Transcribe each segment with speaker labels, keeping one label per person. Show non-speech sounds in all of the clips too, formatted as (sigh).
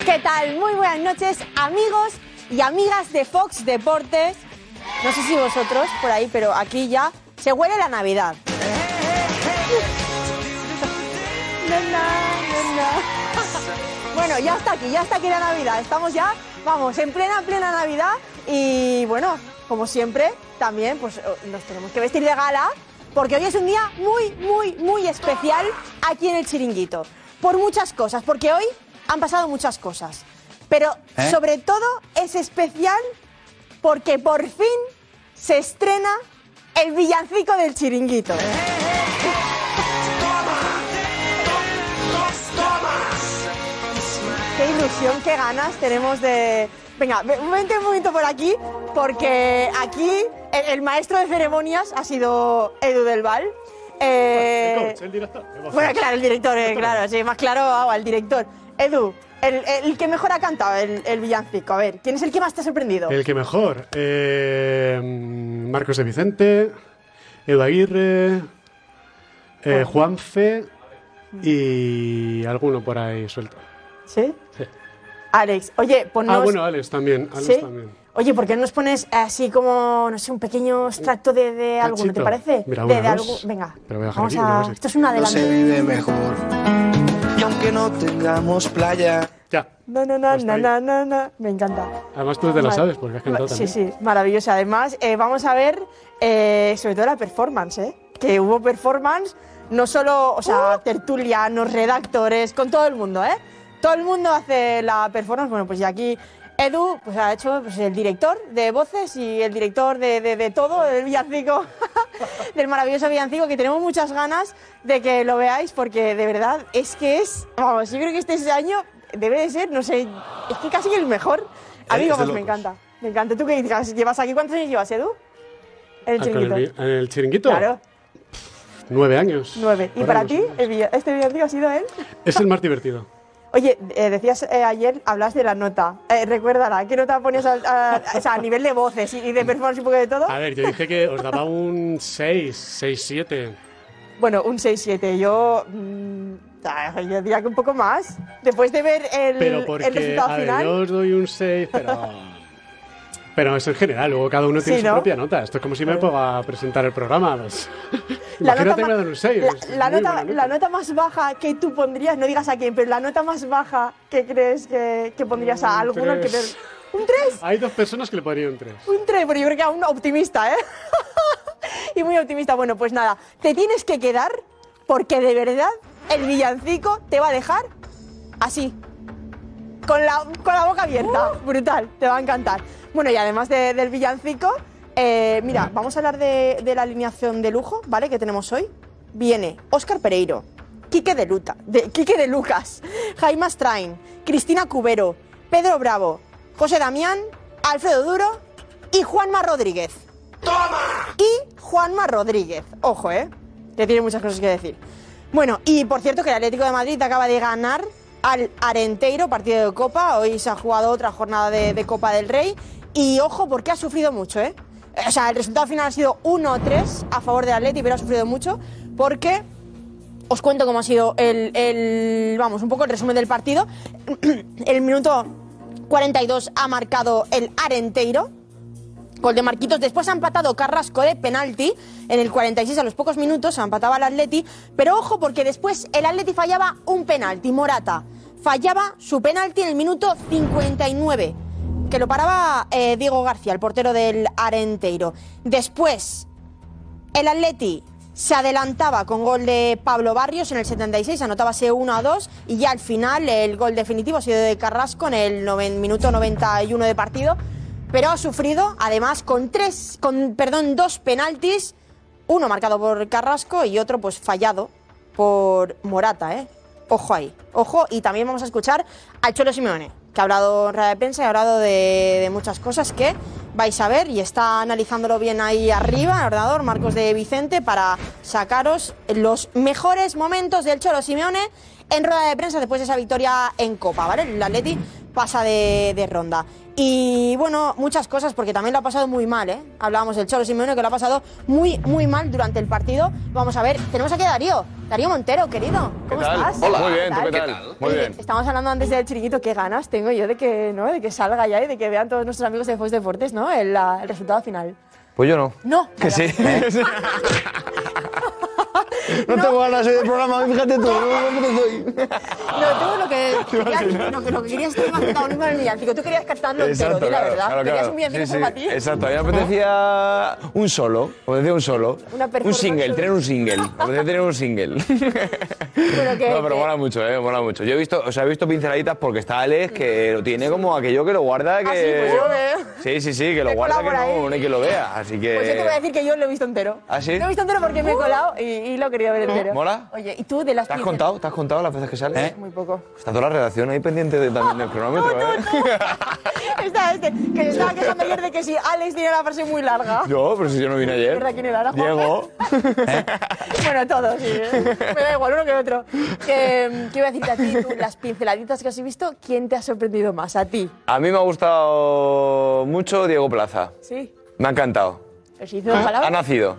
Speaker 1: ¿Qué tal? Muy buenas noches, amigos y amigas de Fox Deportes. No sé si vosotros por ahí, pero aquí ya se huele la Navidad. Na, na, na, na. Bueno, ya está aquí, ya está aquí la Navidad. Estamos ya, vamos, en plena, plena Navidad. Y bueno, como siempre, también pues nos tenemos que vestir de gala porque hoy es un día muy, muy, muy especial aquí en el chiringuito. Por muchas cosas, porque hoy han pasado muchas cosas. Pero
Speaker 2: ¿Eh?
Speaker 1: sobre todo es especial porque por fin se estrena el villancico del chiringuito. Qué ilusión, qué ganas tenemos de... Venga, ve- vente un momento por aquí, porque aquí el, el maestro de ceremonias ha sido Edu del Val. Eh,
Speaker 3: El coach, el director.
Speaker 1: bueno, claro, el director, eh, claro, sí, más claro, agua, el director. Edu, el, el que mejor ha cantado el, el villancico, a ver, ¿quién es el que más te ha sorprendido?
Speaker 3: El que mejor. eh, mm, Marcos de Vicente, Edu Aguirre, eh, Juanfe y alguno por ahí suelto.
Speaker 1: ¿Sí? Alex, oye, ponnos...
Speaker 3: Ah, bueno, Alex también. Alex
Speaker 1: ¿Sí?
Speaker 3: también.
Speaker 1: Oye, ¿por qué no nos pones así como, no sé, un pequeño extracto de, de alguno, ¿te
Speaker 3: cachito.
Speaker 1: parece? de,
Speaker 3: Mira, una,
Speaker 1: de
Speaker 3: dos.
Speaker 1: algo- Venga,
Speaker 3: Pero voy a dejar
Speaker 1: vamos
Speaker 3: aquí, una
Speaker 1: a...
Speaker 3: cosa.
Speaker 1: Esto es un adelanto.
Speaker 4: vive mejor. Y aunque no tengamos playa.
Speaker 3: Ya.
Speaker 1: No, no, no,
Speaker 3: Hasta
Speaker 1: no,
Speaker 3: ahí.
Speaker 1: no, no, no. Me encanta.
Speaker 3: Además tú te la
Speaker 1: Vale.
Speaker 3: sabes porque has cantado
Speaker 1: Sí,
Speaker 3: también.
Speaker 1: sí, maravilloso. Además, eh, vamos a ver eh, sobre todo la performance, ¿eh? Que hubo performance, no solo, o sea, tertulianos, redactores, con todo el mundo, ¿eh? Todo el mundo hace la performance. Bueno, pues y aquí Edu pues, ha hecho pues, el director de voces y el director de, de- de todo, del villancico, del maravilloso villancico, que tenemos muchas ganas de que lo veáis porque de verdad es que es, vamos, yo creo que este año debe de ser, no sé, es que casi el mejor. Amigo,
Speaker 4: es de
Speaker 1: pues
Speaker 4: locos.
Speaker 1: me encanta. Me encanta. ¿Tú qué digas? ¿Llevas aquí? ¿Cuántos años llevas, Edu? En el
Speaker 3: Ah, con
Speaker 1: chiringuito.
Speaker 3: vi- en el chiringuito.
Speaker 1: Claro,
Speaker 3: Nueve años.
Speaker 1: nueve. ¿Y
Speaker 3: Por
Speaker 1: para
Speaker 4: pues
Speaker 3: ahí,
Speaker 1: ti,
Speaker 3: más o menos.
Speaker 1: el villa- este villancico ha sido él?
Speaker 3: Es el más divertido.
Speaker 1: Oye, eh, decías eh, ayer, hablas de la nota. Eh, recuérdala, ¿qué nota pones al- a, o sea, a nivel de voces y, y de performance y un poco de todo?
Speaker 3: A ver, yo dije que os daba un 6, 6, 7.
Speaker 1: Bueno, un 6-7. Yo. mm, ah, yo diría que un poco más. Después de ver el,
Speaker 3: Pero
Speaker 1: el
Speaker 3: porque
Speaker 1: resultado
Speaker 3: a ver,
Speaker 1: Mm, final.
Speaker 3: yo os doy un 6,
Speaker 1: (laughs)
Speaker 3: pero. Pero eso en general, luego cada uno tiene
Speaker 1: Sí,
Speaker 3: su
Speaker 1: ¿no?
Speaker 3: propia nota. Esto es como si me ponga a presentar el programa. pues.
Speaker 1: (laughs) La nota
Speaker 3: Imagínate que
Speaker 1: ma-
Speaker 3: me dan un 6.
Speaker 1: la- La, nota, la nota más baja que tú pondrías, no digas a quién, pero la nota más baja que crees que, que pondrías a
Speaker 3: Un
Speaker 1: alguno al que
Speaker 3: tres.
Speaker 1: te- ¿Un 3?
Speaker 3: Hay dos personas que le ponían un 3.
Speaker 1: Un 3, pero yo creo que a un optimista, ¿eh? (laughs) y muy optimista. Bueno, pues nada, te tienes que quedar porque de verdad el villancico te va a dejar así. Con la, con la boca abierta. Brutal, te va a encantar. Bueno, y además de- del villancico, eh, mira, vamos a hablar de, de la alineación de lujo, ¿vale? Que tenemos hoy. Viene Óscar Pereiro, Quique de, Luta, de, Quique de Lucas, Jaime Strain, Cristina Cubero, Pedro Bravo, José Damián, Alfredo Duro y Juanma Rodríguez. Y Juanma Rodríguez. Ojo, ¿eh? Que tiene muchas cosas que decir. Bueno, y por cierto que el Atlético de Madrid acaba de ganar al Arenteiro, partido de Copa. Hoy se ha jugado otra jornada de, de Copa del Rey. Y ojo, porque ha sufrido mucho, ¿eh? O sea, el resultado final ha sido 1-3 a favor del Atlético, pero ha sufrido mucho porque os cuento cómo ha sido el, el- vamos, un poco el resumen del partido. (clears throat) el minuto 42 ha marcado el Arenteiro. Gol de Marquitos. Después ha empatado Carrasco de penalti en el 46 a los pocos minutos. Empataba el Atleti. Pero ojo, porque después el Atleti fallaba un penalti. Morata fallaba su penalti en el minuto 59. Que lo paraba eh, Diego García, el portero del Arenteiro. Después el Atleti se adelantaba con gol de Pablo Barrios en el 76, anotaba ese 1 a 2 y ya al final el gol definitivo ha sido de Carrasco en el noven- minuto 91 de partido, pero ha sufrido además con tres con perdón, dos penaltis, uno marcado por Carrasco y otro pues fallado por Morata, ¿eh? Ojo ahí, ojo y también vamos a escuchar al Cholo Simeone, que ha hablado en rueda de prensa y ha hablado de, de muchas cosas que vais a ver y está analizándolo bien ahí arriba, en el ordenador, Marcos de Vicente, para sacaros los mejores momentos del Cholo Simeone en rueda de prensa después de esa victoria en Copa, ¿vale? El Atleti pasa de, de ronda. Y bueno, muchas cosas, porque también lo ha pasado muy mal, ¿eh? Hablábamos del Cholo Simeone, que lo ha pasado muy, muy mal durante el partido. Vamos a ver, tenemos aquí a Darío. Darío Montero, querido. ¿Cómo estás?
Speaker 5: Muy bien, ¿tú qué tal? Muy
Speaker 1: Oye,
Speaker 5: bien.
Speaker 1: Estamos hablando antes del chiringuito, qué ganas tengo yo de que, ¿no? de que salga ya y de que vean todos nuestros amigos de Fox Deportes, ¿no? El, la- el resultado final.
Speaker 6: Pues yo no.
Speaker 1: No. ¿Eh?
Speaker 6: Que sí. (laughs)
Speaker 7: No, tengo ganas de programa, fíjate tú.
Speaker 1: No, tú
Speaker 6: (laughs)
Speaker 1: lo que querías, no, que lo que querías tú más protagonismo en el villancico. Tú querías cantarlo entero, di la verdad. Querías un villancico
Speaker 6: Sí, sí,
Speaker 1: para ti. ¿Eh?
Speaker 6: Exacto, a mí me apetecía un solo, me apetecía un solo.
Speaker 1: Una
Speaker 6: un
Speaker 1: performance
Speaker 6: single,
Speaker 1: solo.
Speaker 6: tener un single. Me apetecía tener un
Speaker 1: (laughs)
Speaker 6: single.
Speaker 1: Pero que,
Speaker 6: No, pero mola mucho, eh, mola mucho. Yo he visto, o sea, he visto pinceladitas porque está Alex que lo tiene como aquello que lo guarda que.
Speaker 1: pues yo lo veo.
Speaker 6: Sí, sí, sí, que lo
Speaker 1: Me
Speaker 6: guarda que
Speaker 1: colabora
Speaker 6: no,
Speaker 1: ahí.
Speaker 6: no hay que lo vea. Así que.
Speaker 1: Pues yo te voy a decir que yo lo he visto entero.
Speaker 6: ¿Ah, sí? ¿Eh?
Speaker 1: Lo he visto entero porque me he colado y, y lo he querido ver entero.
Speaker 6: ¿Mola?
Speaker 1: Oye, ¿y tú de las
Speaker 6: ¿Te has
Speaker 1: pincel-
Speaker 6: contado? ¿Te has contado las veces que sales?
Speaker 1: Muy poco. (laughs)
Speaker 6: Está toda la redacción ahí pendiente de- también del cronómetro,
Speaker 1: No, no,
Speaker 6: ¿eh?
Speaker 1: Está este, que se estaba quejando ayer de que si Alex tiene la frase
Speaker 6: (laughs)
Speaker 1: muy larga.
Speaker 6: Yo, pero si yo no vine ayer.
Speaker 1: (laughs) ¿Verdad quién era? ¿Era Juanfe?
Speaker 6: Diego.
Speaker 1: Bueno, todos, sí. ¿eh? Me da igual uno que otro. Que, ¿Qué iba a decirte a ti? Tú, las pinceladitas que has visto, ¿quién te ha sorprendido más? A ti.
Speaker 6: A mí me ha gustado mucho Diego Plaza.
Speaker 1: Sí.
Speaker 6: Me ha encantado.
Speaker 1: Pero si hizo dos palabras.
Speaker 6: Ha nacido.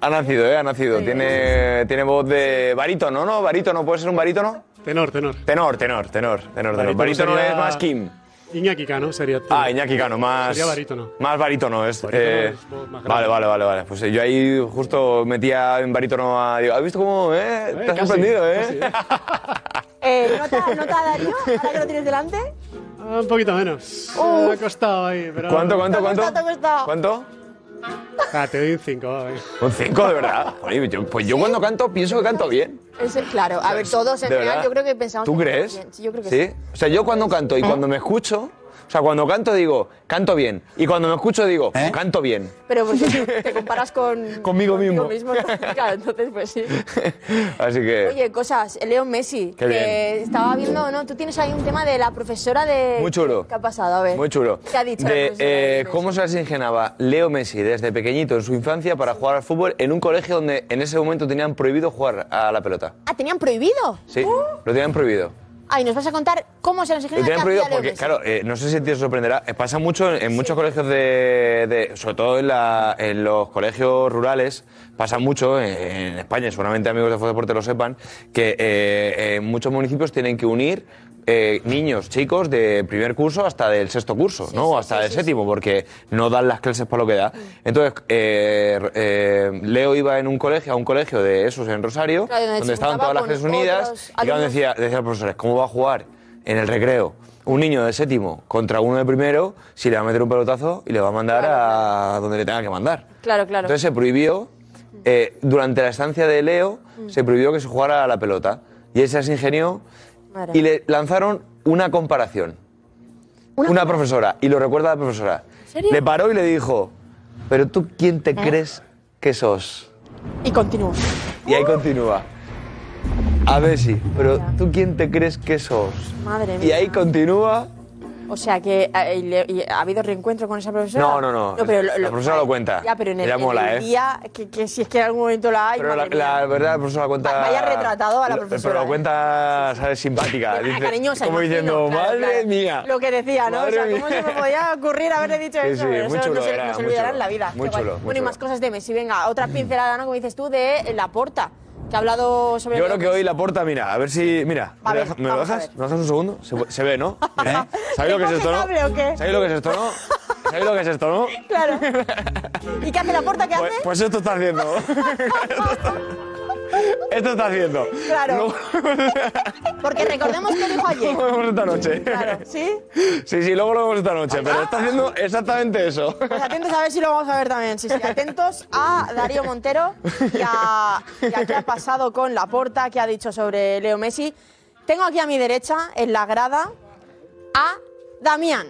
Speaker 6: Ha nacido, ¿eh? Ha nacido. Tiene, tiene voz de barítono, ¿no? ¿Barítono? ¿Puede ser un barítono?
Speaker 8: Tenor, tenor.
Speaker 6: Tenor, tenor, tenor, tenor, tenor.
Speaker 8: Barítono
Speaker 6: Barítono
Speaker 8: sería-
Speaker 6: es más Kim.
Speaker 8: Iñaki Cano sería.
Speaker 6: Ah, Iñaki Cano, más.
Speaker 8: Sería barítono.
Speaker 6: Más barítono es.
Speaker 8: Barítono
Speaker 6: eh,
Speaker 8: es voz más grave.
Speaker 6: vale, vale, vale, vale. Pues eh, yo ahí justo metía en barítono a. Diego. ¿Has visto cómo, eh? Te has
Speaker 8: casi,
Speaker 6: sorprendido, eh?
Speaker 1: (laughs) Eh, ¿nota, ¿Nota Darío? Ahora que lo tienes delante.
Speaker 8: Ah, un poquito menos. Me ha costado ahí, pero.
Speaker 6: ¿Cuánto, cuánto,
Speaker 1: Te ha
Speaker 6: cuánto?
Speaker 1: costado, te ha costado.
Speaker 6: ¿Cuánto?
Speaker 8: Ah, te doy un 5. va, venga.
Speaker 6: Un 5, de verdad. Joder, yo- pues yo cuando canto pienso que canto bien.
Speaker 1: Ese- claro, a ver, todos en
Speaker 6: De
Speaker 1: general
Speaker 6: verdad.
Speaker 1: yo creo que pensamos.
Speaker 6: ¿Tú
Speaker 1: que
Speaker 6: crees?
Speaker 1: bien. Sí, yo creo que Ah.
Speaker 6: ¿Sí? O sea, yo cuando canto y cuando me escucho, o sea, cuando canto digo, canto bien. Y cuando me escucho digo,
Speaker 1: ¿Eh?
Speaker 6: canto bien. (laughs)
Speaker 1: Pero porque tú te comparas con.
Speaker 6: Conmigo mismo.
Speaker 1: ¿no? (laughs) Claro, entonces, pues sí.
Speaker 6: Así que.
Speaker 1: Oye, cosas, Leo Messi,
Speaker 6: Eh. Qué
Speaker 1: que
Speaker 6: bien.
Speaker 1: estaba viendo, ¿no? Tú tienes ahí un tema de la profesora de...
Speaker 6: Muy chulo.
Speaker 1: ¿Qué ha pasado? A ver.
Speaker 6: Muy chulo.
Speaker 1: ¿Qué ha dicho la
Speaker 6: De,
Speaker 1: profesora de
Speaker 6: eh,
Speaker 1: Messi?
Speaker 6: ¿Cómo se las ingenaba Leo Messi desde pequeñito en su infancia para jugar al fútbol en un colegio donde en ese momento tenían prohibido jugar a la pelota?
Speaker 1: Ah, ¿tenían prohibido? Uh.
Speaker 6: Sí, lo tenían prohibido.
Speaker 1: Ay, ¿nos vas a contar cómo se nos
Speaker 6: Lo
Speaker 1: ingenió
Speaker 6: tienen prohibido porque,
Speaker 1: Messi?
Speaker 6: claro, eh, no sé si te sorprenderá, eh, pasa mucho en, en muchos colegios de, de- sobre todo en, la- en los colegios rurales, pasa mucho, en, en España, seguramente amigos de Fox Deporte lo sepan, que eh, en muchos municipios tienen que unir eh, niños, chicos, de primer curso hasta del sexto curso, ¿no? O hasta del séptimo, porque no dan las clases para lo que da. Entonces, eh, eh, Leo iba en un colegio, a un colegio de esos en Rosario,
Speaker 1: Claro, donde se
Speaker 6: donde estaban todas
Speaker 1: juntaba
Speaker 6: las
Speaker 1: con
Speaker 6: clases unidas,
Speaker 1: otros
Speaker 6: y claro,
Speaker 1: alumnos.
Speaker 6: decía, decía el profesor, ¿cómo va a jugar en el recreo un niño de séptimo contra uno de primero si le va a meter un pelotazo y le va a mandar a donde le tenga que mandar?
Speaker 1: Claro, claro.
Speaker 6: Entonces se prohibió, eh, durante la estancia de Leo,
Speaker 1: Mm.
Speaker 6: se prohibió que se jugara a la pelota. Y él se las ingenió
Speaker 1: Madre
Speaker 6: y le lanzaron una comparación. Una, profesora, y lo recuerda la profesora.
Speaker 1: serio? ¿Eh?
Speaker 6: Le paró y le dijo, pero tú quién te crees que sos?
Speaker 1: Y continúo.
Speaker 6: Y ahí continúa. A ver si, pero ¿tú quién te crees que sos?
Speaker 1: Madre mía.
Speaker 6: Y ahí continúa.
Speaker 1: O sea, que eh, y le- y ha habido reencuentro con esa profesora.
Speaker 6: No, no, no. La profesora lo cuenta.
Speaker 1: Ya, pero en el,
Speaker 6: Ella
Speaker 1: en
Speaker 6: mola,
Speaker 1: el
Speaker 6: ¿eh?
Speaker 1: día, que, que si es que en algún momento la hay,
Speaker 6: Pero la,
Speaker 1: madre mía.
Speaker 6: la verdad, la profesora cuenta.
Speaker 1: Vaya retratado a la
Speaker 6: lo-
Speaker 1: profesora,
Speaker 6: Pero
Speaker 1: ¿eh?
Speaker 6: la cuenta, ¿sabes? Simpática.
Speaker 1: Ah,
Speaker 6: dice-
Speaker 1: cariñosa,
Speaker 6: Como
Speaker 1: imagino,
Speaker 6: diciendo,
Speaker 1: claro,
Speaker 6: madre
Speaker 1: claro.
Speaker 6: mía.
Speaker 1: Lo que decía, ¿no? o
Speaker 6: Madre
Speaker 1: sea, ¿cómo se
Speaker 6: mía.
Speaker 1: me podía ocurrir haberle dicho
Speaker 6: Sí,
Speaker 1: eso?
Speaker 6: sí,
Speaker 1: Pero
Speaker 6: muy
Speaker 1: eso
Speaker 6: chulo
Speaker 1: no se,
Speaker 6: era,
Speaker 1: no se
Speaker 6: muy
Speaker 1: olvidará
Speaker 6: chulo.
Speaker 1: en la vida.
Speaker 6: Muy
Speaker 1: Qué guay.
Speaker 6: chulo, muy
Speaker 1: bueno, y más
Speaker 6: chulo.
Speaker 1: cosas de Messi. Venga,
Speaker 6: Mm.
Speaker 1: otra pincelada, ¿no? Como dices tú, de la porta, que ha hablado sobre.
Speaker 6: Yo creo que hoy la porta, mira, a ver si. Mira,
Speaker 1: A
Speaker 6: ¿me,
Speaker 1: ver,
Speaker 6: lo deja- ¿me lo
Speaker 1: vamos a
Speaker 6: dejas?
Speaker 1: ver.
Speaker 6: ¿Me lo dejas un segundo? Se, pu- se ve,
Speaker 1: (laughs)
Speaker 6: ¿no? Mira, ¿Sabéis lo que es esto, no?
Speaker 1: ¿Recogitable o qué?
Speaker 6: ¿Sabéis lo que es esto, no? ¿Sabéis lo que es esto, no?
Speaker 1: (laughs) Claro. ¿Y qué hace la porta? ¿Qué hace?
Speaker 6: Pues, pues esto está haciendo. Pues- esto está haciendo.
Speaker 1: (laughs)
Speaker 6: (laughs)
Speaker 1: Claro.
Speaker 6: Luego-
Speaker 1: Porque recordemos que dijo
Speaker 6: (laughs)
Speaker 1: ayer.
Speaker 6: Luego lo vemos esta noche.
Speaker 1: Claro, ¿sí?
Speaker 6: Sí, sí, luego lo vemos esta noche,
Speaker 9: ah.
Speaker 6: pero está haciendo exactamente eso.
Speaker 1: Pues atentos a ver si lo vamos a ver también. Sí, sí, atentos a Darío Montero y a, y a qué ha pasado con la porta que ha dicho sobre Leo Messi. Tengo aquí a mi derecha, en la grada, a Damián.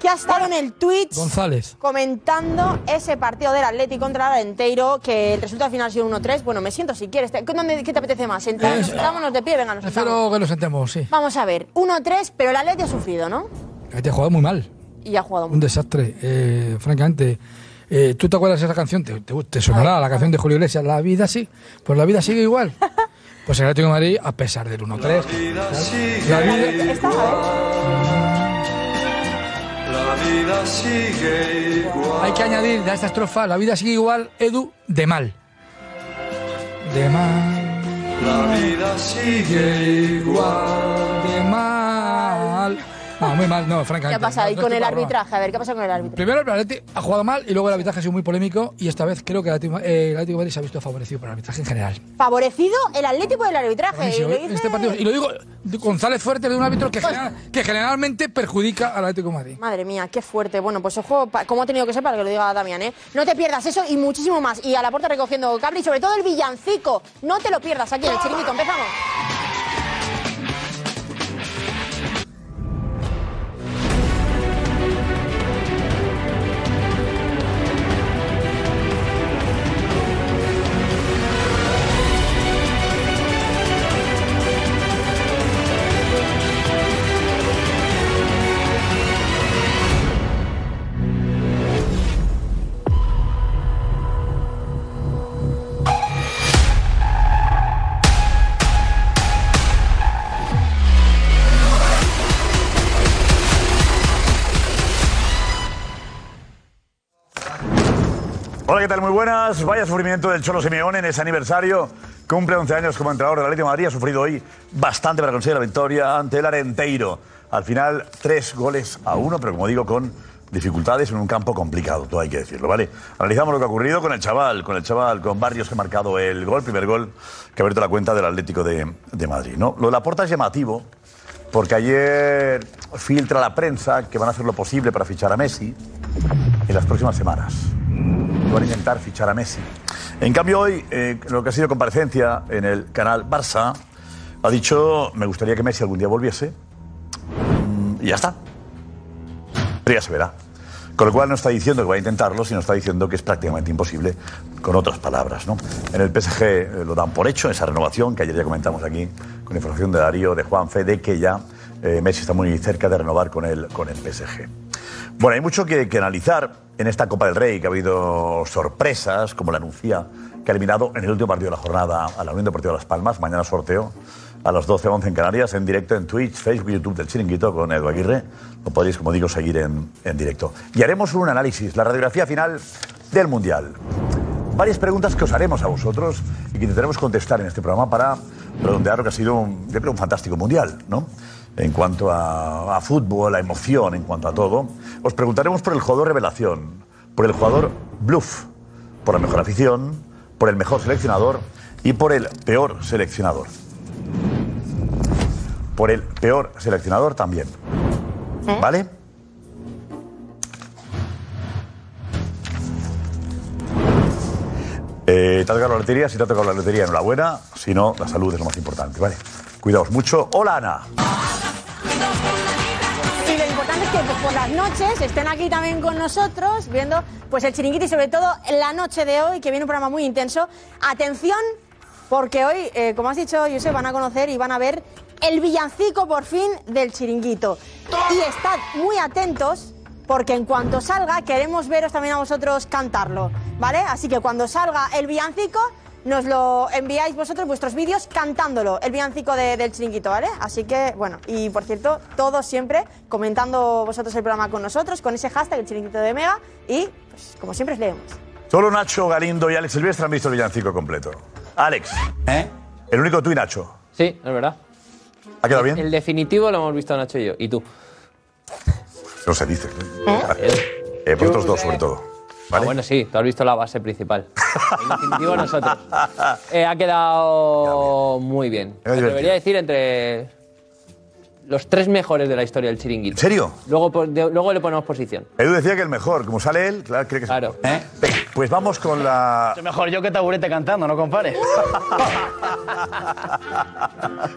Speaker 1: que ha estado en el Twitch
Speaker 5: González.
Speaker 1: comentando ese partido del Atleti contra el Alenteiro, que el resultado final ha sido 1-3. Bueno, me siento si quieres. Te- ¿dónde- ¿Qué te apetece más? ¿Sentarnos,
Speaker 5: Eh,
Speaker 1: nos sentamos de pie? Venga, nos sentamos.
Speaker 5: Prefiero que lo sentemos, sí.
Speaker 1: Vamos a ver, 1-3, pero el Atleti ha sufrido, ¿no?
Speaker 5: Que te jugado muy mal.
Speaker 1: Y ha jugado
Speaker 5: Un desastre, eh, francamente. Eh, ¿Tú te acuerdas de esa canción? ¿Te, te- te sonará la canción de Julio Iglesias? La vida sí. Pues la vida sigue igual. Pues el Atlético de Madrid, a pesar del 1-3. La vida-
Speaker 10: La vida sigue
Speaker 5: Hay que añadir a esta estrofa, la vida sigue igual, Edu, de mal. De mal,
Speaker 10: La vida sigue igual.
Speaker 5: de mal. No, Ah, muy mal, no, francamente.
Speaker 1: ¿Qué ha pasado?
Speaker 5: no-
Speaker 1: ¿Y
Speaker 5: no
Speaker 1: con
Speaker 5: es
Speaker 1: el
Speaker 5: culpa, broma.
Speaker 1: arbitraje? A ver, ¿qué ha pasado con el árbitro?
Speaker 5: Primero el Atleti ha jugado mal y luego el arbitraje ha sido muy polémico y esta vez creo que el Atlético, eh, el Atlético de Madrid se ha visto favorecido por el arbitraje en general.
Speaker 1: Favorecido el Atlético del arbitraje. Y
Speaker 5: Buenísimo,
Speaker 1: lo
Speaker 5: ¿eh?
Speaker 1: dice-
Speaker 5: Este partido, y lo digo, González Fuerte de un árbitro que, genera- que generalmente perjudica al Atlético de Madrid.
Speaker 1: Madre mía, qué fuerte. Bueno, pues ojo, pa- como ha tenido que ser para que lo diga Damián, ¿eh? No te pierdas eso y muchísimo más. Y a la puerta recogiendo cable y sobre todo el villancico. No te lo pierdas aquí en el chiringuito. Empezamos.
Speaker 9: Hola, ¿qué tal? Muy buenas. Vaya sufrimiento del Cholo Simeone en ese aniversario. Cumple 11 años como entrenador del Atlético de Madrid. Ha sufrido hoy bastante para conseguir la victoria ante el Arenteiro. Al final, tres goles a uno, pero como digo, con dificultades en un campo complicado, todo hay que decirlo, ¿vale? Analizamos lo que ha ocurrido con el chaval, con el chaval, con Barrios que ha marcado el gol, primer gol que ha abierto la cuenta del Atlético de, de Madrid, ¿no? Lo de la porta es llamativo, porque ayer filtra la prensa que van a hacer lo posible para fichar a Messi en las próximas semanas que van a intentar fichar a Messi. En cambio, hoy, eh, lo que ha sido comparecencia en el canal Barça, ha dicho, me gustaría que Messi algún día volviese. Mm, Y ya está. Pero ya se verá. Con lo cual no está diciendo que va a intentarlo, sino está diciendo que es prácticamente imposible, con otras palabras. ¿no? En el PSG eh, lo dan por hecho, esa renovación que ayer ya comentamos aquí, con información de Darío, de Juan de que ya eh, Messi está muy cerca de renovar con el, con el PSG. Bueno, hay mucho que, que analizar en esta Copa del Rey, que ha habido sorpresas, como la anuncia, que ha eliminado en el último partido de la jornada a la Unión Deportiva Las Palmas. Mañana sorteo a las 12.11 en Canarias, en directo en Twitch, Facebook y YouTube del Chiringuito con Edu Aguirre. Lo podéis, como digo, seguir en, en directo. Y haremos un análisis, la radiografía final del Mundial. Varias preguntas que os haremos a vosotros y que intentaremos contestar en este programa para redondear lo que ha sido, un, yo creo, un fantástico Mundial, ¿no? en cuanto a, a fútbol, a emoción, en cuanto a todo. Os preguntaremos por el jugador revelación, por el jugador bluff, por la mejor afición, por el mejor seleccionador y por el peor seleccionador. Por el peor seleccionador también.
Speaker 11: ¿Eh?
Speaker 9: ¿Vale? Eh, te ha tocado la lotería, si te ha tocado la lotería, enhorabuena. Si no, la salud es lo más importante, ¿vale? Cuidaos mucho. Hola, Ana.
Speaker 1: Y lo importante es que pues, por las noches estén aquí también con nosotros viendo pues el chiringuito y sobre todo la noche de hoy que viene un programa muy intenso. Atención, porque hoy, eh, como has dicho, Josep, van a conocer y van a ver el villancico por fin del chiringuito. Y estad muy atentos porque en cuanto salga queremos veros también a vosotros cantarlo, ¿vale? Así que cuando salga el villancico nos lo enviáis vosotros vuestros vídeos cantándolo, el villancico de- del chiringuito, ¿vale? Así que, bueno, y por cierto, todos siempre comentando vosotros el programa con nosotros, con ese hashtag, el chiringuito de Mega, y pues como siempre os leemos.
Speaker 9: Solo Nacho Galindo y Alex Silvestre han visto el villancico completo. Alex. ¿Eh? El único tú y Nacho.
Speaker 12: Sí, es verdad.
Speaker 9: ¿Ha quedado bien?
Speaker 12: El definitivo lo hemos visto Nacho y yo. ¿Y tú?
Speaker 9: No se dice. Eh, vosotros dos, sobre todo.
Speaker 12: Ah, bueno, sí, tú has visto la base principal. El definitivo nosotros. Eh, ha quedado muy bien.
Speaker 9: Era divertido.
Speaker 12: debería decir entre los tres mejores de la historia del chiringuito. ¿En
Speaker 9: serio?
Speaker 12: Luego, po- de- luego le ponemos posición.
Speaker 9: Edu decía que el mejor, como sale él, claro, cree que es el mejor. Pues vamos con la.
Speaker 7: Mejor yo que taburete cantando,
Speaker 9: (laughs)
Speaker 7: no compares.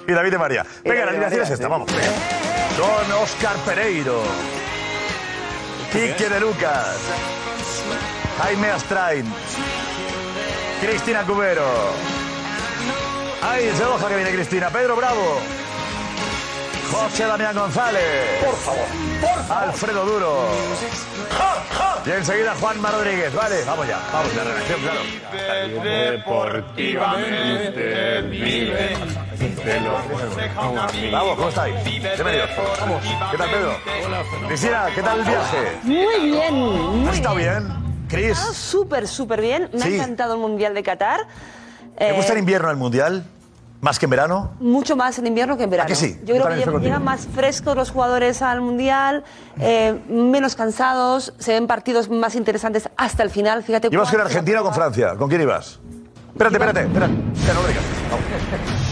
Speaker 9: Y David de María. Venga, la
Speaker 7: David de
Speaker 9: alineación
Speaker 7: María,
Speaker 9: es esta,
Speaker 7: sí.
Speaker 9: vamos. venga. Con Oscar Pereiro. Quique de Lucas, Jaime Astrain, Cristina Cubero. Ahí se hoja que viene Cristina. Pedro Bravo. José Damián González. Por favor, por favor. Alfredo Duro. Y enseguida Juanma Rodríguez. Vale, vamos ya. Vamos, la relación, claro.
Speaker 10: Deportivamente vive.
Speaker 9: Vamos, ¿cómo estáis? Bienvenidos. Vamos. ¿Qué tal, Pedro? Cristina, ¿qué tal el viaje?
Speaker 13: Muy bien. Muy
Speaker 9: ¿Has estado bien, Cris?
Speaker 13: Ah, Súper, súper bien. Me ha
Speaker 9: Sí.
Speaker 13: encantado el Mundial de Qatar.
Speaker 9: ¿Te
Speaker 13: Eh,
Speaker 9: gusta el invierno el mundial? ¿Más que en verano?
Speaker 13: Mucho más en invierno que en verano.
Speaker 9: ¿A que sí? Yo
Speaker 13: Yo
Speaker 9: también
Speaker 13: creo que
Speaker 9: estoy
Speaker 13: llegan,
Speaker 9: contigo.
Speaker 13: llegan más frescos los jugadores al Mundial, eh, menos cansados, se ven partidos más interesantes hasta el final. Fíjate
Speaker 9: ¿Ibas con
Speaker 13: cuánto-
Speaker 9: Argentina o con Francia? ¿Con quién ibas? Espérate, espérate, espérate. Ya no lo digas. Vamos.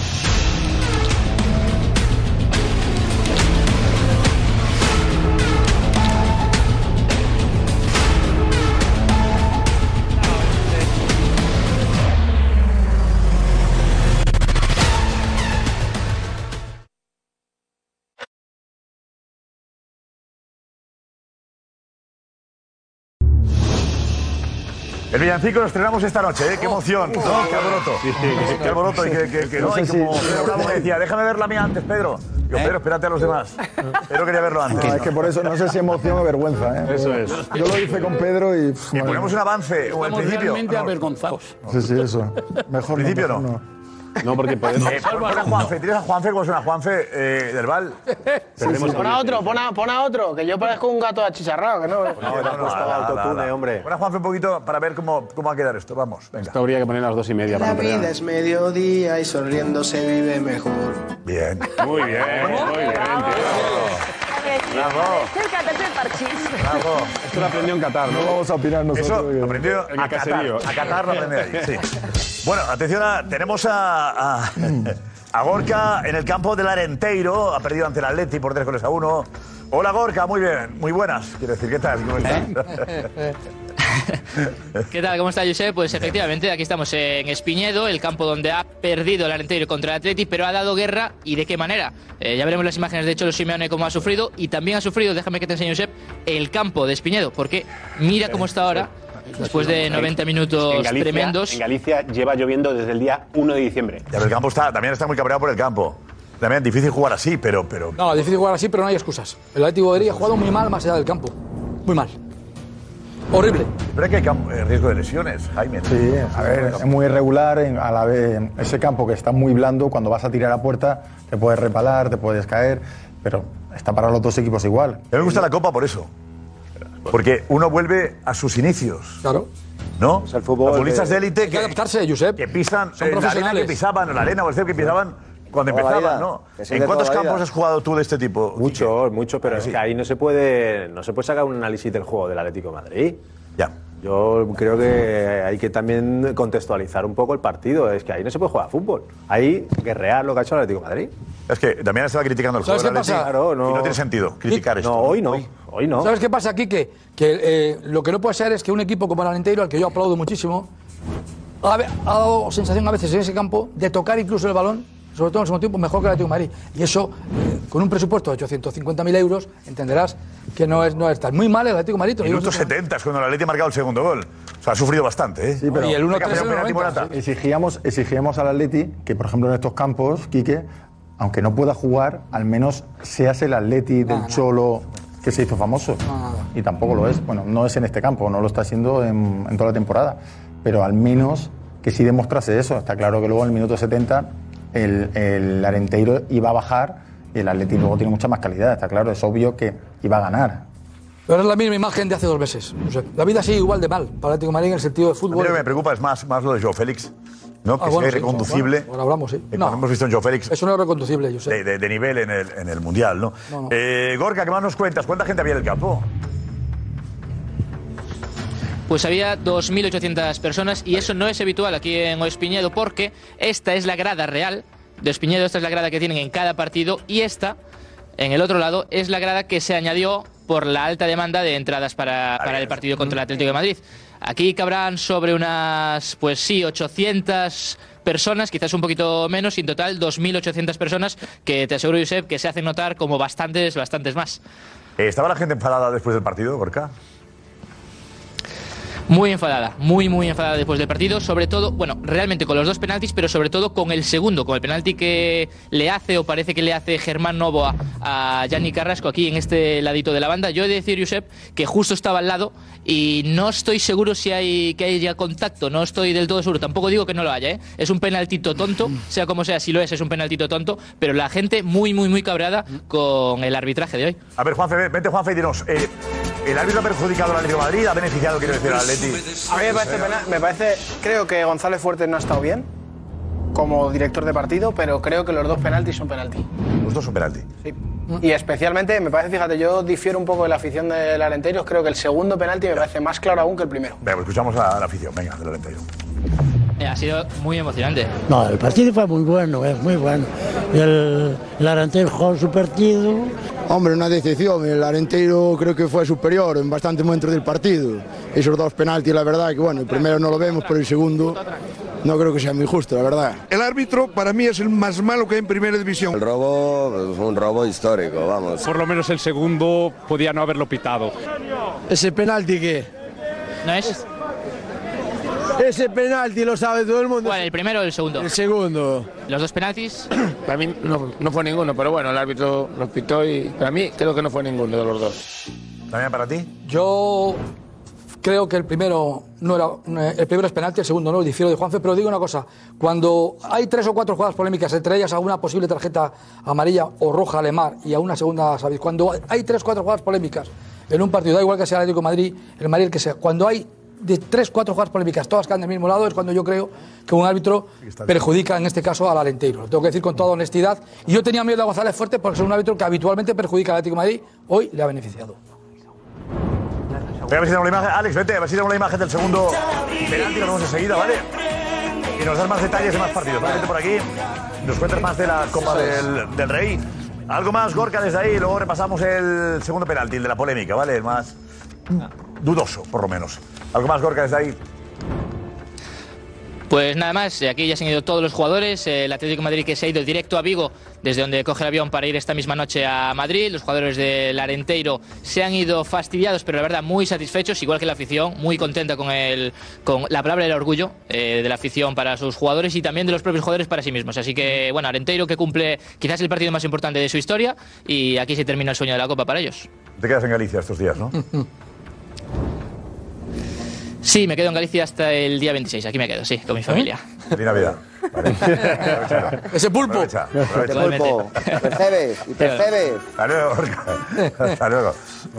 Speaker 9: El villancico lo estrenamos esta noche, ¿eh?
Speaker 13: Oh,
Speaker 9: Qué emoción, ¿no? Qué alboroto. Qué alboroto y que, que- que no,
Speaker 10: No sé
Speaker 9: y como
Speaker 10: si-
Speaker 9: Pedro Bravo me decía, déjame ver la mía antes, Pedro. Digo, Pedro, espérate a los demás. Pedro quería verlo antes.
Speaker 14: No, es que por eso no sé si emoción o vergüenza. ¿eh?
Speaker 9: Eso es.
Speaker 14: Yo lo hice con Pedro y. pff,
Speaker 9: Y
Speaker 14: madre
Speaker 9: ponemos un
Speaker 14: mía.
Speaker 9: avance, o al
Speaker 15: Estamos
Speaker 9: principio.
Speaker 15: realmente avergonzados.
Speaker 14: Sí, sí, eso. Mejor no.
Speaker 9: principio
Speaker 14: mejor
Speaker 9: no.
Speaker 15: No, porque
Speaker 9: Eh, pon- pon a Juanfe, tienes a Juanfe como suena Juanfe eh,
Speaker 15: (laughs)
Speaker 9: del Val. Perdemos
Speaker 7: Pon a otro, pon a, pon a otro, que yo parezco un gato achicharrado, que no.
Speaker 9: No, no, no, hombre. Pon a Juanfe un poquito para ver cómo, cómo va a quedar esto. Vamos, venga.
Speaker 15: Esto habría que poner a las dos y media para
Speaker 9: La
Speaker 15: no perder.
Speaker 9: vida
Speaker 16: es mediodía y sonriendo se vive mejor.
Speaker 9: Bien.
Speaker 15: Muy bien, muy bien.
Speaker 9: Bravo.
Speaker 13: Acércate, te parchís.
Speaker 9: Bravo.
Speaker 15: Esto lo aprendió en Qatar, ¿no?
Speaker 14: Vamos a opinar nosotros.
Speaker 9: Eso lo aprendió
Speaker 15: En el
Speaker 9: a Qatar.
Speaker 15: caserío.
Speaker 9: A Qatar lo aprendió allí,
Speaker 15: (laughs)
Speaker 9: sí. Bueno, atención, a- tenemos a, a, a Gorka en el campo del Arenteiro. Ha perdido ante el Atleti por 3 goles a 1. Hola Gorka, muy bien, muy buenas. Quiero decir, ¿qué tal? ¿Cómo estás?
Speaker 17: ¿Qué tal? ¿Cómo está, Josep? Pues efectivamente, aquí estamos en Espiñedo, el campo donde ha perdido el Arenteiro contra el Atleti, pero ha dado guerra y de qué manera. Eh, ya veremos las imágenes de Cholo Simeone cómo ha sufrido y también ha sufrido, déjame que te enseñe, Josep, el campo de Espiñedo, porque mira cómo está ahora, después de 90 minutos
Speaker 15: En Galicia-
Speaker 17: tremendos.
Speaker 15: En Galicia lleva lloviendo desde el día 1 de diciembre.
Speaker 9: Ya, pero el campo está, también está muy cabreado por el campo. También difícil jugar así, pero, pero
Speaker 5: No, difícil jugar así, pero no hay excusas. El Atlético de Madrid ha jugado muy mal más allá del campo. Muy mal. Horrible.
Speaker 9: Pero es que hay cam- eh, riesgo de lesiones, Jaime.
Speaker 14: Sí, a ver, es muy irregular. en- a la vez, ese campo que está muy blando, cuando vas a tirar a puerta, te puedes repalar, te puedes caer, pero está para los dos equipos igual.
Speaker 9: A mí me gusta la Copa por eso. Porque uno vuelve a sus inicios.
Speaker 5: Claro.
Speaker 9: ¿No? el fútbol. Los futbolistas
Speaker 5: de-
Speaker 9: de élite que, que pisan eh, la arena que
Speaker 5: profesionales.
Speaker 9: pisaban, o la arena o el césped que pisaban cuando
Speaker 18: Toda la
Speaker 9: empezaban,
Speaker 18: vida.
Speaker 9: ¿no?
Speaker 18: Que sí,
Speaker 9: ¿En
Speaker 18: de
Speaker 9: cuántos
Speaker 18: toda la
Speaker 9: campos
Speaker 18: vida.
Speaker 9: has jugado tú de este tipo?
Speaker 18: Muchos, muchos, pero es que ahí no se puede no se puede sacar un análisis del juego del Atlético de Madrid.
Speaker 9: Ya.
Speaker 18: Yo creo que hay que también contextualizar un poco el partido. Es que ahí no se puede jugar a fútbol. Ahí guerrear lo que ha hecho el Atlético de Madrid.
Speaker 9: Es que también estaba criticando
Speaker 5: el ¿Sabes juego qué del Atlético. pasa?
Speaker 18: Claro, no,
Speaker 5: Y no tiene
Speaker 9: sentido criticar
Speaker 18: No, hoy no. Hoy, no.
Speaker 5: ¿Sabes qué pasa, Quique? Que eh, lo que no puede ser es que un equipo como el Alenteiro, al que yo aplaudo muchísimo, ha, ha dado sensación a veces en ese campo de tocar incluso el balón, sobre todo en el segundo tiempo, mejor que el Atlético de Madrid. Y eso, eh, con un presupuesto de 850.000 euros, entenderás que no es, no es tan muy mal el Atlético de Madrid. te lo digo
Speaker 9: Minutos
Speaker 5: sinceramente.
Speaker 9: 70 es cuando el Atlético ha marcado el segundo gol. O sea, ha sufrido bastante, ¿eh? Sí,
Speaker 14: pero- Y el 1-3 en el
Speaker 9: Morata.
Speaker 14: Exigíamos, exigíamos al Atleti que, por ejemplo, en estos campos, Quique, aunque no pueda jugar, al menos seas el Atleti del Cholo que se hizo famoso. Y tampoco lo es. Bueno, no es en este campo, no lo está haciendo en, en toda la temporada. Pero al menos que sí demostrase eso. Está claro que luego en el minuto 70 el, el Arenteiro iba a bajar y el Atleti luego tiene mucha más calidad. Está claro, es obvio que iba a ganar.
Speaker 5: Pero es la misma imagen de hace dos meses. O sea, la vida sigue igual de mal para el Atlético de Madrid en el sentido de
Speaker 9: A mí
Speaker 5: fútbol.
Speaker 9: lo que me preocupa es más, más lo de Joe Félix, ¿no? Que
Speaker 5: Ah, bueno,
Speaker 9: sea
Speaker 5: sí,
Speaker 9: irreconducible.
Speaker 5: bueno, ahora hablamos, sí.
Speaker 9: Eh, cuando hemos visto en Joe Félix.
Speaker 5: Eso no es reconducible, yo sé.
Speaker 9: De, de- de nivel en el, en el Mundial, ¿no?
Speaker 5: No, no.
Speaker 9: Eh, Gorka, ¿qué más nos cuentas? ¿Cuánta gente había en el campo?
Speaker 17: Pues había 2.800 personas y eso no es habitual aquí en Ospiñedo porque esta es la grada real de Ospiñedo, esta es la grada que tienen en cada partido y esta, en el otro lado, es la grada que se añadió por la alta demanda de entradas para, para el partido contra el Atlético de Madrid. Aquí cabrán sobre unas, pues sí, 800 personas, quizás un poquito menos, y en total 2.800 personas que te aseguro, Josep, que se hacen notar como bastantes, bastantes más.
Speaker 9: Eh, ¿Estaba la gente enfadada después del partido, Gorka?
Speaker 17: Muy enfadada, muy, muy enfadada después del partido. Sobre todo, bueno, realmente con los dos penaltis, pero sobre todo con el segundo, con el penalti que le hace o parece que le hace Germán Novoa a Yanni Carrasco aquí en este ladito de la banda. Yo he de decir, Josep, que justo estaba al lado y no estoy seguro si hay que haya contacto, no estoy del todo seguro. Tampoco digo que no lo haya, ¿eh? Es un penaltito tonto, sea como sea, si lo es, es un penaltito tonto, pero la gente muy, muy, muy cabreada con el arbitraje de hoy.
Speaker 9: A ver, Juanfe, vete, Juanfe, y dinos. eh, ¿El árbitro ha perjudicado al Atlético de Madrid? ¿Ha beneficiado, quiero decir, al Atleti?
Speaker 7: A mí me parece, pena- me parece- creo que González Fuertes no ha estado bien como director de partido, pero creo que los dos penaltis son penaltis.
Speaker 9: Los dos son penalti.
Speaker 7: Sí. Y especialmente, me parece, fíjate, yo difiero un poco de la afición del Alenteiro, creo que el segundo penalti me parece más claro aún que el primero.
Speaker 9: Venga, pues escuchamos a la afición, venga, del Atleti.
Speaker 17: Eh, ha sido muy emocionante.
Speaker 19: No, el partido fue muy bueno, es muy bueno. El, el Arenteiro jugó su partido.
Speaker 20: Hombre, una decepción. El Arenteiro creo que fue superior en bastantes momentos del partido. Esos dos penaltis, la verdad, que bueno, el primero no lo vemos, pero el segundo no creo que sea muy justo, la verdad.
Speaker 21: El árbitro para mí es el más malo que hay en primera división. El robo fue un robo histórico, vamos. Por lo menos el segundo podía no haberlo pitado.
Speaker 22: Ese penalti que.
Speaker 17: ¿No es?
Speaker 22: Ese penalti lo sabe todo el mundo.
Speaker 17: ¿Cuál, el primero o el segundo? El
Speaker 22: segundo.
Speaker 17: Los dos penaltis.
Speaker 4: (clears throat) Para mí no, no fue ninguno, pero bueno, el árbitro los pitó y para mí creo que no fue ninguno de los dos.
Speaker 9: ¿También para ti?
Speaker 5: Yo creo que el primero no era eh, el primero es penalti, el segundo no, difiero de Juanfe, pero digo una cosa, cuando hay tres o cuatro jugadas polémicas, entre ellas alguna posible tarjeta amarilla o roja a Lemar y a una segunda, ¿sabéis? Cuando hay tres o cuatro jugadas polémicas en un partido, da igual que sea el Atlético de Madrid, el Madrid el que sea, cuando hay de tres cuatro jugadas polémicas, todas caen del mismo lado, es cuando yo creo que un árbitro perjudica en este caso al Alenteiro. Lo tengo que decir con toda honestidad. Y yo tenía miedo a González Fuerte porque es un árbitro que habitualmente perjudica al Atlético de Madrid, hoy le ha beneficiado.
Speaker 9: Venga, a ver si tenemos la imagen. Alex, vete, a ver si tenemos la imagen del segundo penalti, lo vemos enseguida, ¿vale? Y nos das más detalles de más partidos. Vale, Vete por aquí, nos cuentas más de la Copa del, del Rey. Algo más, Gorka, desde ahí, luego repasamos el segundo penalti, el de la polémica, ¿vale? El más dudoso, por lo menos. Algo más, Gorka, desde ahí.
Speaker 17: Pues nada más, eh, aquí ya se han ido todos los jugadores. eh, El Atlético de Madrid que se ha ido directo a Vigo, desde donde coge el avión para ir esta misma noche a Madrid. Los jugadores del Arenteiro se han ido fastidiados, pero la verdad muy satisfechos, igual que la afición, muy contenta con, el, con la palabra del orgullo eh, de la afición para sus jugadores y también de los propios jugadores para sí mismos. Así que, bueno, Arenteiro que cumple quizás el partido más importante de su historia y aquí se termina el sueño de la Copa para ellos.
Speaker 9: Te quedas en Galicia estos días, ¿no?
Speaker 17: Sí, me quedo en Galicia hasta el día 26, aquí me quedo, sí,
Speaker 19: ¿Eh?
Speaker 17: con mi familia.
Speaker 9: Feliz Navidad.
Speaker 5: Ese pulpo.
Speaker 9: Aprovecha.
Speaker 17: Pulpo.
Speaker 11: Percebes y percebes.
Speaker 9: Hasta luego, Gorka. Hasta luego.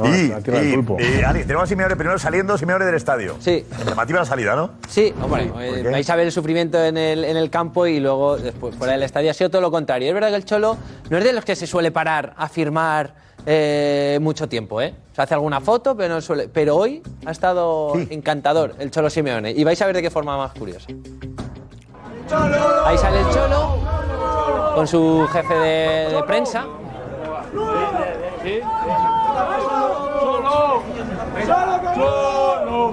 Speaker 9: y, y, y, Alex, tenemos a Simeone primero saliendo, Simeone del estadio. Sí. Llamativa la salida, ¿no?
Speaker 23: Sí, hombre, eh, vais a ver el sufrimiento en el, en el campo y luego después fuera del estadio ha sido todo lo contrario. Es verdad que el Cholo no es de los que se suele parar a firmar eh, mucho tiempo, ¿eh? O sea, hace alguna foto, pero no suele. Pero hoy ha estado encantador el Cholo Simeone y vais a ver de qué forma más curiosa. Ahí sale el Cholo con su jefe de, de prensa.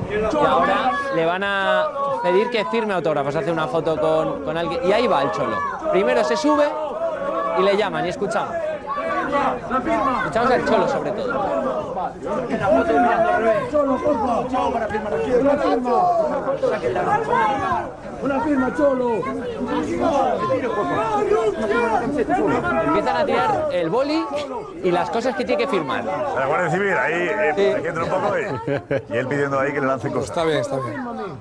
Speaker 23: Y ahora le van a pedir que firme autógrafos, hace una foto con, con alguien. Y ahí va el cholo. Primero se sube y le llaman y escuchamos. Escuchamos al cholo sobre todo.
Speaker 10: Una firma, cholo.
Speaker 23: Empiezan a tirar el boli y las cosas que tiene que firmar.
Speaker 9: A la Guardia Civil, ahí, eh, protegiéndolo un poco. eh. Y él pidiendo ahí que le lancen cosas. Está bien, está bien.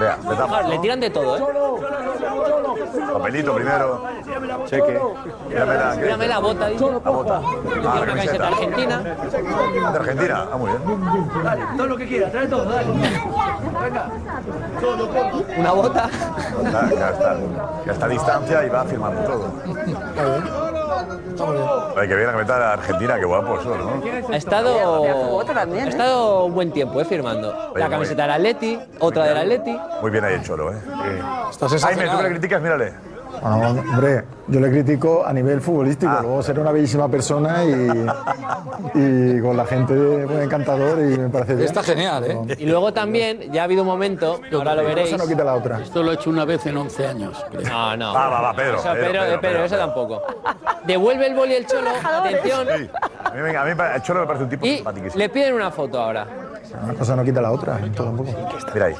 Speaker 9: Vea, empezamos.
Speaker 23: Le tiran de todo, ¿eh?
Speaker 9: Papelito primero. Cheque. Mírame la,
Speaker 23: Mírame la bota, dice.
Speaker 9: La bota. Ah, la
Speaker 23: Una camiseta
Speaker 9: camiseta.
Speaker 23: argentina.
Speaker 9: De Argentina. Ah, muy bien.
Speaker 10: Dale, todo lo que quieras, trae todo, dale.
Speaker 23: Una bota.
Speaker 9: Ya ya está. Ya está a distancia y va firmando todo. Ay, que bien la camiseta de Argentina, qué guapo eso, ¿no?
Speaker 23: Ha estado, ha estado un buen tiempo eh, firmando. La camiseta del Atleti, otra del Atleti.
Speaker 9: Muy bien ahí el cholo, ¿eh? Jaime, tú que le criticas, mírale.
Speaker 14: Bueno, hombre, yo le critico a nivel futbolístico,
Speaker 20: Ah.
Speaker 14: luego será una bellísima persona y, y con la gente muy encantador y me parece bien.
Speaker 20: ¿eh?
Speaker 14: Pero-
Speaker 23: Y luego también, ya ha habido un momento, ahora lo
Speaker 14: Una cosa
Speaker 23: veréis.
Speaker 14: no quita la otra.
Speaker 23: Esto lo he hecho una vez en 11 años. Ah, No, no.
Speaker 9: Va, va, va, Pedro,
Speaker 23: Eso,
Speaker 9: Pedro,
Speaker 23: Pedro,
Speaker 9: Pedro,
Speaker 23: eh, Pedro,
Speaker 9: Pedro,
Speaker 23: eso tampoco. Devuelve el boli el cholo, atención.
Speaker 9: A mí, me- a mí el Cholo me parece un tipo
Speaker 23: Y le piden una
Speaker 9: (laughs)
Speaker 23: foto ahora.
Speaker 14: Una cosa no quita la otra, en todo un poco.
Speaker 9: Mira ahí.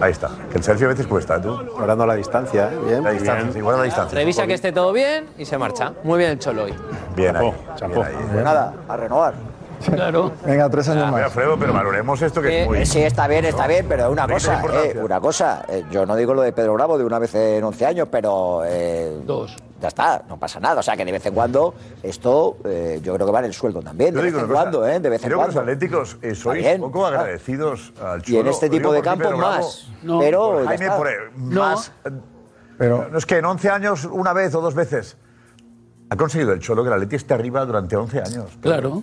Speaker 9: Ahí está. Que el selfie a veces cuesta, ¿eh, tú. Guardando la distancia, Bien. La distancia, sí, guarda la distancia.
Speaker 23: Revisa que esté todo bien y se marcha. Muy bien el cholo hoy.
Speaker 9: Bien ahí. Bien ahí.
Speaker 11: Pues nada, a renovar.
Speaker 23: Claro.
Speaker 14: Venga, tres años
Speaker 9: más. Alfredo, pero valoremos esto que es muy...
Speaker 11: Eh, Sí, está bien, está bien, pero una
Speaker 9: Hombre, que
Speaker 11: cosa,
Speaker 9: tiene importancia.
Speaker 11: eh, una cosa. eh, yo no digo lo de Pedro Bravo de una vez en 11 años, pero. eh,
Speaker 23: Dos.
Speaker 11: Ya está, no pasa nada. O sea, que de vez en cuando esto eh, yo creo que va en el sueldo también.
Speaker 9: Yo
Speaker 11: De vez
Speaker 9: digo
Speaker 11: en
Speaker 9: una cosa,
Speaker 11: cuando, ¿eh? De vez en
Speaker 9: creo que los
Speaker 11: cuando.
Speaker 9: atléticos eh, sois
Speaker 11: bien,
Speaker 9: poco
Speaker 11: está.
Speaker 9: agradecidos al
Speaker 11: Y
Speaker 9: Cholo.
Speaker 11: en este
Speaker 9: Lo digo
Speaker 11: tipo de
Speaker 9: por mí,
Speaker 11: campos
Speaker 9: Pedro Bravo.
Speaker 11: más. Pero. ya
Speaker 9: Jaime,
Speaker 11: está.
Speaker 9: por, eh, más... Pero no es que en 11 años, una vez o dos veces, ha conseguido el Cholo que la Leti esté arriba durante 11 años.
Speaker 24: Claro.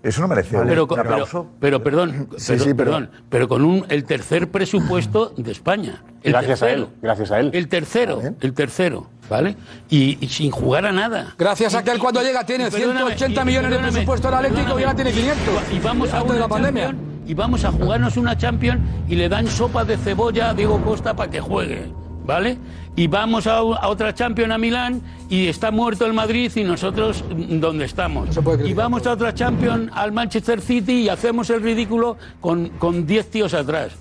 Speaker 9: Eso no merece
Speaker 24: Pero,
Speaker 9: un
Speaker 24: con- pero,
Speaker 9: aplauso.
Speaker 24: pero, perdón,
Speaker 9: Sí,
Speaker 24: pero,
Speaker 9: sí, pero-
Speaker 24: perdón, pero con un, el tercer presupuesto de España. El
Speaker 15: Gracias a
Speaker 24: tercero.
Speaker 15: él, gracias a él.
Speaker 24: El tercero, el tercero, ¿vale? Y, y sin jugar a nada.
Speaker 5: Gracias a
Speaker 24: Y-
Speaker 5: que él cuando
Speaker 24: y-
Speaker 5: llega tiene
Speaker 24: y perdóname,
Speaker 5: 180
Speaker 24: y-
Speaker 5: millones de
Speaker 24: perdóname,
Speaker 5: presupuesto al Atlético
Speaker 24: perdóname.
Speaker 5: y ahora tiene 500.
Speaker 24: Y vamos a
Speaker 5: Antes de
Speaker 24: una
Speaker 5: la pandemia.
Speaker 24: Champions, y vamos a jugarnos una Champions y le dan sopa de cebolla a Diego Costa para que juegue, ¿vale? Y vamos a, u- a otra Champions a Milán y está muerto el Madrid y nosotros mm, donde estamos. y vamos a otra Champions al Manchester City y hacemos el ridículo con con 10 tíos atrás.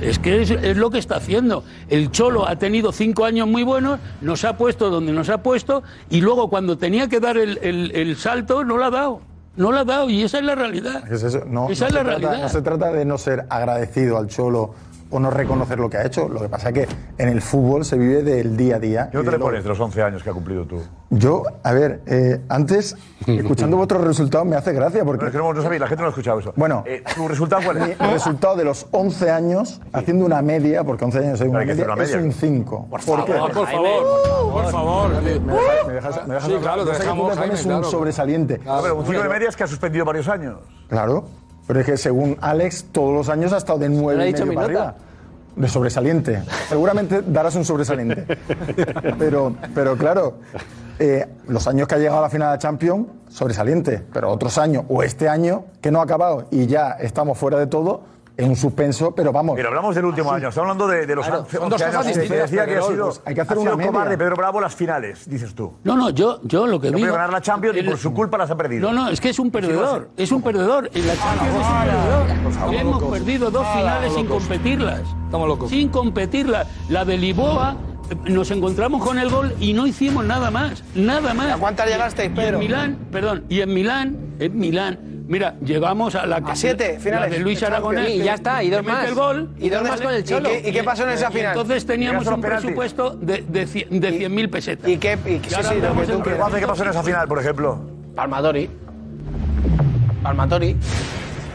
Speaker 24: Es que es, es lo que está haciendo. El Cholo ha tenido cinco años muy buenos, nos ha puesto donde nos ha puesto y luego cuando tenía que dar el, el- el salto no lo ha dado. No lo ha dado y esa es la realidad.
Speaker 14: Es eso, no,
Speaker 24: Esa
Speaker 14: no
Speaker 24: es la
Speaker 14: se trata-
Speaker 24: realidad.
Speaker 14: no se trata de no ser agradecido al cholo o no reconocer lo que ha hecho. Lo que pasa es que en el fútbol se vive del día a día.
Speaker 9: ¿Qué
Speaker 14: y de
Speaker 9: te le
Speaker 14: lo-
Speaker 9: pones de los 11 años que ha cumplido tú?
Speaker 14: Yo, a ver, eh, antes, escuchando vuestros resultados me hace gracia porque...
Speaker 9: No, es que no, no sabéis, la gente no ha escuchado eso.
Speaker 14: Bueno.
Speaker 9: Eh, ¿Tu resultado cuál
Speaker 14: Mi
Speaker 9: es?
Speaker 14: resultado de los 11 años, haciendo una media, porque 11 años soy una
Speaker 9: Hay que
Speaker 14: media,
Speaker 9: hacer una
Speaker 14: es
Speaker 9: media.
Speaker 14: un 5. Por,
Speaker 9: favor, por favor, por favor.
Speaker 14: ¿Me dejas- me dejas, me dejas
Speaker 9: Sí,
Speaker 14: hablar?
Speaker 9: claro,
Speaker 14: Yo
Speaker 9: te
Speaker 14: sé que tú
Speaker 9: dejamos,
Speaker 14: también
Speaker 9: Jaime,
Speaker 14: es un
Speaker 9: claro.
Speaker 14: sobresaliente.
Speaker 9: No, pero un 5 de media es que ha suspendido varios años.
Speaker 14: Claro, pero es que según Alex, todos los años ha estado de 9
Speaker 9: ha
Speaker 14: y
Speaker 9: dicho
Speaker 14: medio
Speaker 9: mi
Speaker 14: para
Speaker 9: nota.
Speaker 14: arriba. De sobresaliente. (laughs) Seguramente darás un sobresaliente. Pero, pero claro, eh, los años que ha llegado a la final de la Champions, sobresaliente. Pero otros años, o este año, que no ha acabado y ya estamos fuera de todo, es un suspenso, pero vamos.
Speaker 9: Pero hablamos del último año, estamos hablando de, de los
Speaker 14: Claro,
Speaker 9: 11
Speaker 14: son dos
Speaker 9: 11 años.
Speaker 14: cosas distintas,
Speaker 9: decía que ha
Speaker 14: Pedrerol,
Speaker 9: sido,
Speaker 14: pues hay que hacer
Speaker 9: ha sido
Speaker 14: una media.
Speaker 9: cobarde Pedro Bravo las finales, dices tú.
Speaker 24: No, no, yo, yo lo que
Speaker 9: No puede
Speaker 24: digo...
Speaker 9: ganar la Champions y por su culpa las ha perdido.
Speaker 24: No, no, es que es un perdedor. Es un perdedor. En la Champions es un perdedor. Hemos perdido dos finales sin competirlas. Estamos locos. Sin competirlas. La de Lisboa. eh, Nos encontramos con el gol y no hicimos nada más, nada más. ¿A cuántas llegasteis,
Speaker 7: Pedro?
Speaker 24: en Milán, perdón, y en Milán, en Milán, mira, llegamos a la
Speaker 7: A siete finales
Speaker 24: la de Luis
Speaker 7: de Champions.
Speaker 24: Aragonés.
Speaker 7: Y ya está, y
Speaker 24: que
Speaker 7: dos
Speaker 24: mete
Speaker 7: más.
Speaker 24: el gol.
Speaker 7: Y dos más con el Cholo. ¿Y qué- y qué pasó en esa
Speaker 24: Y
Speaker 7: final?
Speaker 24: Entonces teníamos
Speaker 7: Llegaste a los
Speaker 24: un
Speaker 7: penaltis.
Speaker 24: presupuesto de, de, cien- de 100.000 pesetas. ¿Y qué?
Speaker 7: sí, sí, lo que tú quieras.
Speaker 9: ¿Qué pasó en esa final, por ejemplo?
Speaker 7: Palmadori. Palmatori.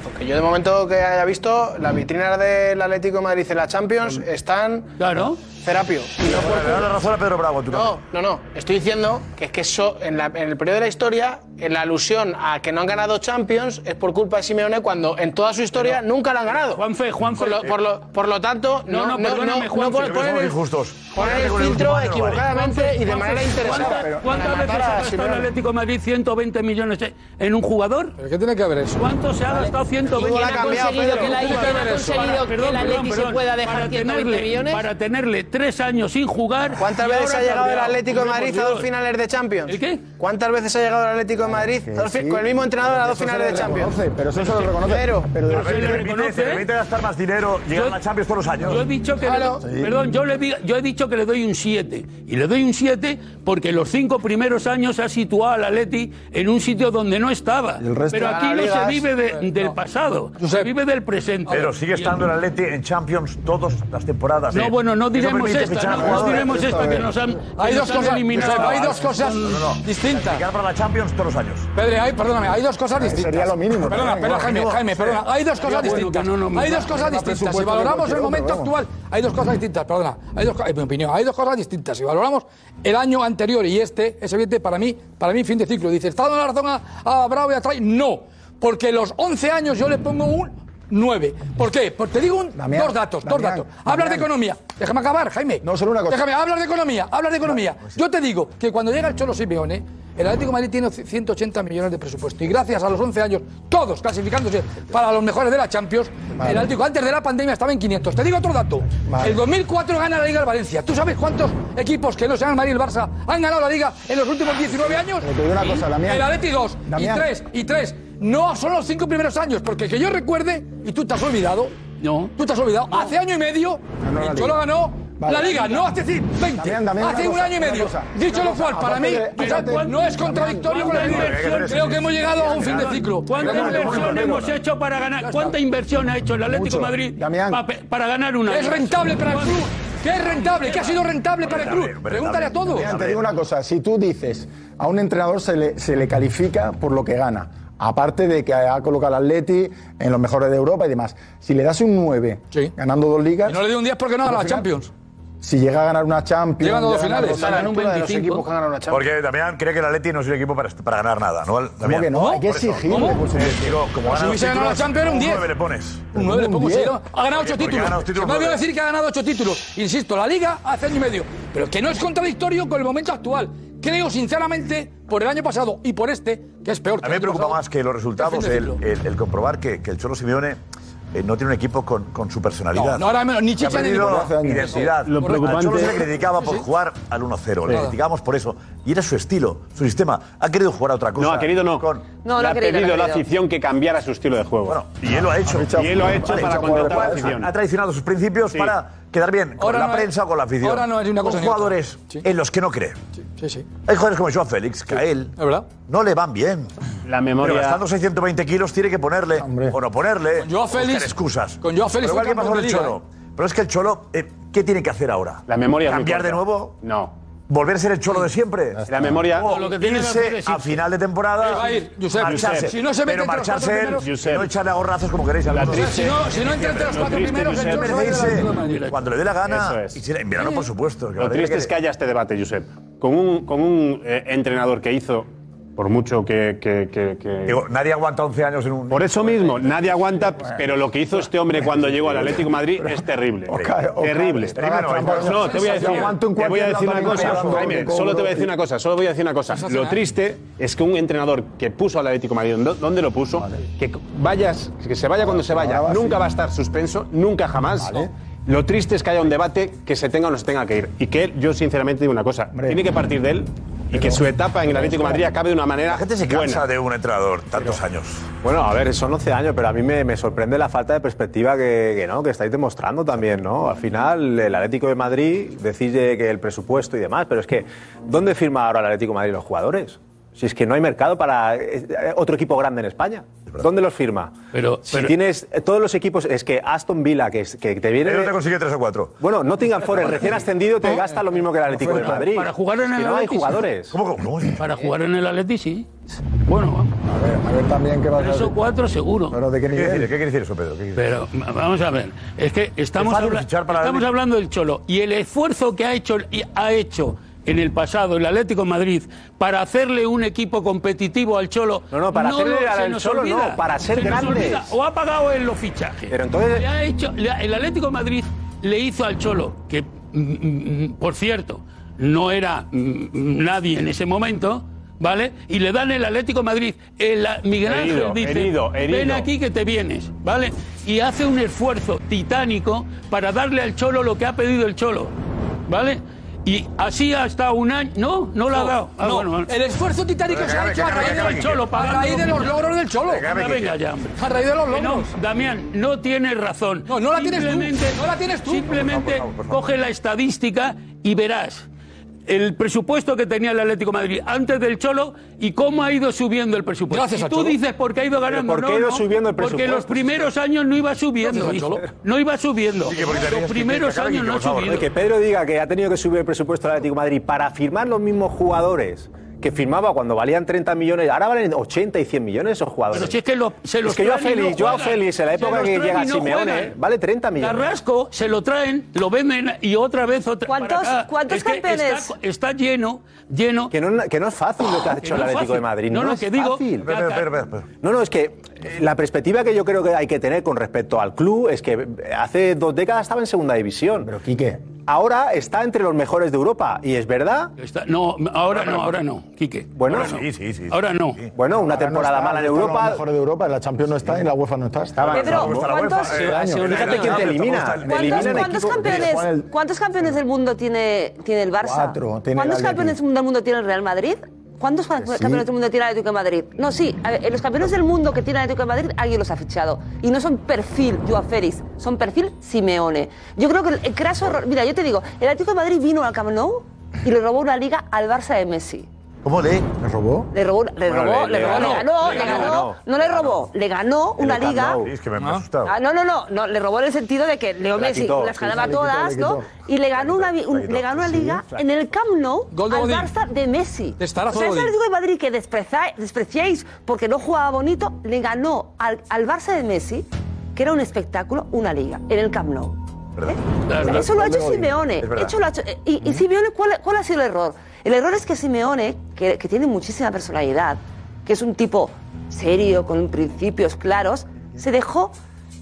Speaker 7: Porque yo de momento que haya visto, las vitrinas del Atlético de Madrid en la Champions están.
Speaker 24: Claro.
Speaker 7: Terapio.
Speaker 9: Le da la razón a Pedro Bravo, tú
Speaker 7: No, no, no. Estoy diciendo que es que eso, en, la- en el periodo de la historia, en la alusión a que no han ganado Champions es por culpa de Simeone cuando en toda su historia nunca la han ganado.
Speaker 24: Juanfe, Juanfe.
Speaker 7: Por lo, por lo, por lo tanto, no, no, no, no, ponen-
Speaker 9: Somos
Speaker 7: ponen el-
Speaker 9: injustos.
Speaker 7: ponen el
Speaker 9: Con el
Speaker 7: filtro
Speaker 9: último año no vale.
Speaker 7: equivocadamente y de manera interesada.
Speaker 24: ¿Cuántas,
Speaker 7: Para
Speaker 24: cuántas veces
Speaker 7: matar a
Speaker 24: ha gastado el
Speaker 7: Simeone.
Speaker 24: Atlético de Madrid 120 millones en un jugador? ¿Pero qué tiene que ver eso? ¿Cuánto se ha gastado 120
Speaker 23: ¿Quién ha
Speaker 24: millones?
Speaker 23: conseguido que la- quién ha conseguido que el Atleti se pueda dejar 120 millones?
Speaker 24: Para tenerle tres años sin jugar.
Speaker 7: ¿Cuántas
Speaker 24: y
Speaker 7: veces
Speaker 24: ahora
Speaker 7: ha llegado el
Speaker 24: cambiado?
Speaker 7: Atlético de
Speaker 24: Hombre,
Speaker 7: Madrid
Speaker 24: por
Speaker 7: a dos
Speaker 24: Dios.
Speaker 7: finales de Champions?
Speaker 24: ¿El qué?
Speaker 7: ¿Cuántas veces ha llegado el Atlético de Madrid a dos fi- con el mismo entrenador a dos finales de Champions?
Speaker 14: Pero eso se lo reconoce.
Speaker 7: Pero,
Speaker 9: A ver, te permite- te permite gastar más dinero, llegar a la Champions todos los años.
Speaker 24: Yo he dicho que le, perdón, yo, le di- yo he dicho que le doy un 7 y le doy un 7 porque los cinco primeros años ha situado al Atleti en un sitio donde no estaba.
Speaker 9: el resto-
Speaker 24: Pero aquí no se
Speaker 9: Ligas.
Speaker 24: vive de- del pasado, se vive del presente.
Speaker 9: Pero sigue estando el Atleti en Champions todas las temporadas.
Speaker 24: No, bueno, no
Speaker 9: Eso
Speaker 24: diremos
Speaker 9: permite
Speaker 24: esta,
Speaker 9: fichar ¿eh?
Speaker 24: no, no
Speaker 9: jugadores.
Speaker 24: diremos esta que nos han,
Speaker 9: Hay
Speaker 24: que
Speaker 9: dos
Speaker 24: nos han
Speaker 9: cosas-
Speaker 24: eliminado.
Speaker 9: Josep, hay dos cosas
Speaker 5: distintas.
Speaker 9: Llegar para la Champions todos los años. Eh,
Speaker 5: Pedre, hay, perdóname, hay dos cosas
Speaker 9: Sería
Speaker 5: distintas.
Speaker 9: lo mínimo,
Speaker 5: Perdona,
Speaker 9: pero
Speaker 5: perdona,
Speaker 9: bueno,
Speaker 5: Jaime,
Speaker 9: igual.
Speaker 5: Jaime, perdona. Hay dos cosas
Speaker 9: Estaría bueno
Speaker 5: distintas.
Speaker 9: que no, no,
Speaker 5: hay
Speaker 9: no,
Speaker 5: dos cosas
Speaker 9: no,
Speaker 5: distintas. Si
Speaker 9: presupuesto
Speaker 5: valoramos
Speaker 9: cualquier
Speaker 5: el
Speaker 9: otro,
Speaker 5: momento
Speaker 9: vamos.
Speaker 5: actual, hay dos cosas distintas, perdona. Hay dos, co- en mi opinión, hay dos cosas distintas. Si valoramos el año anterior y este, es evidente para mí, para mí fin de ciclo. Dice, ¿está dando la razón a, a Bravo y a Trai? No, porque los 11 años yo le pongo un 9. ¿Por qué? Porque te digo un-
Speaker 14: Damián,
Speaker 5: dos datos, dos
Speaker 14: Damián,
Speaker 5: datos. Hablas de
Speaker 14: Damián.
Speaker 5: economía. Déjame acabar, Jaime. No, solo una
Speaker 14: cosa. pues
Speaker 5: Déjame, hablas de economía, hablas de economía. Yo te digo que cuando llega el Cholo Simeone, el Atlético de Madrid tiene 180 millones de presupuesto. Y gracias a los 11 años, todos clasificándose para los mejores de la Champions,
Speaker 14: Vale.
Speaker 5: el Atlético antes de la pandemia estaba en 500. Te digo otro dato.
Speaker 14: Vale.
Speaker 5: El 2004 gana la Liga el Valencia. ¿Tú sabes cuántos equipos que no sean el Madrid y el Barça han ganado la Liga en los últimos 19 años?
Speaker 14: Pero te digo una
Speaker 5: Sí.
Speaker 14: cosa, Damián.
Speaker 5: El Atleti 2 y
Speaker 14: Damián.
Speaker 5: 3 y 3. No son los cinco primeros años, porque que yo recuerde, y tú te has olvidado. No. Tú te has olvidado. Hace año y medio,
Speaker 14: Ganó la Liga.
Speaker 5: el Cholo ganó
Speaker 14: Ah, Vale.
Speaker 5: la Liga. No, hace decir, 20.
Speaker 14: Damián, Damián,
Speaker 5: hace
Speaker 14: una
Speaker 5: un
Speaker 14: cosa,
Speaker 5: año y
Speaker 14: una
Speaker 5: medio.
Speaker 14: cosa.
Speaker 5: Dicho
Speaker 14: Una
Speaker 5: lo cual,
Speaker 14: cosa,
Speaker 5: para mí,
Speaker 14: aparte de-
Speaker 5: quizás
Speaker 14: aparte-
Speaker 5: no es contradictorio con la
Speaker 14: Damián,
Speaker 5: Liga.
Speaker 14: Damián,
Speaker 5: Creo que hemos llegado a un fin
Speaker 14: Damián,
Speaker 5: de ciclo.
Speaker 24: ¿Cuánta inversión hemos hecho para ganar? ¿Cuánta inversión ha hecho el Atlético de Madrid pa- pe- para ganar una?
Speaker 5: Es rentable para el club. Que es rentable, que ha sido rentable para el club. Pregúntale a todos.
Speaker 14: Mira, te digo una cosa, si tú dices a un entrenador se le, se le califica por lo que gana, aparte de que ha colocado al Atleti en los mejores de Europa y demás, si le das un 9 ganando dos ligas,
Speaker 5: Y no le dio un 10 porque no a la
Speaker 14: Al final-
Speaker 5: Champions.
Speaker 14: si llega a ganar una Champions,
Speaker 5: Llega a dos
Speaker 14: llega a ganar
Speaker 5: finales.
Speaker 14: dos
Speaker 5: Ganan un
Speaker 14: Champions,
Speaker 5: 25.
Speaker 14: los equipos que ganan una Champions.
Speaker 9: Porque Damián cree que el Atleti no es un equipo para, para ganar nada, ¿no? Damián?
Speaker 14: ¿Cómo que no? Hay que
Speaker 9: Por eso.
Speaker 14: exigirle,
Speaker 9: ¿Cómo?
Speaker 14: por supuesto.
Speaker 9: Digo, como
Speaker 14: Pues
Speaker 9: gana
Speaker 14: si hubiese
Speaker 9: dos
Speaker 14: ganado la
Speaker 9: títulos,
Speaker 14: Champions, un
Speaker 9: un
Speaker 14: 10.
Speaker 9: 9 le pones.
Speaker 5: Un 9 le pongo,
Speaker 14: Un
Speaker 5: sí,
Speaker 14: 10.
Speaker 5: ¿no? Ha ganado 8
Speaker 9: Porque ha ganado
Speaker 5: títulos.
Speaker 9: los
Speaker 5: Se
Speaker 9: títulos
Speaker 5: me ha olvidado
Speaker 9: nueve.
Speaker 5: decir que ha ganado 8 títulos. Insisto, la Liga hace año y medio. Pero que no es contradictorio con el momento actual. Creo, sinceramente, por el año pasado y por este, que es peor.
Speaker 9: A mí me preocupa más que los resultados,
Speaker 5: Este Fin de
Speaker 9: el, el- el comprobar que, que el Cholo Simeone eh, no tiene un equipo con, con su personalidad.
Speaker 5: No, no, ahora menos, ni
Speaker 9: Que ha
Speaker 5: Chicha ni
Speaker 9: perdido
Speaker 5: Nicolás. Hace años.
Speaker 9: identidad.
Speaker 5: Lo
Speaker 9: Al
Speaker 5: preocupante-
Speaker 9: Cholo se le criticaba por
Speaker 5: Sí, sí.
Speaker 9: jugar al 1-0, le
Speaker 5: Sí.
Speaker 9: criticábamos por eso. Y era su estilo, su sistema. Ha querido jugar a otra cosa.
Speaker 15: No, ha querido no.
Speaker 9: Con-
Speaker 15: Le ha pedido la afición que cambiara su estilo de juego.
Speaker 9: Y él lo ha hecho.
Speaker 15: Y él lo ha hecho
Speaker 9: Vale,
Speaker 15: para contentar a la
Speaker 9: jugadores.
Speaker 15: afición.
Speaker 9: Ha traicionado sus principios
Speaker 15: Sí.
Speaker 9: para quedar bien con
Speaker 15: Ahora
Speaker 9: la
Speaker 15: no es-
Speaker 9: prensa o con la afición.
Speaker 5: ahora no es ni una
Speaker 9: Con
Speaker 5: cosa ni otra.
Speaker 9: jugadores en los que no cree.
Speaker 5: Sí, sí.
Speaker 9: Hay jugadores como Joan Félix, que a él no le van bien. La
Speaker 15: memoria-
Speaker 9: Pero gastando 620 kilos tiene que ponerle o no ponerle.
Speaker 5: Con Joao
Speaker 9: buscar
Speaker 5: Félix-
Speaker 9: excusas.
Speaker 5: con Joao Félix
Speaker 9: Pero igual
Speaker 5: fue
Speaker 9: que pasó
Speaker 5: campeón
Speaker 9: con el
Speaker 5: de liga,
Speaker 9: Cholo. Pero es que el Cholo, eh, ¿qué tiene que hacer ahora?
Speaker 15: La memoria es muy
Speaker 9: ¿Cambiar de
Speaker 15: corta.
Speaker 9: nuevo?
Speaker 15: No.
Speaker 9: ¿Volver a ser el Cholo de siempre?
Speaker 15: La memoria-
Speaker 9: O
Speaker 15: Lo que tiene que hacer
Speaker 9: irse
Speaker 15: es
Speaker 9: a
Speaker 15: irse.
Speaker 9: final de temporada.
Speaker 15: Él va a ir,
Speaker 5: Josep.
Speaker 9: marcharse.
Speaker 5: Josep. Si no se mete
Speaker 9: Pero
Speaker 5: entre los cuatro
Speaker 9: marcharse, él,
Speaker 5: primeros-
Speaker 9: no echarle a gorrazos como queréis. algunos.
Speaker 5: triste- Si no- si no entra entre los
Speaker 9: Lo
Speaker 5: cuatro
Speaker 9: triste,
Speaker 5: primeros, el
Speaker 9: Josep,
Speaker 5: Cholo se va de la
Speaker 9: merece-
Speaker 5: Liga de Madrid.
Speaker 9: Cuando le dé la
Speaker 15: Eso
Speaker 9: gana.
Speaker 15: es.
Speaker 9: Y si- en verano, por supuesto. que
Speaker 15: Lo
Speaker 9: Madrid
Speaker 15: triste
Speaker 9: le
Speaker 15: es
Speaker 9: quede-
Speaker 15: que haya este debate, Josep. Con un, con un eh, entrenador que hizo, por mucho que. que- que- que-
Speaker 9: Digo, nadie aguanta 11 años en un.
Speaker 15: por eso mismo, nadie aguanta, pero lo que hizo este hombre cuando llegó al Atlético de Madrid es terrible. terrible.
Speaker 9: Terrible no es.
Speaker 15: No, te voy a decir,
Speaker 9: Yo aguanto en
Speaker 15: te voy a
Speaker 9: cualquier
Speaker 15: decir
Speaker 9: lado
Speaker 15: una cosa,
Speaker 9: también,
Speaker 15: Jaime,
Speaker 9: cobro,
Speaker 15: solo te voy a decir
Speaker 9: y-
Speaker 15: una cosa, solo voy a decir una cosa. Lo triste es que un entrenador que puso al Atlético de Madrid ¿dó- dónde lo puso, que vayas, que se vaya cuando se vaya, nunca va a estar suspenso, nunca jamás. Lo triste es que haya un debate que se tenga o no se tenga que ir. Y que él, yo sinceramente digo una cosa, tiene que partir de él y que su etapa en el Atlético de Madrid acabe de una manera
Speaker 9: La gente se
Speaker 15: buena.
Speaker 9: cansa de un entrenador tantos años.
Speaker 18: Bueno, a ver, son 11 años, pero a mí me, me sorprende la falta de perspectiva que, que no, que estáis demostrando también, ¿no? Al final, el Atlético de Madrid decís eh, que el presupuesto y demás, pero es que, ¿dónde firma ahora el Atlético de Madrid los jugadores? Si es que no hay mercado para eh, eh, otro equipo grande en España. ¿Dónde los firma?
Speaker 24: Pero-
Speaker 18: si
Speaker 24: pero-
Speaker 18: tienes eh, todos los equipos, es que Aston Villa, que, es- que te viene...
Speaker 9: Pero
Speaker 18: de-
Speaker 9: te consigue tres o cuatro.
Speaker 18: Bueno, Nottingham Forest, recién ascendido, te gasta lo mismo que el Atlético de Madrid.
Speaker 24: Para jugar en
Speaker 18: Es
Speaker 24: el
Speaker 18: que no hay
Speaker 24: Atleti, sí.
Speaker 18: jugadores.
Speaker 24: Para jugar en el Atleti, sí. Bueno,
Speaker 14: A ver, a ver también qué va a
Speaker 24: tres o
Speaker 14: hacer.
Speaker 24: cuatro seguro.
Speaker 14: Pero de qué
Speaker 9: ¿Qué quiere decir,
Speaker 14: nivel.
Speaker 9: ¿Qué quiere decir eso, Pedro? ¿Qué quiere decir?
Speaker 24: Pero m- vamos a ver, es que estamos,
Speaker 9: fácil
Speaker 24: habla-
Speaker 9: fichar para el
Speaker 24: estamos
Speaker 9: Atlético.
Speaker 24: hablando del Cholo y el esfuerzo que ha hecho, y ha hecho en el pasado el Atlético de Madrid para hacerle un equipo competitivo al Cholo.
Speaker 18: No, no, para hacerle
Speaker 24: lo- se
Speaker 18: al
Speaker 24: nos
Speaker 18: Cholo no,
Speaker 24: olvida,
Speaker 18: para ser
Speaker 24: se nos
Speaker 18: grandes.
Speaker 24: olvida. O ha pagado en los fichajes.
Speaker 18: Pero entonces-
Speaker 24: Le ha hecho- le ha- el Atlético de Madrid le hizo al Cholo, que mm, mm, por cierto no era mm, nadie en ese momento. ¿Vale? Y le dan el Atlético de Madrid. El, Miguel Ángel
Speaker 15: Herido,
Speaker 24: dice,
Speaker 15: herido,
Speaker 24: ven
Speaker 15: herido.
Speaker 24: aquí que te vienes, ¿vale? Y hace un esfuerzo titánico para darle al Cholo lo que ha pedido el Cholo, ¿vale? Y así hasta un año... No, no lo ha dado. Ah,
Speaker 5: no.
Speaker 24: bueno, bueno.
Speaker 5: El esfuerzo titánico
Speaker 24: Venga,
Speaker 5: se ha
Speaker 24: venga,
Speaker 5: hecho a
Speaker 24: venga,
Speaker 5: raíz,
Speaker 24: venga,
Speaker 5: del
Speaker 24: venga,
Speaker 5: Cholo,
Speaker 24: venga,
Speaker 5: a
Speaker 24: venga,
Speaker 5: raez de
Speaker 24: venga.
Speaker 5: los logros del Cholo.
Speaker 24: Venga, ya, hombre.
Speaker 5: A raíz de los
Speaker 24: Que no,
Speaker 5: logros.
Speaker 24: Damián, no tienes razón.
Speaker 5: No, no la tienes tú.
Speaker 24: Simplemente-
Speaker 5: No la tienes tú.
Speaker 24: Simplemente coge la estadística y verás el presupuesto que tenía el Atlético de Madrid antes del Cholo y cómo ha ido subiendo el presupuesto.
Speaker 18: Gracias
Speaker 24: y
Speaker 18: al
Speaker 24: tú
Speaker 18: Cholo.
Speaker 24: dices porque ha ido ganando.
Speaker 18: ¿por qué
Speaker 24: no,
Speaker 18: ha ido
Speaker 24: no,
Speaker 18: subiendo el
Speaker 24: Porque
Speaker 18: presupuesto?
Speaker 24: los primeros años no iba subiendo,
Speaker 18: Gracias al
Speaker 24: hijo.
Speaker 18: Cholo.
Speaker 24: No iba subiendo.
Speaker 18: Sí, que porque tenías
Speaker 24: los
Speaker 18: Pues que
Speaker 24: primeros
Speaker 18: sacar
Speaker 24: años
Speaker 18: aquí,
Speaker 24: no ha
Speaker 18: por favor.
Speaker 24: subido.
Speaker 18: Que Pedro diga que ha tenido que subir el presupuesto del Atlético de Madrid para firmar los mismos jugadores que firmaba cuando valían 30 millones, ahora valen 80 y 100 millones esos jugadores.
Speaker 24: Pero si es que lo- se los
Speaker 18: Es que yo a
Speaker 24: traen y no
Speaker 18: Félix, yo a
Speaker 24: juegan.
Speaker 18: Félix, en la
Speaker 24: Se
Speaker 18: época
Speaker 24: los
Speaker 18: que
Speaker 24: traen
Speaker 18: llega
Speaker 24: y no
Speaker 18: Simeone,
Speaker 24: juegan.
Speaker 18: vale 30 millones.
Speaker 24: Carrasco se lo traen, lo venden y otra vez otra
Speaker 13: ¿Cuántos-
Speaker 24: para acá.
Speaker 13: cuántos
Speaker 24: Es que
Speaker 13: campeones?
Speaker 24: Está, está lleno, lleno. Ah,
Speaker 18: Que no, que no es fácil lo que ha hecho el Atlético de Madrid.
Speaker 24: No, no,
Speaker 18: es
Speaker 24: que digo.
Speaker 18: fácil.
Speaker 24: Caca,
Speaker 18: No, no, es que eh, la perspectiva que yo creo que hay que tener con respecto al club es que eh, hace dos décadas estaba en segunda división. Pero Quique. Ahora está entre los mejores de Europa. Y es verdad.
Speaker 24: está- no, ahora no, ahora no, Quique.
Speaker 18: Bueno,
Speaker 24: Ahora no.
Speaker 18: sí, sí, sí.
Speaker 24: Ahora no.
Speaker 18: Bueno,
Speaker 14: Ahora
Speaker 18: una
Speaker 14: no
Speaker 18: temporada
Speaker 14: está,
Speaker 18: mala en
Speaker 14: está
Speaker 18: Europa.
Speaker 14: Lo mejor de Europa, en la Champions no está y en la UEFA no está.
Speaker 13: Pedro,
Speaker 5: Eh,
Speaker 13: ¿cuántos,
Speaker 5: este
Speaker 18: Fíjate quién te elimina. Te
Speaker 13: ¿cuántos-
Speaker 18: elimina el
Speaker 13: cuántos
Speaker 18: equipo que
Speaker 13: campeones,
Speaker 18: juega el-
Speaker 13: cuántos campeones del mundo tiene, tiene el Barça?
Speaker 14: Cuatro, tiene el
Speaker 13: ¿Cuántos
Speaker 14: Atleti.
Speaker 13: campeones del mundo tiene el Real Madrid? ¿Cuántos cua- campeones del mundo tiene el Atlético de Madrid? No, sí, a ver, los campeones del mundo que tiene el Atlético de Madrid, alguien los ha fichado. Y no son perfil Joao Félix, son perfil Simeone. Yo creo que el, el craso error... Mira, yo te digo, el Atlético de Madrid vino al Camp Nou y le robó una liga al Barça de Messi.
Speaker 14: ¿Cómo le? ¿Me robó?
Speaker 13: Le robó, le
Speaker 14: Bueno,
Speaker 13: robó,
Speaker 14: le-
Speaker 13: le
Speaker 14: le
Speaker 13: robó, le
Speaker 14: ganó,
Speaker 13: ganó,
Speaker 14: le
Speaker 13: le
Speaker 14: ganó,
Speaker 13: ganó, no le robó, le ganó
Speaker 14: En el
Speaker 13: una
Speaker 14: Camp
Speaker 13: liga...
Speaker 14: Nou. Sí, es que me- me ha asustado.
Speaker 13: Ah, no, no, no, no, le robó en el sentido de que Leo
Speaker 14: la
Speaker 13: Messi
Speaker 14: quitó,
Speaker 13: las
Speaker 14: sí,
Speaker 13: ganaba
Speaker 14: le quitó, le
Speaker 13: todas, ¿no?
Speaker 14: quitó.
Speaker 13: Y le ganó una, vi- un-
Speaker 14: quitó,
Speaker 13: le ganó una
Speaker 14: sí,
Speaker 13: liga
Speaker 14: claro.
Speaker 13: en el Camp Nou
Speaker 14: Gol de
Speaker 13: al
Speaker 14: Godín.
Speaker 13: Barça de Messi. O sea,
Speaker 14: Estará
Speaker 13: es el
Speaker 14: Godín.
Speaker 13: Atlético de Madrid que despreza- despreciáis porque no jugaba bonito, le ganó al, al Barça de Messi, que era un espectáculo, una liga en el Camp Nou.
Speaker 24: eh,
Speaker 9: Claro.
Speaker 13: Eso lo ha
Speaker 9: Gol
Speaker 13: hecho
Speaker 9: de Godín.
Speaker 13: Simeone.
Speaker 9: Es verdad.
Speaker 13: Eso lo ha hecho- y, y Simeone, ¿cuál, cuál ha sido el error? El error es que Simeone, que, que tiene muchísima personalidad, que es un tipo serio, con principios claros, se dejó,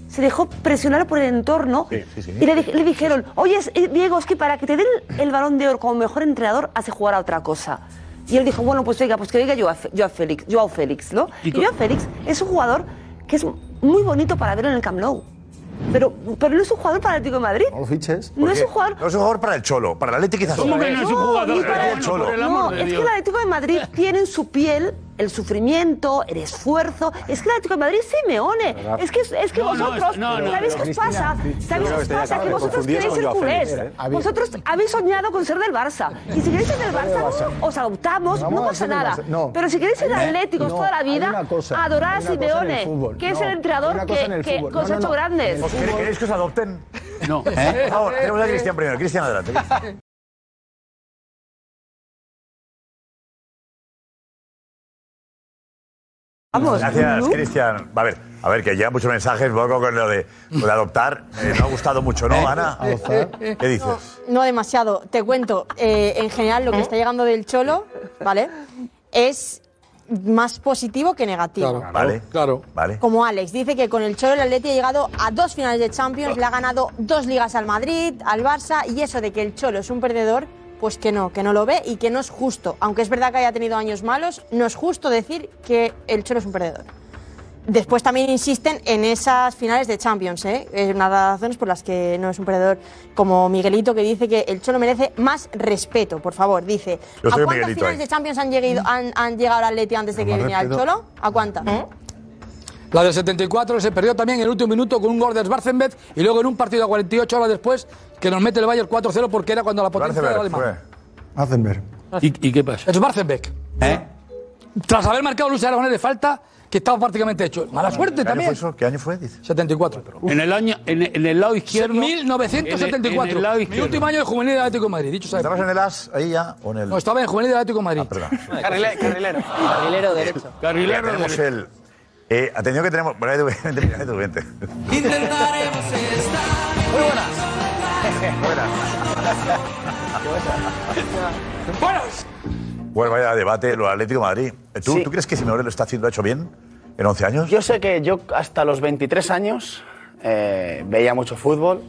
Speaker 13: se dejó presionar por el entorno y le, di- le dijeron, oye, es- eh, Diego, es que para que te den el balón de oro como mejor entrenador, hace jugar a otra cosa. Y él dijo, bueno, pues venga, pues que venga Joao, Fe- Joao Félix, Joao Félix, ¿no?
Speaker 8: Y
Speaker 13: Y
Speaker 8: co-
Speaker 13: Joao Félix es un jugador que es muy bonito para ver en el Camp Nou. Pero, pero no es un jugador para el Atlético de Madrid.
Speaker 9: No lo fiches.
Speaker 13: No es un jugador-
Speaker 9: No es un jugador para el Cholo. Para el Atleti quizás.
Speaker 13: ¿Cómo que no es un No, jugador?
Speaker 9: Pero
Speaker 13: ni para
Speaker 9: para el
Speaker 13: el-
Speaker 9: Cholo.
Speaker 13: No, es que el Atlético de Madrid tiene en su piel el sufrimiento, el esfuerzo. Es que el Atlético de Madrid es Simeone.
Speaker 9: ¿Verdad?
Speaker 13: Es que, es que
Speaker 9: No, no,
Speaker 13: vosotros,
Speaker 9: es- no, no,
Speaker 13: ¿sabéis
Speaker 9: no,
Speaker 13: qué os
Speaker 9: Cristina,
Speaker 13: pasa?
Speaker 9: sí, yo
Speaker 13: ¿Sabéis
Speaker 9: creo
Speaker 13: qué
Speaker 9: que
Speaker 13: os
Speaker 9: estoy
Speaker 13: pasa?
Speaker 9: acabando
Speaker 13: Que
Speaker 9: de
Speaker 13: vosotros
Speaker 9: confundir
Speaker 13: queréis
Speaker 9: con
Speaker 13: ser
Speaker 9: Joao Félix,
Speaker 13: culés.
Speaker 9: ¿eh? Ah, bien.
Speaker 13: Vosotros habéis soñado con ser del Barça. Y si queréis ser del Barça, os adoptamos,
Speaker 14: Vamos
Speaker 13: no
Speaker 14: a
Speaker 13: pasa
Speaker 14: ser del
Speaker 13: nada.
Speaker 14: Barça. No.
Speaker 13: Pero si queréis ser
Speaker 14: No,
Speaker 13: atléticos
Speaker 14: no,
Speaker 13: toda la
Speaker 14: hay
Speaker 13: vida,
Speaker 14: una cosa,
Speaker 13: adorad a
Speaker 14: hay una cosa en el
Speaker 13: Simeone,
Speaker 14: fútbol.
Speaker 13: que es
Speaker 14: No,
Speaker 13: el
Speaker 14: hay
Speaker 13: entrenador
Speaker 14: una
Speaker 13: que,
Speaker 14: cosa en el
Speaker 13: que,
Speaker 14: fútbol.
Speaker 13: que os
Speaker 14: No,
Speaker 13: ha
Speaker 14: no,
Speaker 13: hecho
Speaker 14: no.
Speaker 13: grandes.
Speaker 9: ¿Os quere- ¿Queréis que os adopten?
Speaker 24: No.
Speaker 9: este- (laughs) Por favor, tenemos
Speaker 4: ¿Eh?
Speaker 9: a Cristian primero. Cristian, adelante.
Speaker 13: Vamos.
Speaker 9: Gracias, Cristian. A ver, a ver, que llegan muchos mensajes, un poco con lo de, lo de adoptar. Eh, no ha gustado mucho, ¿no, Ana? ¿Qué dices?
Speaker 1: No demasiado, te cuento. Eh, en general, lo que está llegando del Cholo, ¿vale? Es más positivo que negativo.
Speaker 9: Vale. Claro. Vale.
Speaker 1: Como Alex, dice que con el Cholo el Atleti ha llegado a dos finales de Champions,
Speaker 9: Ah.
Speaker 1: le ha ganado dos ligas al Madrid, al Barça, y eso de que el Cholo es un perdedor, pues que no, que no lo ve y que no es justo. Aunque es verdad que haya tenido años malos, no es justo decir que el Cholo es un perdedor. Después también insisten en esas finales de Champions, ¿eh? Es una de las razones por las que no es un perdedor como Miguelito, que dice que el Cholo merece más respeto, por favor, dice.
Speaker 9: Yo
Speaker 1: ¿A
Speaker 9: soy
Speaker 1: cuántas
Speaker 9: Miguelito
Speaker 1: finales
Speaker 9: ahí.
Speaker 1: de Champions han llegado, han, han llegado al Atleti antes de que
Speaker 5: Más
Speaker 1: viniera el
Speaker 5: respeto.
Speaker 1: Cholo? ¿A cuántas?
Speaker 5: La del 74 se perdió también en el último minuto con un gol de Schwarzenberg y luego en un partido a 48 horas después que nos mete el Bayern 4-0 porque era cuando la potencia era alemana.
Speaker 14: Hacen ver.
Speaker 24: ¿Y, qué pasa?
Speaker 5: Schwarzenberg.
Speaker 24: ¿Eh?
Speaker 5: Tras haber marcado Luis Aragonés de falta, que estaba prácticamente hecho. Mala suerte
Speaker 24: ¿Qué año
Speaker 5: también.
Speaker 24: fue eso?
Speaker 9: ¿Qué año fue? Dice.
Speaker 5: 74.
Speaker 24: En el año, en, el- en el lado izquierdo.
Speaker 5: 1974.
Speaker 24: En el- en el lado
Speaker 5: Mi
Speaker 24: izquierdo.
Speaker 5: último año de juvenil del Atlético de Madrid, dicho sea.
Speaker 9: ¿Estabas en el AS ahí ya o en el.? Ah,
Speaker 5: No, estaba en juvenil del Atlético de Madrid.
Speaker 7: Carrilero. Carrilero,
Speaker 12: derecho.
Speaker 9: Carrilero tenemos el. Eh, atención que tenemos. Bueno, (laughs) vente, vente, vente, vente.
Speaker 12: Intentaremos
Speaker 9: (laughs)
Speaker 25: Muy buenas.
Speaker 12: Buenas.
Speaker 9: Bueno, vaya debate, lo Atlético de Madrid. Eh, ¿Tú, ¿Tú crees que Simeone lo está haciendo, lo ha hecho bien en 11 años?
Speaker 8: Yo sé que yo hasta los 23 años eh, veía mucho fútbol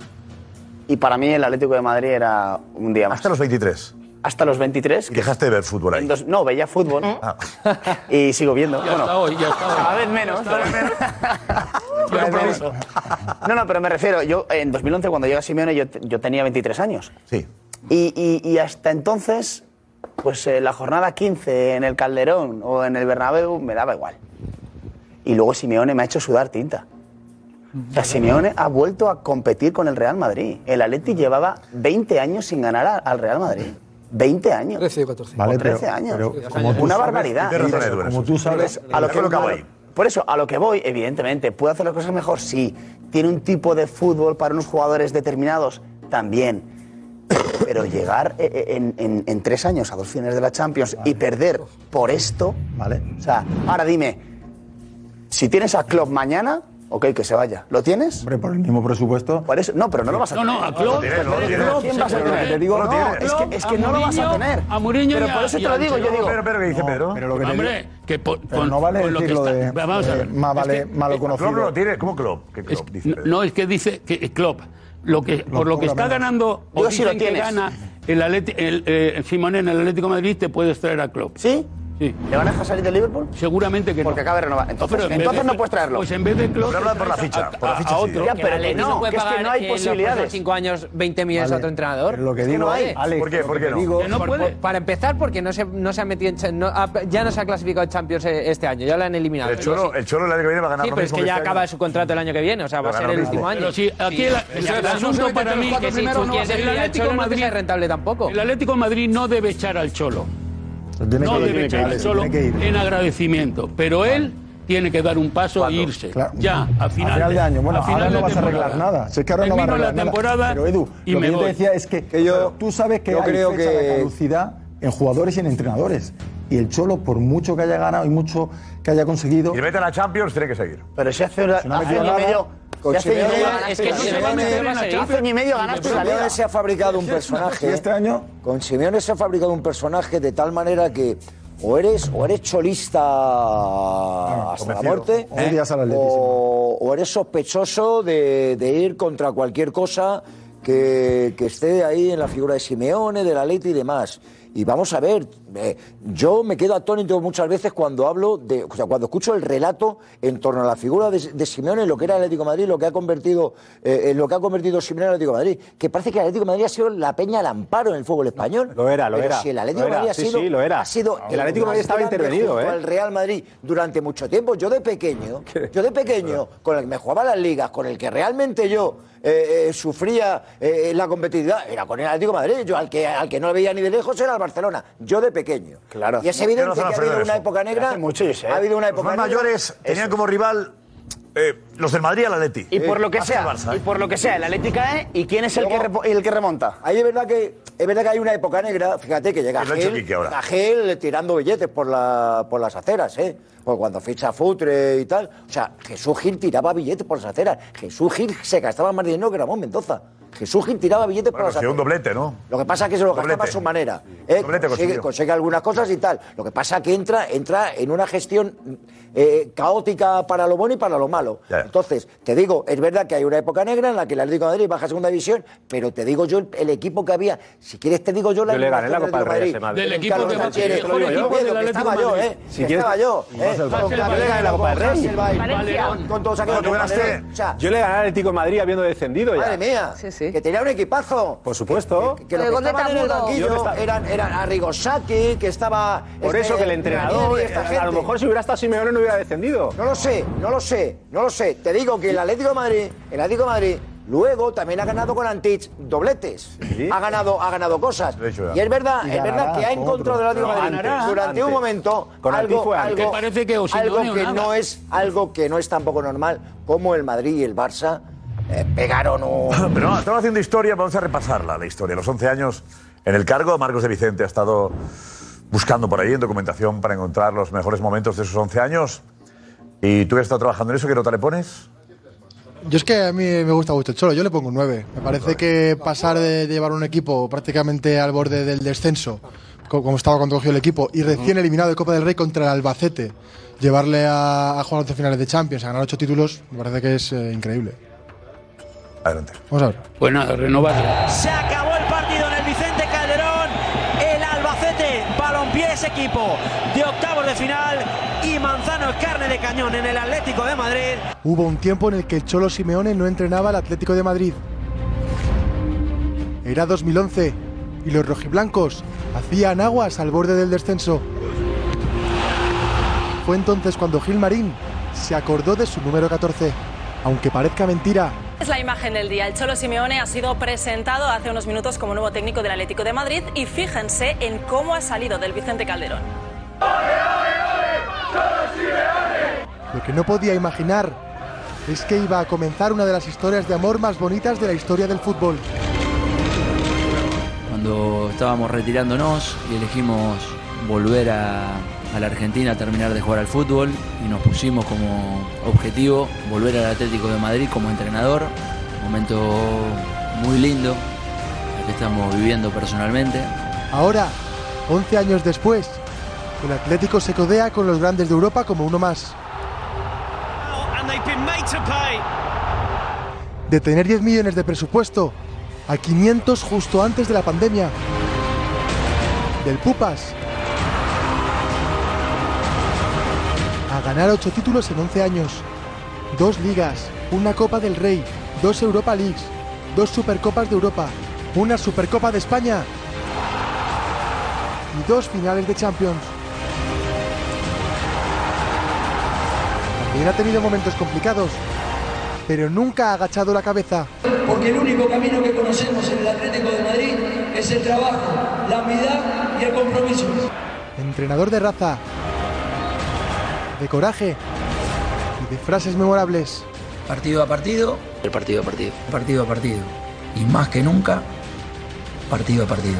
Speaker 8: y para mí el Atlético de Madrid era un día más. ¿Hasta
Speaker 9: los 23?
Speaker 8: Hasta los 23.
Speaker 9: ¿Y dejaste de ver fútbol ahí? Ah.
Speaker 8: no, veía fútbol (laughs) y sigo viendo.
Speaker 24: Ya
Speaker 8: bueno,
Speaker 24: está hoy, ya está hoy.
Speaker 8: Cada vez menos. cada vez menos. No, no, pero me refiero, yo en 2011 cuando llega Simeone yo, te- yo tenía 23 años.
Speaker 9: Sí.
Speaker 8: Y, y- y hasta entonces, pues eh, la jornada 15 en el Calderón o en el Bernabéu me daba igual. Y luego Simeone me ha hecho sudar tinta. O sea, Simeone ha vuelto a competir con el Real Madrid. El Atleti llevaba 20 años sin ganar a- al Real Madrid. 20 años.
Speaker 5: 13 o 14.
Speaker 8: O 13 años. Una barbaridad.
Speaker 14: Como tú sabes,
Speaker 8: A lo que Por eso, a lo que voy, evidentemente, puede hacer las cosas mejor, sí. Tiene un tipo de fútbol para unos jugadores determinados, también. (coughs) Pero llegar eh, eh, en, en- en tres años a dos finales de la Champions y perder por esto. Vale. O sea, ahora dime, si tienes a Klopp mañana, ok, que se vaya. ¿Lo tienes? Hombre, por el mismo presupuesto. no, pero no lo vas a
Speaker 24: No,
Speaker 8: tener.
Speaker 24: no, a Klopp.
Speaker 8: ¿Quién vas a tener?
Speaker 24: Te digo, no, es que- es que no lo vas a tener. Pero por eso te lo digo, yo digo-
Speaker 9: Pero, pero, ¿qué dice Pedro? Pero
Speaker 24: lo que te Hombre, digo- que
Speaker 14: Pero no vale
Speaker 24: con lo que
Speaker 14: decirlo
Speaker 24: está-
Speaker 14: de.
Speaker 24: Vamos a
Speaker 14: de
Speaker 24: ver.
Speaker 14: Más
Speaker 24: Es
Speaker 14: vale
Speaker 24: que-
Speaker 14: malo conocido.
Speaker 9: Klopp lo tiene, ¿cómo Klopp? ¿Qué Klopp dice?
Speaker 24: No, no, es que dice que eh, Klopp, lo que, por lo que está
Speaker 9: menos.
Speaker 24: ganando, o
Speaker 9: Yo sí lo
Speaker 24: dicen que
Speaker 9: tienes.
Speaker 24: gana el, Atleti- el, eh, Simón en el Atlético de Madrid, te puedes traer a Klopp.
Speaker 8: ¿Sí?
Speaker 24: Sí.
Speaker 8: ¿Le van a dejar salir del Liverpool?
Speaker 24: Seguramente que
Speaker 8: Porque
Speaker 24: no.
Speaker 8: acaba de renovar. Entonces-
Speaker 24: Pero en vez
Speaker 8: entonces
Speaker 24: de-
Speaker 8: no puedes traerlo.
Speaker 24: Pues en vez de Klopp.
Speaker 9: Pero habla por la
Speaker 24: te traes
Speaker 9: ficha, por la ficha
Speaker 24: a
Speaker 9: sí.
Speaker 24: otro.
Speaker 9: Ya, pero
Speaker 24: Que
Speaker 9: que
Speaker 24: no,
Speaker 9: no,
Speaker 24: que es que no hay
Speaker 23: En
Speaker 24: posibilidades.
Speaker 23: los 5 años 20 millones a otro entrenador.
Speaker 14: Lo que
Speaker 23: Es
Speaker 14: digo,
Speaker 23: no
Speaker 14: Alex,
Speaker 23: hay.
Speaker 14: Alex,
Speaker 9: ¿Por qué?
Speaker 14: lo
Speaker 9: ¿Por
Speaker 14: que
Speaker 9: qué
Speaker 14: te
Speaker 9: no?
Speaker 14: digo-
Speaker 23: Por- por- para empezar, porque no se, no se ha metido en cha- no ha- ya no se ha clasificado en Champions eh, este año, ya lo han eliminado.
Speaker 9: El Cholo, el Cholo el año que viene va a ganar
Speaker 23: Sí,
Speaker 9: lo
Speaker 23: pero es
Speaker 9: mismo
Speaker 23: que ya
Speaker 9: este año.
Speaker 23: acaba su contrato el año que viene, o sea, va a
Speaker 9: Pero
Speaker 23: ser
Speaker 9: gana
Speaker 23: el
Speaker 9: lo
Speaker 23: último
Speaker 9: mismo.
Speaker 23: año.
Speaker 24: Pero sí, aquí la- el asunto para mí
Speaker 23: que si tú quieres
Speaker 24: el Atlético
Speaker 23: eliminar al Cholo,
Speaker 24: de
Speaker 23: no te
Speaker 24: Madrid
Speaker 23: seas rentable tampoco.
Speaker 24: El Atlético de Madrid no debe echar al Cholo.
Speaker 14: tiene
Speaker 24: no
Speaker 14: que ir,
Speaker 24: debe
Speaker 14: tiene
Speaker 24: echar
Speaker 14: que
Speaker 24: al
Speaker 14: ir,
Speaker 24: Cholo
Speaker 14: tiene que ir.
Speaker 24: en agradecimiento, pero él tiene que dar un paso e irse. Ya,
Speaker 14: a
Speaker 24: a final,
Speaker 14: final de año. Bueno,
Speaker 24: a final
Speaker 14: ahora no
Speaker 24: de
Speaker 14: vas a arreglar
Speaker 24: temporada.
Speaker 14: nada. Si es que ahora no vas a
Speaker 24: Termino
Speaker 14: arreglar
Speaker 24: la
Speaker 14: nada.
Speaker 24: temporada
Speaker 14: Pero Edu,
Speaker 24: y
Speaker 14: lo
Speaker 24: me
Speaker 14: que yo te
Speaker 24: voy.
Speaker 14: decía es que, tú sabes que
Speaker 18: yo
Speaker 14: hay
Speaker 18: creo
Speaker 14: fecha de
Speaker 18: que-
Speaker 14: caducidad en jugadores y en entrenadores. Y el Cholo, por mucho que haya ganado y mucho que haya conseguido...
Speaker 9: Y vete a la Champions, tiene que seguir.
Speaker 8: Pero si hace, una,
Speaker 14: Si no me
Speaker 8: hace año
Speaker 14: equivoco,
Speaker 8: y medio.
Speaker 14: con
Speaker 8: si hace año y
Speaker 14: Simeone-
Speaker 8: medio-
Speaker 14: es que no
Speaker 8: hace
Speaker 14: se
Speaker 8: año y
Speaker 14: va a
Speaker 8: medio-
Speaker 14: meter en la
Speaker 8: Hace año y medio ganaste la liga.
Speaker 11: Simeone se ha fabricado un personaje.
Speaker 14: ¿Y este año?
Speaker 11: Con Simeone se ha fabricado un personaje de tal manera que o eres, o eres cholista hasta la
Speaker 14: Ah, convencido. ¿Eh?
Speaker 11: muerte,
Speaker 14: O odias al Atleti,
Speaker 11: o, o eres sospechoso de, de ir contra cualquier cosa que, que esté ahí en la figura de Simeone, de la Leti y demás. Y vamos a ver, eh, yo me quedo atónito muchas veces cuando hablo de, o sea, cuando escucho el relato en torno a la figura de, de Simeone, lo que era el Atlético de Madrid, lo que ha convertido, eh, en lo que ha convertido Simeone en el Atlético de Madrid, que parece que el Atlético de Madrid ha sido la peña al amparo en el fútbol español.
Speaker 18: Lo era, lo
Speaker 11: Pero
Speaker 18: era,
Speaker 11: Si el Atlético
Speaker 18: lo
Speaker 11: de Madrid
Speaker 18: era,
Speaker 11: ha
Speaker 18: sí,
Speaker 11: sido,
Speaker 18: sí, lo era.
Speaker 11: ha sido
Speaker 18: El Atlético de Madrid estaba
Speaker 11: más grande
Speaker 18: intervenido,
Speaker 11: junto
Speaker 18: ¿eh?
Speaker 11: al Real Madrid durante mucho tiempo. Yo de
Speaker 9: (laughs)
Speaker 11: pequeño, yo de pequeño, con el que me jugaba las ligas, con el que realmente yo eh, eh, sufría eh, la competitividad, era con el Atlético de Madrid. Yo al que, al que no le veía ni de lejos era el Barcelona. Yo de pequeño. Claro. Y es
Speaker 9: No,
Speaker 11: evidente
Speaker 9: no
Speaker 11: que
Speaker 9: son
Speaker 11: ha
Speaker 9: Alfredo
Speaker 11: habido
Speaker 9: de
Speaker 11: una
Speaker 9: eso. ¿eh?
Speaker 11: época negra.
Speaker 8: Hace mucho, yo sé.
Speaker 11: Ha habido una
Speaker 9: Los
Speaker 11: época
Speaker 9: más
Speaker 11: negra.
Speaker 9: mayores tenían como rival eh, los del Madrid al Atleti.
Speaker 8: Y por lo que
Speaker 9: Hacia el
Speaker 8: sea,
Speaker 9: Barça,
Speaker 8: y
Speaker 9: ¿eh?
Speaker 8: por lo que sea, el Atlético cae y quién es el que repo- el que remonta.
Speaker 11: Ahí es verdad que es verdad que hay una época negra, fíjate que llega
Speaker 9: Y lo ha hecho
Speaker 11: Gel,
Speaker 9: Quique ahora.
Speaker 11: llega Gel eh, tirando billetes por, la, por las aceras, ¿eh? O cuando ficha Futre y tal. O sea, Jesús Gil tiraba billetes por las aceras. Jesús Gil se gastaba más dinero que Ramón Mendoza. Jesús Gil tiraba billetes por
Speaker 9: Bueno,
Speaker 11: las
Speaker 9: sí,
Speaker 11: aceras.
Speaker 9: un doblete, ¿no?
Speaker 11: Lo que pasa es que se lo gastaba a
Speaker 9: Doblete.
Speaker 11: su manera. ¿eh?
Speaker 9: Doblete
Speaker 11: consigue,
Speaker 9: consiguió.
Speaker 11: consigue algunas cosas y tal. Lo que pasa es que entra, entra en una gestión eh, caótica para lo bueno y para lo malo.
Speaker 9: Ya.
Speaker 11: Entonces, te digo, es verdad que hay una época negra en la que el Atlético de Madrid baja a segunda división, pero te digo yo el, el equipo que había. Si quieres, te digo yo la
Speaker 18: Yo le gané la
Speaker 11: eliminación
Speaker 18: Copa del Rey
Speaker 11: Atlético
Speaker 18: a ese
Speaker 11: Madrid.
Speaker 18: Madrid. Del
Speaker 11: Carlos
Speaker 18: equipo que-
Speaker 11: Sánchez,
Speaker 18: te lo digo
Speaker 11: el
Speaker 18: yo.
Speaker 11: equipo del
Speaker 18: Del
Speaker 11: Estaba
Speaker 18: Atlético
Speaker 11: yo,
Speaker 18: de
Speaker 11: ¿eh?
Speaker 18: Madrid. Si
Speaker 11: Que
Speaker 18: quieres-
Speaker 11: Estaba yo, ¿eh?
Speaker 18: Vas al
Speaker 11: Con
Speaker 18: Barça.
Speaker 11: Carlos
Speaker 18: Yo le gané la Copa del
Speaker 11: Sánchez,
Speaker 18: Rey.
Speaker 11: el Bayern,
Speaker 18: Valencia.
Speaker 11: con- Con todos
Speaker 18: No,
Speaker 11: aquellos
Speaker 18: tú ganaste.
Speaker 11: Valencia. O sea,
Speaker 18: Yo le gané al Atlético de Madrid habiendo descendido ya.
Speaker 11: Madre mía, que tenía un equipazo.
Speaker 18: Por supuesto.
Speaker 11: Que los
Speaker 26: El
Speaker 11: que
Speaker 26: gol de
Speaker 11: estaban en el
Speaker 26: Tamudo.
Speaker 18: Yo
Speaker 11: banquillo
Speaker 18: que estaba-
Speaker 11: eran, eran Arrigosaki, que estaba...
Speaker 18: Por
Speaker 11: este,
Speaker 18: eso que el entrenador,
Speaker 11: Ranieri, esta
Speaker 18: eh, a
Speaker 11: gente.
Speaker 18: lo mejor si hubiera estado Simeone no hubiera descendido.
Speaker 11: No lo sé, no lo sé, no lo sé. Te digo que el Atlético de Madrid, el Atlético de Madrid, luego también ha ganado con Antich dobletes. Ha ganado, ha ganado cosas.
Speaker 9: De hecho, ya.
Speaker 11: y es verdad,
Speaker 9: Y
Speaker 11: es verdad
Speaker 9: ganará
Speaker 11: que ha
Speaker 9: con
Speaker 11: encontrado el
Speaker 9: otro.
Speaker 11: Atlético de
Speaker 9: No,
Speaker 11: Madrid
Speaker 9: ganará
Speaker 11: durante un
Speaker 9: antes.
Speaker 11: momento
Speaker 9: Con Antich
Speaker 11: algo,
Speaker 9: fue antes.
Speaker 11: algo-
Speaker 9: Que parece que o si
Speaker 11: algo
Speaker 9: no, ni
Speaker 11: que
Speaker 9: nada.
Speaker 11: no es algo que no es tampoco normal, como el Madrid y el Barça eh, pegaron un
Speaker 9: (laughs) Pero no, estamos haciendo historia, vamos a repasarla, la historia. Los 11 años en el cargo, Marcos de Vicente ha estado buscando por ahí en documentación para encontrar los mejores momentos de esos 11 años. ¿Y tú que has estado trabajando en eso? ¿Qué nota le pones?
Speaker 19: Yo es que a mí me gusta mucho el Cholo, yo le pongo un 9. Me parece que pasar de, de llevar un equipo prácticamente al borde del descenso, co- como estaba cuando cogió el equipo, y recién eliminado de Copa del Rey contra el Albacete, llevarle a, a jugar 11 finales de Champions, a ganar 8 títulos, me parece que es eh, increíble.
Speaker 9: Adelante.
Speaker 19: Vamos a ver.
Speaker 24: Pues nada, renovarlo.
Speaker 22: Se acabó el partido en el Vicente Calderón. El Albacete, balompié ese equipo de octavos de final. Y Manzano es carne de cañón en el Atlético de Madrid.
Speaker 19: Hubo un tiempo en el que el Cholo Simeone no entrenaba al Atlético de Madrid. Era 2011 y los rojiblancos hacían aguas al borde del descenso. Fue entonces cuando Gil Marín se acordó de su número 14. Aunque parezca mentira,
Speaker 13: Es la imagen del día. El Cholo Simeone ha sido presentado hace unos minutos como nuevo técnico del Atlético de Madrid y fíjense en cómo ha salido del Vicente Calderón.
Speaker 19: lo que no podía imaginar es que iba a comenzar una de las historias de amor más bonitas de la historia del fútbol.
Speaker 23: cuando estábamos retirándonos y elegimos volver a, a la Argentina a terminar de jugar al fútbol y nos pusimos como objetivo volver al Atlético de Madrid como entrenador. Momento muy lindo el que estamos viviendo personalmente.
Speaker 19: Ahora, 11 años después, el Atlético se codea con los grandes de Europa como uno más.
Speaker 25: And they've been made to pay.
Speaker 19: De tener 10 millones de presupuesto a 500 justo antes de la pandemia. Del Pupas. A ganar 8 títulos en 11 años. Dos ligas, una Copa del Rey, dos Europa Leagues, dos Supercopas de Europa, una Supercopa de España y dos finales de Champions. También ha tenido momentos complicados, pero nunca ha agachado la cabeza.
Speaker 22: Porque el único camino que conocemos en el Atlético de Madrid es el trabajo, la unidad y el compromiso.
Speaker 19: Entrenador de raza, de coraje y de frases memorables.
Speaker 23: Partido a partido. El partido a partido. Partido a partido. Y más que nunca, partido a partido.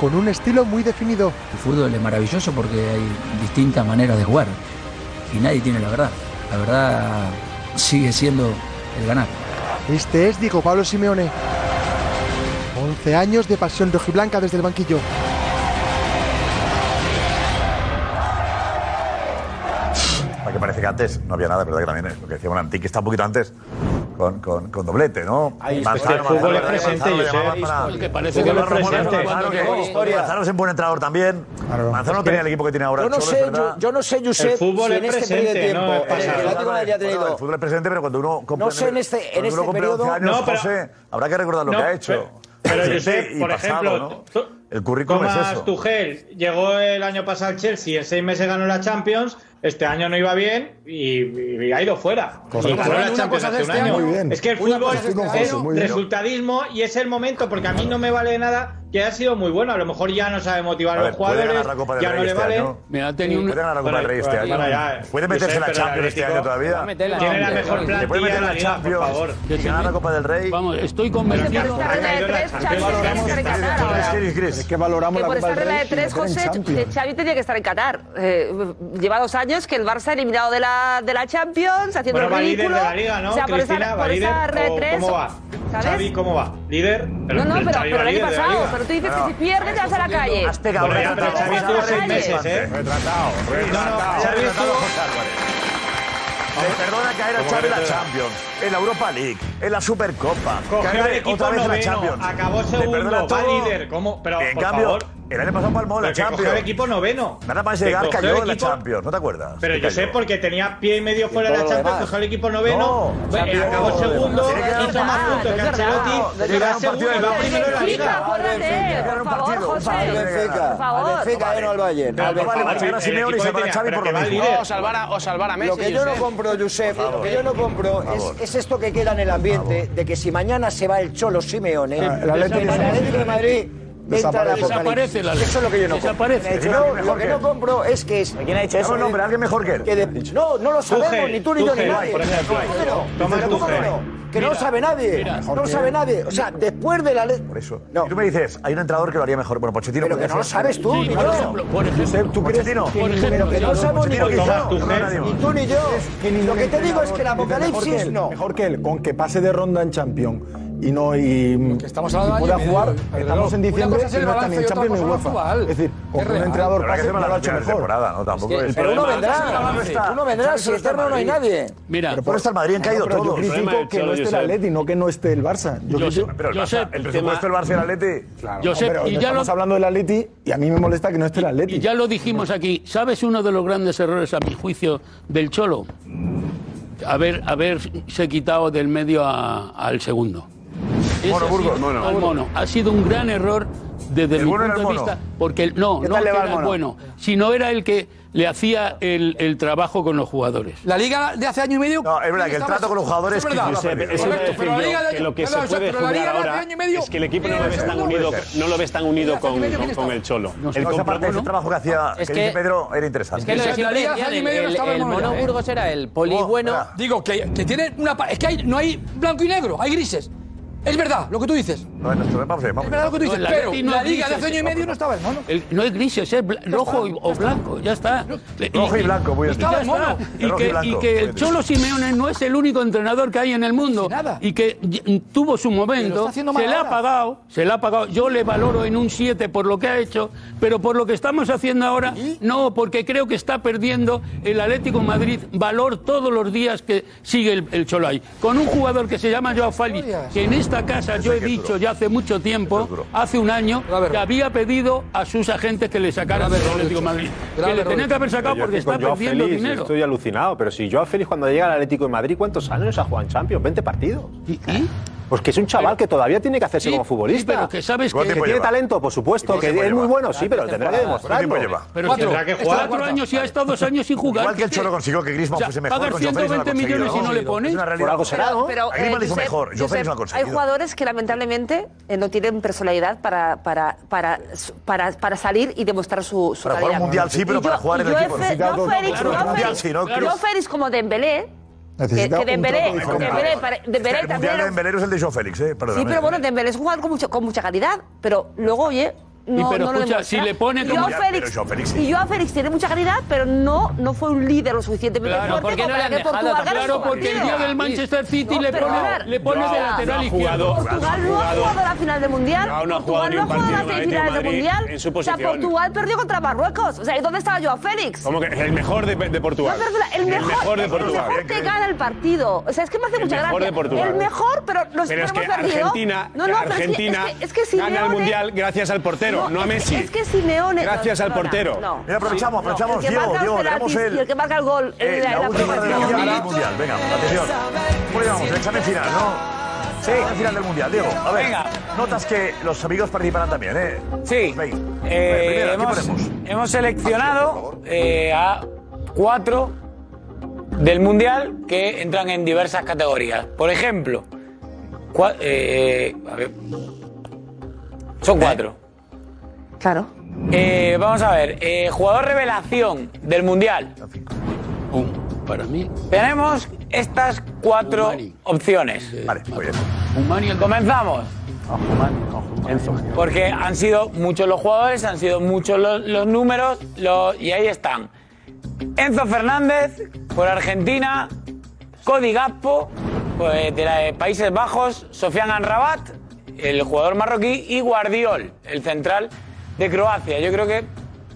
Speaker 19: Con un estilo muy definido.
Speaker 23: El fútbol es maravilloso porque hay distintas maneras de jugar y nadie tiene la verdad. La verdad sigue siendo el ganar.
Speaker 19: Este es Diego Pablo Simeone. 11 años de pasión rojiblanca desde el banquillo.
Speaker 9: Porque parece que antes no había nada, ¿verdad? Que también es lo que decía Bonantí, que está un poquito antes con, con, con doblete, ¿no?
Speaker 24: Ahí,
Speaker 9: Manzano,
Speaker 24: este fútbol
Speaker 9: Manzano,
Speaker 24: es presente,
Speaker 9: Manzano lo
Speaker 24: Josep.
Speaker 9: llamaban para-
Speaker 24: El que parece que
Speaker 9: Manzano
Speaker 24: lo es
Speaker 9: Manzano,
Speaker 24: presente.
Speaker 9: Manzano, que-
Speaker 24: Cuando llegó, historia.
Speaker 9: Manzano es un buen entrenador también. Manzano no tenía el equipo que tiene ahora.
Speaker 11: Yo no
Speaker 9: Cholo,
Speaker 11: sé,
Speaker 9: es verdad.
Speaker 11: yo- yo no sé, Josep, El fútbol si es en este presente, periodo de no tiempo, es pasado. el Atlético no haya
Speaker 9: Bueno,
Speaker 11: tenido-
Speaker 9: el fútbol es presente, pero cuando uno cumple,
Speaker 11: No sé, en este- en
Speaker 9: cuando
Speaker 11: este
Speaker 9: uno cumple
Speaker 11: periodo-
Speaker 9: 11 años,
Speaker 11: No, pero-
Speaker 9: José, habrá que recordar lo
Speaker 2: No,
Speaker 9: que ha
Speaker 2: pero-
Speaker 9: hecho.
Speaker 2: pero,
Speaker 9: Presente
Speaker 2: Josep,
Speaker 9: y
Speaker 2: por
Speaker 9: pasado,
Speaker 2: ejemplo,
Speaker 9: ¿no?
Speaker 2: tú-
Speaker 9: El currículum es
Speaker 2: Tomás
Speaker 9: eso.
Speaker 2: Tuchel llegó el año pasado al Chelsea, en seis meses ganó la Champions, este año no iba bien y, y ha ido fuera.
Speaker 11: Correcto.
Speaker 2: Y ganó la
Speaker 11: Una cosa
Speaker 2: Champions
Speaker 11: es
Speaker 2: hace un
Speaker 11: este
Speaker 2: año.
Speaker 11: año. Muy bien.
Speaker 2: Es que el
Speaker 11: Una
Speaker 2: fútbol
Speaker 11: cosa es este año,
Speaker 2: es
Speaker 11: muy bien.
Speaker 2: resultadismo y es el momento, porque a mí no me vale nada que haya sido muy bueno. A lo mejor ya no sabe motivar a,
Speaker 9: A ver,
Speaker 2: los
Speaker 9: puede
Speaker 2: jugadores,
Speaker 9: ganar la Copa del
Speaker 2: ya no
Speaker 9: Rey
Speaker 2: le
Speaker 9: este
Speaker 2: vale.
Speaker 9: año.
Speaker 2: Mira, ha
Speaker 9: tenido un- Puede ganar la Copa del Rey este año.
Speaker 2: eh.
Speaker 9: Puede meterse la Champions este año todavía.
Speaker 2: Tiene la mejor
Speaker 9: Le puede
Speaker 2: plantilla de
Speaker 9: meter
Speaker 2: la
Speaker 9: la
Speaker 2: liga, por
Speaker 9: Champions.
Speaker 2: favor.
Speaker 9: Que se gana la Copa del Rey.
Speaker 24: Vamos, estoy convencido.
Speaker 14: Es que valoramos
Speaker 13: Que
Speaker 14: la
Speaker 13: por
Speaker 14: Copa del
Speaker 13: esta
Speaker 14: Rey
Speaker 13: regla de
Speaker 14: sin
Speaker 13: tres,
Speaker 14: meter en
Speaker 13: José, eh,
Speaker 14: Champions.
Speaker 13: Xavi tenía que estar en Qatar. Eh, lleva dos años que el Barça ha eliminado de la, de la Champions, haciendo
Speaker 2: Bueno, va
Speaker 13: el
Speaker 2: líder de
Speaker 13: ridículo.
Speaker 2: la liga, ¿no?
Speaker 13: O sea, por esa,
Speaker 2: Cristina,
Speaker 13: por
Speaker 2: va líder.
Speaker 13: esa regla de
Speaker 2: ¿o
Speaker 13: tres,
Speaker 2: ¿Cómo va?
Speaker 13: ¿sabes?
Speaker 2: Xavi, ¿cómo va? ¿Líder?
Speaker 13: No, no, pero,
Speaker 2: Xavi
Speaker 13: pero
Speaker 2: va
Speaker 13: el año
Speaker 2: líder de la
Speaker 13: pasado.
Speaker 2: liga. Ah,
Speaker 13: Pero tú dices
Speaker 2: Bueno,
Speaker 13: que si pierdes te vas a la calle.
Speaker 2: Bueno, ya, pero Xavi
Speaker 13: Te vas a la
Speaker 2: estuvo seis
Speaker 13: calle.
Speaker 2: meses, ¿eh?
Speaker 11: (laughs)
Speaker 9: Retratado, retratado.
Speaker 2: Xavi
Speaker 9: retratado
Speaker 2: estuvo-
Speaker 9: José Álvarez. Le perdona caer a
Speaker 2: Como
Speaker 9: Xavi en la
Speaker 2: retratado.
Speaker 9: Champions, en la Europa League, en la Supercopa.
Speaker 2: Cogió
Speaker 9: caer
Speaker 2: el equipo
Speaker 9: otra vez en la
Speaker 2: noveno,
Speaker 9: Champions.
Speaker 2: acabó
Speaker 9: Le
Speaker 2: segundo,
Speaker 9: perdona
Speaker 2: va
Speaker 9: todo.
Speaker 2: líder, ¿cómo? Pero,
Speaker 9: en
Speaker 2: por
Speaker 9: cambio,
Speaker 2: favor.
Speaker 9: el año pasado palmó en la
Speaker 2: Pero que cogió
Speaker 9: Champions.
Speaker 2: el equipo noveno.
Speaker 9: Nada más
Speaker 2: Que
Speaker 9: llegar
Speaker 2: cogió
Speaker 9: cayó
Speaker 2: el
Speaker 9: en la
Speaker 2: equipo-
Speaker 9: Champions, ¿no te acuerdas?
Speaker 2: Pero
Speaker 9: Que
Speaker 2: yo
Speaker 9: cayó.
Speaker 2: sé porque tenía pie y medio fuera de la
Speaker 9: todo lo
Speaker 2: Champions,
Speaker 9: demás.
Speaker 2: cogió el equipo noveno,
Speaker 9: No,
Speaker 2: fue-
Speaker 9: Champions,
Speaker 2: acabó
Speaker 9: no,
Speaker 2: segundo,
Speaker 9: tiene que ganar
Speaker 2: hizo más
Speaker 9: Champions.
Speaker 2: puntos que
Speaker 9: Es verdad, tiene
Speaker 2: Ancelotti,
Speaker 9: que
Speaker 2: y va
Speaker 9: ganar un
Speaker 2: segundo y
Speaker 9: partido.
Speaker 2: va primero en la
Speaker 9: Benfica,
Speaker 2: liga.
Speaker 13: Acuérdate, por favor, José.
Speaker 11: Benfica,
Speaker 13: Por favor.
Speaker 11: al Benfica, eh, no al Bayern.
Speaker 9: Pero
Speaker 11: Al
Speaker 9: no vale
Speaker 11: Benfica.
Speaker 9: marchar a Simeone y salvar a Xavi por lo mismo.
Speaker 27: O salvar a, o salvar a Messi.
Speaker 11: Lo que yo no
Speaker 27: Josep.
Speaker 11: compro, Josep,
Speaker 27: Por
Speaker 11: lo que yo no compro es,
Speaker 27: favor.
Speaker 11: es esto que queda en el ambiente de que si mañana se va el Cholo Simeone, Ah, el Atlético- el Atlético de Madrid entra el Desaparece. apocalipsis. Desaparece el Atlético. Eso es lo que yo no compro. Desaparece. De hecho, Pero no, mejor lo que que no él. compro es que es... ¿Quién ha dicho eso? No, hombre,
Speaker 9: alguien mejor que él.
Speaker 11: No, no lo sabemos, Tuchel, ni tú, ni yo, ni Tuchel, nadie. por ejemplo. ¿Cómo que no? Toma Pero ¿cómo que Tuchel. no? Que no lo Mira, sabe nadie. mira. No lo sabe nadie. O sea, después de la... le-
Speaker 9: Por eso. Y tú me dices, hay un entrenador que lo haría mejor. Bueno, Pochettino.
Speaker 11: Pero que
Speaker 9: podría
Speaker 11: no lo
Speaker 9: ser.
Speaker 11: sabes tú, ni
Speaker 9: por
Speaker 11: yo.
Speaker 9: ejemplo,
Speaker 24: por
Speaker 9: ejemplo. ¿Tú crees? Pochettino.
Speaker 11: Por ejemplo, Pero que no sabemos ni
Speaker 9: Pochettino,
Speaker 11: tú, ni
Speaker 9: quizá.
Speaker 11: yo.
Speaker 9: No, nadie
Speaker 11: Ni
Speaker 9: más.
Speaker 11: tú, ni yo. Lo que te
Speaker 14: entrenador
Speaker 11: digo es que el
Speaker 14: dice mejor que
Speaker 11: apocalipsis
Speaker 14: él,
Speaker 11: no.
Speaker 14: Mejor que él, con que pase de ronda en Champions y no y,
Speaker 5: estamos
Speaker 14: y
Speaker 5: hablando
Speaker 14: pueda
Speaker 5: año y
Speaker 14: jugar.
Speaker 5: medio,
Speaker 14: estamos
Speaker 5: Pedro.
Speaker 14: en diciembre
Speaker 5: Una cosa es el
Speaker 14: y no está ni en
Speaker 5: balance y otra
Speaker 14: Champions ni en
Speaker 5: cosa es lo
Speaker 14: UEFA.
Speaker 5: actual.
Speaker 14: Es decir, con
Speaker 5: Es
Speaker 14: un
Speaker 5: real.
Speaker 14: entrenador
Speaker 9: Habrá que
Speaker 14: pase
Speaker 9: hacer
Speaker 14: no lo ha
Speaker 9: balance
Speaker 14: hecho
Speaker 9: de
Speaker 14: mejor.
Speaker 9: temporada, ¿no? Tampoco es-
Speaker 11: Pero uno
Speaker 9: Problema-
Speaker 11: vendrá.
Speaker 9: Problema está-
Speaker 11: Uno vendrá. Si externo no hay nadie.
Speaker 24: Mira,
Speaker 14: pero
Speaker 9: por estar el Madrid han caído
Speaker 14: pero
Speaker 9: todos.
Speaker 14: Yo
Speaker 9: El problema
Speaker 14: critico
Speaker 9: del
Speaker 14: que no
Speaker 9: Cholo,
Speaker 14: esté el
Speaker 9: Josep.
Speaker 14: Atleti, no que no esté el Barça. Yo critico-
Speaker 9: Pero el, Barça, el presupuesto del Barça y el Atleti.
Speaker 14: Claro.
Speaker 24: Josep,
Speaker 14: Hombre,
Speaker 24: y ya
Speaker 14: estamos
Speaker 24: lo-
Speaker 14: hablando del Atleti y a mí me molesta que no esté el Atleti.
Speaker 24: Y ya lo dijimos aquí. ¿Sabes uno de los grandes errores, a mi juicio, del Cholo? Haber, haberse quitado del medio a- al segundo. Ese
Speaker 9: Mono
Speaker 24: ha
Speaker 9: Burgos.
Speaker 24: sido-
Speaker 9: Mono.
Speaker 24: al mono. Ha sido un gran error desde
Speaker 9: El
Speaker 24: mi punto
Speaker 9: bueno era
Speaker 24: de
Speaker 9: el mono.
Speaker 24: vista. Porque el- no,
Speaker 9: ¿Qué
Speaker 24: no
Speaker 9: tal le va
Speaker 24: era
Speaker 9: al
Speaker 24: el
Speaker 9: mono?
Speaker 24: bueno, sino era el que le hacía el, el trabajo con los jugadores.
Speaker 5: La liga de hace año y medio.
Speaker 9: No, es verdad que el trato con los jugadores
Speaker 5: es verdad.
Speaker 9: quizás- Josep,
Speaker 15: Eso
Speaker 5: Correcto,
Speaker 15: quiero
Speaker 5: pero la
Speaker 15: decir
Speaker 5: liga
Speaker 15: yo,
Speaker 5: de
Speaker 15: que lo que se
Speaker 5: Claro,
Speaker 15: puede
Speaker 5: pero la
Speaker 15: juzgar
Speaker 5: liga de hace
Speaker 15: ahora
Speaker 5: año y medio-
Speaker 15: es que el equipo no
Speaker 5: Mira,
Speaker 15: lo ves tan
Speaker 5: no puede
Speaker 15: unido,
Speaker 5: ser.
Speaker 15: no lo ves tan unido
Speaker 5: hace año y
Speaker 15: con,
Speaker 5: medio que
Speaker 15: con- con el Cholo.
Speaker 9: El
Speaker 15: El
Speaker 9: parte
Speaker 15: compromiso-
Speaker 9: del trabajo que hacía
Speaker 15: Es
Speaker 9: que
Speaker 15: que-
Speaker 9: dice Pedro era interesante.
Speaker 15: es que lo de
Speaker 5: siempre
Speaker 15: decían,
Speaker 5: decían,
Speaker 15: el-
Speaker 5: el- el
Speaker 28: mono
Speaker 5: mono
Speaker 28: Burgos era el poli
Speaker 5: Oh,
Speaker 28: bueno.
Speaker 5: espera. Digo, que, que tiene una. pa- Es que hay- no hay blanco y negro, hay grises. Es verdad lo que tú dices.
Speaker 9: No, no, no, vamos a ver, vamos
Speaker 5: Es
Speaker 9: a
Speaker 5: verdad
Speaker 9: ver.
Speaker 5: lo que tú dices,
Speaker 24: No, el
Speaker 5: pero
Speaker 24: Atleti no
Speaker 5: la
Speaker 24: es
Speaker 5: liga de
Speaker 24: grises.
Speaker 5: hace año y medio no estaba
Speaker 9: (laughs) Eh,
Speaker 5: en mono.
Speaker 24: El- no hay grises, es bla- rojo y- o blanco, ya está.
Speaker 9: Rojo y blanco, muy
Speaker 24: Ya
Speaker 9: bien.
Speaker 24: está.
Speaker 9: Mono.
Speaker 24: Y
Speaker 9: Rojo y
Speaker 24: que,
Speaker 9: blanco,
Speaker 24: y que
Speaker 9: muy
Speaker 24: el
Speaker 9: bien.
Speaker 24: Cholo Simeone no es el único entrenador que hay en el mundo. Y que y- mm, tuvo su
Speaker 5: Pero
Speaker 24: momento,
Speaker 5: está haciendo mal
Speaker 24: se le ha
Speaker 5: ahora.
Speaker 24: pagado, se le ha pagado. Yo le valoro en un 7 por lo que ha hecho, pero por lo que estamos haciendo ahora, no, porque creo que está perdiendo el Atlético de Madrid valor todos los días que sigue el, el Cholo ahí. Con un jugador que se llama Joao Fali, que en esta casa yo he dicho ya hace mucho tiempo, hace un año, que había pedido a sus agentes que le sacaran del Atlético de Madrid. Que le tenía que haber sacado
Speaker 18: Pero yo
Speaker 24: porque
Speaker 18: es que
Speaker 24: está
Speaker 18: con Joao
Speaker 24: perdiendo
Speaker 18: Félix
Speaker 24: dinero.
Speaker 18: Estoy alucinado, pero si Joao Félix cuando llega al Atlético de Madrid, ¿cuántos años ha jugado en Champions? 20 partidos. Pues que es un chaval que todavía tiene que hacerse
Speaker 24: Sí,
Speaker 18: como futbolista.
Speaker 24: sí, pero que sabes
Speaker 18: que,
Speaker 24: ¿Cuánto tiempo
Speaker 18: tiene
Speaker 24: lleva?
Speaker 18: talento, por supuesto,
Speaker 24: ¿Cuánto
Speaker 18: que
Speaker 24: tiempo
Speaker 18: es muy
Speaker 24: lleva?
Speaker 18: bueno, sí, pero tendrá que
Speaker 9: ¿Cuánto
Speaker 18: demostrarlo.
Speaker 9: tiempo lleva?
Speaker 24: Pero tendrá que jugar cuatro años y ha estado dos años sin jugar.
Speaker 9: Igual que el Cholo consiguió que Griezmann
Speaker 24: O sea,
Speaker 9: fuese mejor.
Speaker 24: pagas
Speaker 9: con Joao Félix no lo ha
Speaker 24: 120 millones
Speaker 9: conseguido,
Speaker 24: y no le pones.
Speaker 9: Es una realidad.
Speaker 24: Por algo será, ¿no?
Speaker 13: Pero,
Speaker 9: A
Speaker 13: eh,
Speaker 9: Griezmann le hizo
Speaker 13: Josep,
Speaker 9: mejor. Joao
Speaker 13: Josep,
Speaker 9: Félix no lo ha
Speaker 13: hay
Speaker 9: conseguido.
Speaker 13: jugadores que lamentablemente eh, no tienen personalidad para, para, para, para, para salir y demostrar su, su
Speaker 9: Para jugar
Speaker 13: calidad.
Speaker 9: un mundial sí, pero
Speaker 13: Y
Speaker 9: para
Speaker 13: yo-
Speaker 9: jugar en
Speaker 13: y
Speaker 9: el
Speaker 13: yo
Speaker 9: equipo.
Speaker 13: Fe-
Speaker 9: Necesita
Speaker 13: yo
Speaker 9: algo
Speaker 13: Félix-
Speaker 9: contrato.
Speaker 13: yo
Speaker 9: Un mundial
Speaker 13: Félix-
Speaker 9: sí, ¿no,
Speaker 13: yo
Speaker 9: Cruz?
Speaker 13: Félix como Dembélé, eh, que,
Speaker 9: Necesita
Speaker 13: que
Speaker 9: un
Speaker 13: Dembélé,
Speaker 9: trato diferente.
Speaker 13: Dembélé, para- Dembélé
Speaker 9: El
Speaker 13: también
Speaker 9: mundial
Speaker 13: era
Speaker 9: de Belero es el de Joao Félix, ¿eh? Perdóname.
Speaker 13: Sí, pero bueno, Dembélé es un jugador con, mucho- con mucha calidad, pero luego, oye, no,
Speaker 9: Y pero
Speaker 13: no lo
Speaker 9: escucha,
Speaker 13: demuestra.
Speaker 9: si le pone
Speaker 13: Y
Speaker 9: como-
Speaker 13: Joao
Speaker 9: Ya,
Speaker 13: Félix,
Speaker 9: pero Joao Félix sí.
Speaker 13: y Joao Félix tiene mucha calidad, pero no, no fue un líder lo suficientemente
Speaker 24: Claro,
Speaker 13: fuerte
Speaker 24: porque no
Speaker 13: como
Speaker 24: le
Speaker 13: para
Speaker 24: han
Speaker 13: que Portugal
Speaker 24: dejado
Speaker 13: ganara
Speaker 24: tampoco.
Speaker 13: su
Speaker 24: Claro, porque
Speaker 13: partido.
Speaker 24: el día del Manchester City le
Speaker 13: pero
Speaker 24: pone-
Speaker 13: ganar.
Speaker 24: le pone de lateral
Speaker 13: no ha
Speaker 24: izquierdo.
Speaker 13: jugado. Portugal no ha jugado a la final del Mundial.
Speaker 24: No, no ha jugado
Speaker 13: Portugal
Speaker 24: ni
Speaker 13: no ha
Speaker 24: un
Speaker 13: jugado a las
Speaker 24: partido
Speaker 13: semifinales del
Speaker 15: Atlético de Madrid
Speaker 13: Mundial.
Speaker 15: en su
Speaker 13: O sea,
Speaker 15: posición.
Speaker 13: Portugal perdió contra Marruecos. O sea, ¿y dónde estaba Joao Félix?
Speaker 15: Como que es el mejor de, de Portugal.
Speaker 13: No, perdona, el mejor,
Speaker 15: de Portugal.
Speaker 13: el mejor te gana el partido. O sea, es que me hace
Speaker 15: El
Speaker 13: mucha
Speaker 15: mejor
Speaker 13: gracia.
Speaker 15: de Portugal.
Speaker 13: El mejor, pero nos
Speaker 15: pero es que
Speaker 13: hemos perdido.
Speaker 15: Argentina,
Speaker 13: no, no, pero es que-
Speaker 15: Argentina
Speaker 13: es que, es que
Speaker 15: gana el
Speaker 13: Simeone-
Speaker 15: mundial gracias al portero, no, a
Speaker 13: es que-
Speaker 15: Messi.
Speaker 13: Es que Simeone.
Speaker 15: Gracias al portero.
Speaker 9: Mira, aprovechamos, aprovechamos,
Speaker 13: El que
Speaker 9: Diego,
Speaker 13: marca los
Speaker 9: Diego,
Speaker 13: penaltis
Speaker 9: tenemos el-
Speaker 13: y el que marca el gol.
Speaker 9: Eh,
Speaker 13: en la-
Speaker 9: la
Speaker 13: en la
Speaker 9: última
Speaker 13: prórroga.
Speaker 9: del mundial. Venga, atención. ¿Cómo le llamamos? El examen final, ¿no? Sí. Examen final del mundial, Diego. A ver,
Speaker 21: Venga.
Speaker 9: notas que los amigos participarán también, ¿eh?
Speaker 21: Sí.
Speaker 9: Venga.
Speaker 21: Eh,
Speaker 9: Primero, ¿qué
Speaker 21: hemos,
Speaker 9: ponemos?
Speaker 21: hemos seleccionado eh, a cuatro del Mundial que entran en diversas categorías. Por ejemplo, cua- eh, a ver. son cuatro.
Speaker 13: Claro.
Speaker 21: Eh, vamos a ver, eh, jugador revelación del Mundial.
Speaker 24: Para mí.
Speaker 21: Tenemos estas cuatro opciones.
Speaker 9: Vale, muy bien.
Speaker 21: Comenzamos. Porque han sido muchos los jugadores, han sido muchos los, los números lo- y ahí están. Enzo Fernández por Argentina, Cody Gappo pues, de la- de Países Bajos, Sofian Anrabat, el jugador marroquí, y Guardiol, el central de Croacia. Yo creo que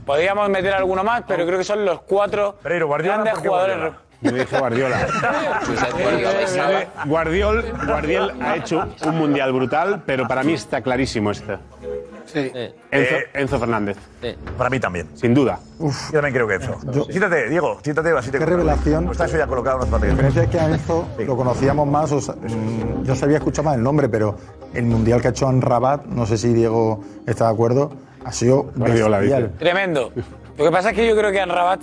Speaker 21: podríamos meter alguno más, pero creo que son los cuatro grandes
Speaker 15: ¿por qué
Speaker 21: jugadores.
Speaker 15: Guardiola? Yo dije Guardiola. Eh, Guardiol, Guardiol ha hecho un mundial brutal, pero para mí está clarísimo este.
Speaker 21: Sí.
Speaker 15: Enzo,
Speaker 9: Eh,
Speaker 15: Enzo Fernández.
Speaker 9: Para mí también.
Speaker 15: Sin duda.
Speaker 9: Yo también creo que Enzo. Siéntate, Diego, siéntate, así te
Speaker 14: Qué
Speaker 9: coloco.
Speaker 14: revelación.
Speaker 9: Pues está eso ya colocado en los
Speaker 14: La
Speaker 9: papeles.
Speaker 14: diferencia es que a Enzo lo conocíamos más, o sea, mm, yo sabía escuchar más el nombre, pero el mundial que ha hecho en Rabat, no sé si Diego está de acuerdo, ha sido
Speaker 15: Guardiola, dice.
Speaker 14: bestial.
Speaker 21: Tremendo. Lo que pasa es que yo creo que Anrabat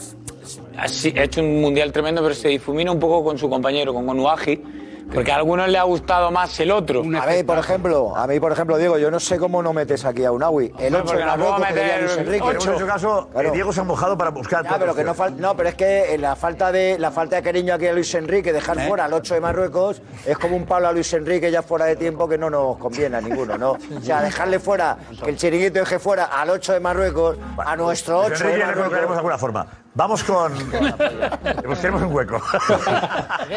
Speaker 21: ha si- ha hecho un mundial tremendo, pero se difumina un poco con su compañero, con Onuaji, porque a algunos le ha gustado más el otro.
Speaker 11: A mí, por ejemplo, a mí, por ejemplo, Diego, yo no sé cómo no metes aquí a Unawi. El
Speaker 21: Hombre,
Speaker 14: 8
Speaker 21: porque
Speaker 14: en
Speaker 21: la puedo
Speaker 14: Marruecos, que
Speaker 21: meter
Speaker 14: diría Luis Enrique.
Speaker 9: Pero En ese caso, eh, Diego se ha mojado para buscar.
Speaker 14: pero
Speaker 9: todas
Speaker 14: que no
Speaker 9: las opciones.
Speaker 11: No, pero es que eh, la falta de la falta de cariño aquí a Luis Enrique, dejar
Speaker 21: ¿Eh?
Speaker 11: fuera al 8 de Marruecos, es como un palo a Luis Enrique ya fuera de tiempo que no nos conviene a ninguno, ¿no? O sea, dejarle fuera, que el chiringuito deje fuera al 8 de Marruecos, a nuestro 8
Speaker 9: Enrique
Speaker 11: de
Speaker 9: ya le colocaremos de
Speaker 11: Marruecos.
Speaker 9: alguna forma. Vamos con. Le buscaremos un hueco.
Speaker 20: (laughs)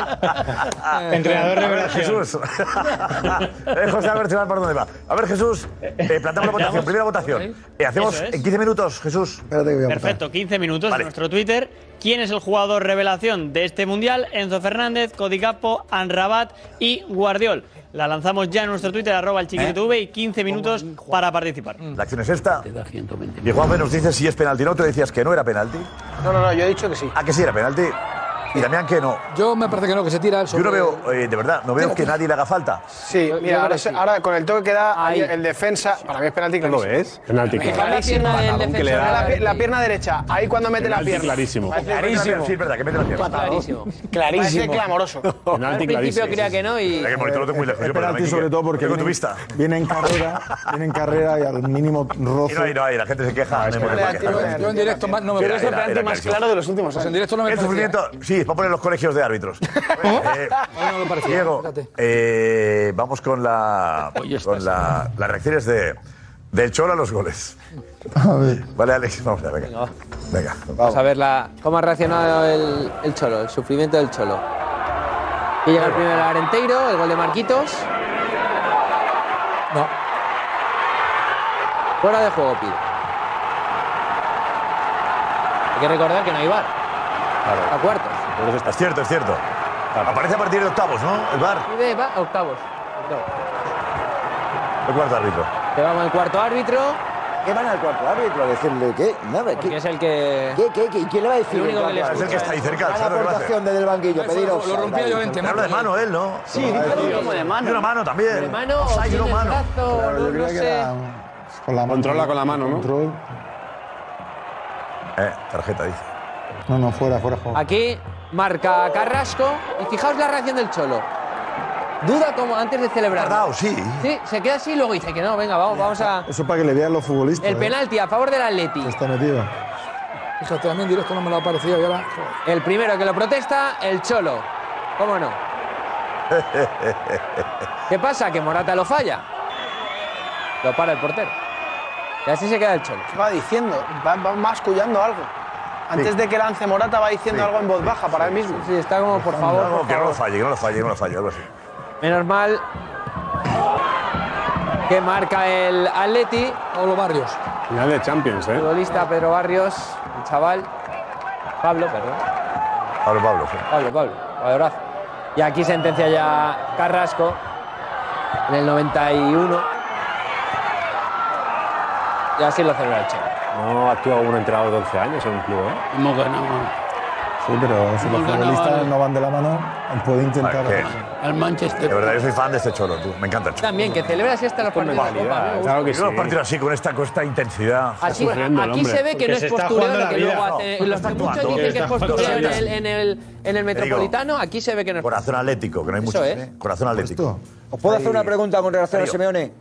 Speaker 20: Entrenador
Speaker 9: A ver,
Speaker 20: revelación. (laughs)
Speaker 9: Jesús. Eh, José Alberto, Ibáñez, ¿por dónde va? A ver, Jesús, eh, planteamos la votación, primera votación. Eh, hacemos
Speaker 20: Eso es.
Speaker 9: en 15 minutos, Jesús.
Speaker 20: Perfecto, 15 minutos
Speaker 9: Vale.
Speaker 20: en nuestro Twitter. ¿Quién es el jugador revelación de este mundial? Enzo Fernández, Cody Capo, Anrabat y Guardiol. La lanzamos ya en nuestro Twitter, arroba el
Speaker 7: ¿Eh?
Speaker 20: chiquito TV y 15 minutos para participar.
Speaker 9: La acción es esta. Y Juanfe nos dice si es penalti. No, tú decías que no era penalti.
Speaker 7: No, no, no, yo he dicho que sí.
Speaker 9: Ah, que sí era penalti. Y Damián que no.
Speaker 5: Yo me parece que no, que se tira el
Speaker 9: Yo
Speaker 5: sobre-
Speaker 9: no veo, eh, de verdad, no veo que nadie le haga falta.
Speaker 7: Sí, mira, ahora, se- ahora con el toque que da ahí el defensa, para mí es penalti
Speaker 9: ¿No lo
Speaker 7: clarísimo.
Speaker 9: ves?
Speaker 15: Penalti,
Speaker 7: Deja
Speaker 15: claro.
Speaker 7: la pierna del
Speaker 15: Patadón que le
Speaker 7: defensor,
Speaker 15: da.
Speaker 7: la, pi- la pierna derecha, ahí cuando mete la
Speaker 15: Penalti
Speaker 7: pierna.
Speaker 15: clarísimo.
Speaker 7: Parece-
Speaker 9: Sí, es verdad, que mete la pierna.
Speaker 7: Clarísimo.
Speaker 21: Clarísimo.
Speaker 7: Parece
Speaker 23: (laughs)
Speaker 7: clamoroso.
Speaker 15: Penalti
Speaker 21: Al principio
Speaker 15: clarísimo.
Speaker 21: creía que no y...
Speaker 9: Mira que
Speaker 23: Eh,
Speaker 9: bonito, lo tengo muy lejos.
Speaker 14: Es
Speaker 9: yo,
Speaker 14: penalti
Speaker 9: perdóname,
Speaker 14: sobre
Speaker 9: Quique.
Speaker 14: todo porque
Speaker 9: Tengo tu
Speaker 14: viene,
Speaker 9: vista.
Speaker 14: viene en carrera, viene en carrera y al mínimo
Speaker 9: Y no
Speaker 14: roce.
Speaker 9: hay, no hay, la gente se queja.
Speaker 14: es
Speaker 9: me
Speaker 14: que
Speaker 9: parece
Speaker 14: era-
Speaker 9: que-
Speaker 14: era-
Speaker 5: Yo en directo más- no me
Speaker 9: Era-
Speaker 5: parece
Speaker 9: era-
Speaker 5: el penalti
Speaker 9: era
Speaker 5: más
Speaker 9: clarísimo.
Speaker 5: claro de los últimos años. en directo no me
Speaker 9: El
Speaker 5: parecía.
Speaker 9: sufrimiento, sí, Va a poner los colegios de árbitros. Eh, Diego, eh, vamos con la con la, las reacciones de del Cholo a los goles.
Speaker 14: A ver.
Speaker 9: Vale, Alex, vamos a ver. Venga. Venga.
Speaker 23: Vamos a ver la, cómo ha reaccionado el, el Cholo, el sufrimiento del Cholo. Y llega el primero Arenteiro, el gol de Marquitos. No. Fuera de juego, pide. Hay que recordar que no hay bar. A cuartos.
Speaker 9: Es cierto, es cierto. Aparece a partir de octavos, ¿no? El bar.
Speaker 23: Pide va a octavos. No.
Speaker 9: El cuarto árbitro.
Speaker 23: Que vamos al cuarto árbitro.
Speaker 11: ¿Qué van al cuarto árbitro a decirle? ¿Qué? Nada,
Speaker 23: Porque es el que.
Speaker 11: ¿Qué, qué, qué? ¿Y quién le va a decir?
Speaker 23: El único que le
Speaker 11: cuarto
Speaker 23: escucha, Es el que está ahí cerca,
Speaker 11: Gran
Speaker 23: ¿sabes lo que va a hacer?
Speaker 11: aportación desde el banquillo,
Speaker 23: Eso
Speaker 11: pediros.
Speaker 23: lo- lo rompía Llorente,
Speaker 9: Habla de mano él, ¿no?
Speaker 11: Sí, dice como de mano.
Speaker 9: Y una mano también.
Speaker 23: De mano o
Speaker 9: Offside,
Speaker 23: tiene
Speaker 9: no mano.
Speaker 23: brazo,
Speaker 9: Claro,
Speaker 23: no,
Speaker 9: yo creo
Speaker 23: no
Speaker 9: que
Speaker 23: sé.
Speaker 9: era-
Speaker 14: Con la mano.
Speaker 29: Controla con la mano, ¿no?
Speaker 14: Control.
Speaker 9: Eh, tarjeta dice.
Speaker 14: No, no, fuera, fuera juego.
Speaker 23: Aquí marca Carrasco y fijaos la reacción del Cholo. Duda como antes de celebrar.
Speaker 9: sí.
Speaker 23: Sí, se queda así y luego dice que no, venga, vamos, vamos a.
Speaker 14: Eso para que le vean los futbolistas.
Speaker 23: El
Speaker 14: eh,
Speaker 23: penalti a favor del Atleti.
Speaker 14: que Está metido.
Speaker 23: Fíjate, a mí en directo no me lo ha parecido. El primero que lo protesta, el Cholo. ¿Cómo no? ¿Qué pasa? Que Morata lo falla. Lo para el portero. Y así se queda el Cholo.
Speaker 4: Va diciendo, va, va mascullando algo. Antes de que lance Morata va diciendo algo en voz baja para él mismo.
Speaker 23: Sí, está como, por favor,
Speaker 9: No,
Speaker 23: por
Speaker 9: que no
Speaker 23: favor.
Speaker 9: lo falle, que no lo falle, que no lo falle, algo así.
Speaker 23: Menos mal que marca el Atleti. Pablo Barrios.
Speaker 29: Final de Champions, ¿eh?
Speaker 23: Futbolista Pedro Barrios, el chaval. Pablo, perdón.
Speaker 9: Pablo, Pablo.
Speaker 23: Pablo, Pablo. Abrazo. Y aquí sentencia ya Carrasco en el 91. Y así lo celebra el Cholo.
Speaker 15: No actúa un entrenador de 11 años en un club, ¿eh?
Speaker 24: Hemos ganado.
Speaker 14: Sí, pero si los
Speaker 24: Hemos ganado
Speaker 14: futbolistas
Speaker 24: al-
Speaker 14: no van de la mano, él puede intentar.
Speaker 24: Al Manchester.
Speaker 9: De verdad, yo soy fan de este cholo, tú. Me encanta el cholo.
Speaker 23: También, que celebra así hasta los partidos de Copa. a mí me gusta.
Speaker 9: Claro que sí. ¿eh? Los partidos así, con esta, con esta intensidad.
Speaker 23: Así- aquí se ve que no es postureo lo que luego hace. Los que muchos dicen que es postureo en el, en el, en el
Speaker 9: digo,
Speaker 23: metropolitano, aquí se ve que no es
Speaker 9: Corazón atlético, que no hay
Speaker 23: Eso
Speaker 9: mucho.
Speaker 23: es.
Speaker 9: ¿eh? Corazón atlético.
Speaker 11: ¿Os puedo hacer una pregunta con relación a
Speaker 9: Darío.
Speaker 11: Simeone?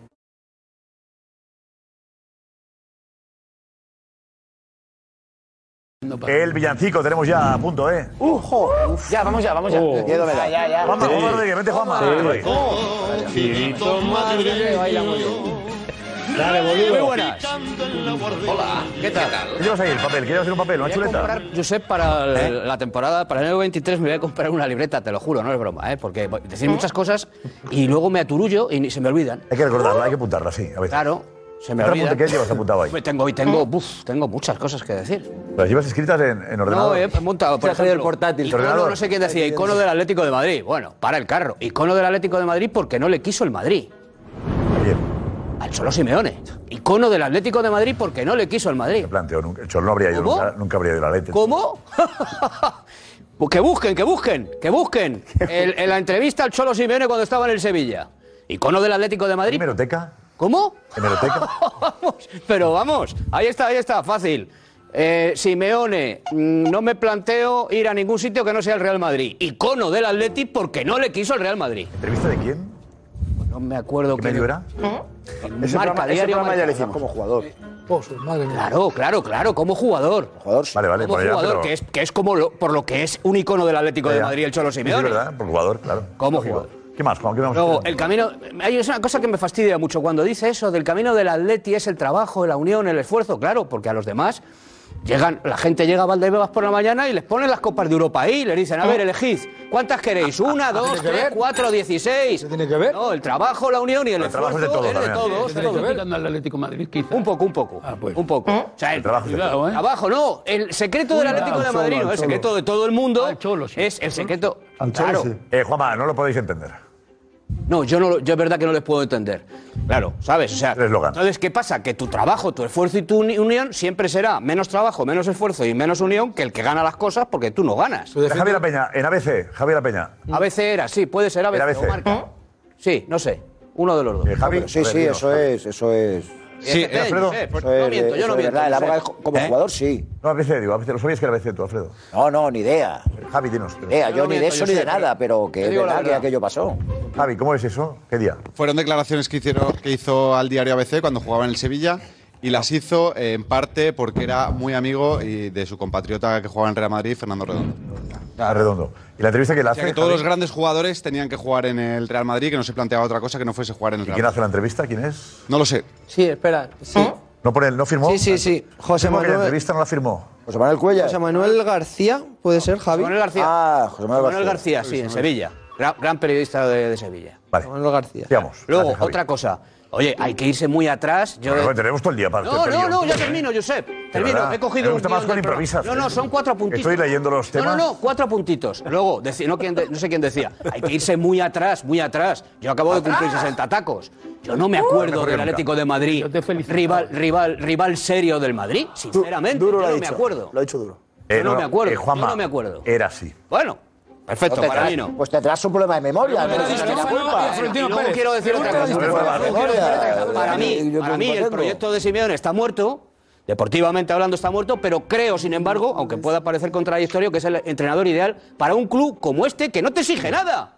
Speaker 9: El villancico tenemos ya a punto, ¿eh?
Speaker 23: Uh,
Speaker 9: Uh.
Speaker 4: ¡Ujo! Ya, vamos ya, vamos ya.
Speaker 9: Miedo me da.
Speaker 4: Ah, ya, ya.
Speaker 9: Juanma, Juanma Rodríguez, vente, Juanma.
Speaker 4: Sí.
Speaker 9: Vente por ahí.
Speaker 4: Girito
Speaker 9: Dale, boludo.
Speaker 22: Muy buenas.
Speaker 7: Hola, ¿qué tal?
Speaker 9: ¿Qué llevas ahí? El papel, ¿qué llevas ahí? un papel? ¿Una
Speaker 7: Me voy a
Speaker 9: chuleta?
Speaker 7: comprar, Josep, para
Speaker 9: ¿Eh?
Speaker 7: el- la temporada, para el año 23 me voy a comprar una libreta, te lo juro, no es broma, ¿eh? porque voy- decís muchas cosas y luego me aturullo y ni- se me olvidan.
Speaker 9: Hay que recordarla, hay que apuntarla, sí. A veces.
Speaker 7: Claro, se me
Speaker 9: Otra
Speaker 7: olvidan.
Speaker 9: punta, ¿Qué llevas apuntado ahí?
Speaker 7: (laughs) Hombre, Tengo, hoy tengo,
Speaker 9: ¿Eh?
Speaker 7: buf, tengo muchas cosas que decir.
Speaker 9: ¿Las llevas escritas en, en ordenador?
Speaker 23: eh,
Speaker 7: No, he montado, por
Speaker 9: Te has traído
Speaker 7: ejemplo,
Speaker 9: el portátil.
Speaker 7: icono,
Speaker 9: Ordenador.
Speaker 7: no sé quién decía, icono del Atlético de Madrid. Bueno, para el carro. Icono del Atlético de Madrid porque no le quiso el Madrid. Al Cholo Simeone. Icono del Atlético de Madrid porque no le quiso el Madrid.
Speaker 9: Planteo, nunca- el cholo no habría ido,
Speaker 7: ¿Cómo?
Speaker 9: nunca, nunca habría ido a la letra.
Speaker 7: ¿Cómo? (laughs) Pues que busquen, que busquen,
Speaker 9: (laughs)
Speaker 7: que busquen. El- en la entrevista al Cholo Simeone cuando estaba en el Sevilla. Icono del Atlético de Madrid.
Speaker 9: ¿Hemeroteca?
Speaker 7: ¿Cómo?
Speaker 9: ¿Hemeroteca?
Speaker 7: vamos, pero vamos. Ahí está, ahí está, fácil. Eh, Simeone, mm, no me planteo ir a ningún sitio que no sea el Real Madrid. Icono del Atleti porque no le quiso el Real Madrid. Pues
Speaker 9: ¿Entrevista de quién?
Speaker 7: No me acuerdo
Speaker 9: ¿Qué medio era?
Speaker 11: Ese
Speaker 7: Marca,
Speaker 11: programa, ese
Speaker 7: diario
Speaker 11: programa ya
Speaker 7: Marca.
Speaker 11: lo hicimos como jugador.
Speaker 5: Oh,
Speaker 7: Claro, claro, claro, como jugador.
Speaker 9: Vale, vale,
Speaker 7: como
Speaker 9: por allá,
Speaker 7: jugador,
Speaker 9: pero-
Speaker 7: que, es, que es como lo- por lo que es un icono del Atlético de
Speaker 9: Ya.
Speaker 7: Madrid el Cholo
Speaker 9: Sí,
Speaker 7: Simeone.
Speaker 9: Sí, verdad, por jugador, claro.
Speaker 7: Como
Speaker 9: Lógico.
Speaker 7: jugador.
Speaker 9: ¿Qué más, Juan? ¿Qué vamos a
Speaker 7: Luego,
Speaker 9: hacer?
Speaker 7: el camino. Hay es una cosa que me fastidia mucho cuando dice eso del camino del atleti es el trabajo, la unión, el esfuerzo, claro, porque a los demás llegan, la gente llega a Valdebebas por la mañana y les ponen las copas de Europa ahí, y les dicen, a ver, elegid, ¿cuántas queréis? Una, dos,
Speaker 30: tiene que
Speaker 7: tres,
Speaker 30: ver?
Speaker 7: cuatro, dieciséis. tiene que ver? No, el trabajo, la unión y el,
Speaker 24: El trabajo
Speaker 7: esfuerzo
Speaker 24: es de todos
Speaker 7: es de
Speaker 24: también.
Speaker 7: todos.
Speaker 24: ¿Tiene que
Speaker 7: todos.
Speaker 24: ver? al Atlético de Madrid, Ah,
Speaker 7: Un poco, un poco.
Speaker 24: pues.
Speaker 7: Un poco. O sea, el,
Speaker 24: trabajo es de todos.
Speaker 7: Abajo, no. El secreto del
Speaker 24: Cuidado,
Speaker 7: Atlético de
Speaker 24: al Cholo,
Speaker 7: Madrid, no,
Speaker 24: al
Speaker 7: el
Speaker 24: Cholo.
Speaker 7: secreto de todo el mundo es el secreto. Claro.
Speaker 9: Eh, Juanma, no lo podéis entender.
Speaker 7: No, yo no, lo- yo es verdad que no les puedo entender. Claro, ¿sabes? O sea, entonces, ¿qué pasa? Que tu trabajo, tu esfuerzo y tu uni- unión siempre será menos trabajo, menos esfuerzo y menos unión que el que gana las cosas porque tú no ganas.
Speaker 9: Javier La Peña, en ABC, Javier La Peña.
Speaker 7: A veces era, sí, puede ser a
Speaker 9: Era
Speaker 7: veces.
Speaker 9: ABC.
Speaker 7: Sí, no sé. Uno de los
Speaker 9: Eh,
Speaker 7: dos.
Speaker 11: Javi, sí, sí, eso es, eso es.
Speaker 7: Sí, eh, Alfredo. Josep, pues
Speaker 11: Eso es,
Speaker 7: no miento, yo
Speaker 11: eso
Speaker 7: no
Speaker 11: es
Speaker 7: miento,
Speaker 11: verdad, en la época
Speaker 7: Josep.
Speaker 11: de ju- como
Speaker 7: ¿Eh?
Speaker 11: jugador sí.
Speaker 9: No, ABC, digo, ABC. ¿Lo sabías que era ABC tú, Alfredo? Eh,
Speaker 11: No, no, ni idea.
Speaker 9: Javi, dinos.
Speaker 11: Ni idea,
Speaker 9: Yo
Speaker 11: yo,
Speaker 9: no
Speaker 11: ni de
Speaker 9: miento,
Speaker 11: eso
Speaker 9: yo
Speaker 11: ni de
Speaker 9: sé,
Speaker 11: nada, pero
Speaker 9: te
Speaker 11: que es
Speaker 9: digo la
Speaker 11: verdad que
Speaker 9: verdad.
Speaker 11: aquello pasó.
Speaker 9: Javi, ¿cómo es eso? ¿Qué día?
Speaker 31: Fueron declaraciones que hicieron que hizo al diario ABC cuando jugaba en el Sevilla
Speaker 17: Y las hizo eh, en parte porque era muy amigo y de su compatriota que jugaba en Real Madrid, Fernando Redondo.
Speaker 9: Ah, redondo. ¿Y la entrevista que le
Speaker 17: O
Speaker 9: hace?
Speaker 17: sea, que todos los
Speaker 9: Javi?
Speaker 17: grandes jugadores tenían que jugar en el Real Madrid, que no se planteaba otra cosa que no fuese jugar en el
Speaker 9: ¿Y
Speaker 17: Real
Speaker 9: quién hace
Speaker 17: Madrid.
Speaker 9: la entrevista? ¿Quién es?
Speaker 17: No lo sé.
Speaker 23: Sí, espera. Sí.
Speaker 9: ¿No, pone, ¿No firmó?
Speaker 23: Sí, sí, sí.
Speaker 9: José
Speaker 23: José
Speaker 9: Manuel. la
Speaker 23: Manuel-
Speaker 9: entrevista no la firmó?
Speaker 11: José Manuel Cuellar.
Speaker 23: José Manuel García, ¿puede ser, Javi?
Speaker 7: Manuel García.
Speaker 11: Ah,
Speaker 7: José Manuel García. sí, en
Speaker 23: José Manuel.
Speaker 7: Sevilla. Gran, gran periodista de, de Sevilla.
Speaker 9: Vale.
Speaker 23: Manuel García.
Speaker 7: Luego, otra cosa. Oye, hay que irse muy atrás. Yo...
Speaker 9: Bueno, tenemos todo el día para
Speaker 7: No, no, no, ya termino, Josep. Termino, he cogido
Speaker 9: Me
Speaker 7: un
Speaker 9: gusta
Speaker 7: guión
Speaker 9: más cuando
Speaker 7: del programa.
Speaker 9: improvisas.
Speaker 7: No, no, son cuatro puntitos.
Speaker 9: Estoy leyendo los
Speaker 7: No,
Speaker 9: temas.
Speaker 7: No, no, cuatro puntitos. Luego, deci- no, quién de- no sé quién decía, hay que irse muy atrás, muy atrás. Yo acabo de cumplir 60 tacos. Yo no me acuerdo
Speaker 21: Mejor que
Speaker 7: del
Speaker 21: nunca.
Speaker 7: Atlético de Madrid. rival, rival, rival serio del Madrid, sinceramente.
Speaker 8: Duro lo
Speaker 7: yo no
Speaker 8: ha
Speaker 7: me
Speaker 8: dicho.
Speaker 7: acuerdo.
Speaker 8: Lo ha hecho duro.
Speaker 7: Yo no,
Speaker 9: no,
Speaker 7: me acuerdo.
Speaker 9: eh, Juanma,
Speaker 7: yo no me acuerdo.
Speaker 9: Era así.
Speaker 7: Bueno, perfecto,
Speaker 11: Pues
Speaker 7: para
Speaker 11: tendrás-
Speaker 7: mí no.
Speaker 11: Pues tendrás un problema de memoria. pero es que la culpa.
Speaker 7: Y luego quiero decir otra cosa. Para mí, para mí el proyecto de Simeone está muerto. Deportivamente hablando está muerto, pero creo, sin embargo, aunque pueda parecer contradictorio, que es el entrenador ideal para un club como este que no te exige nada.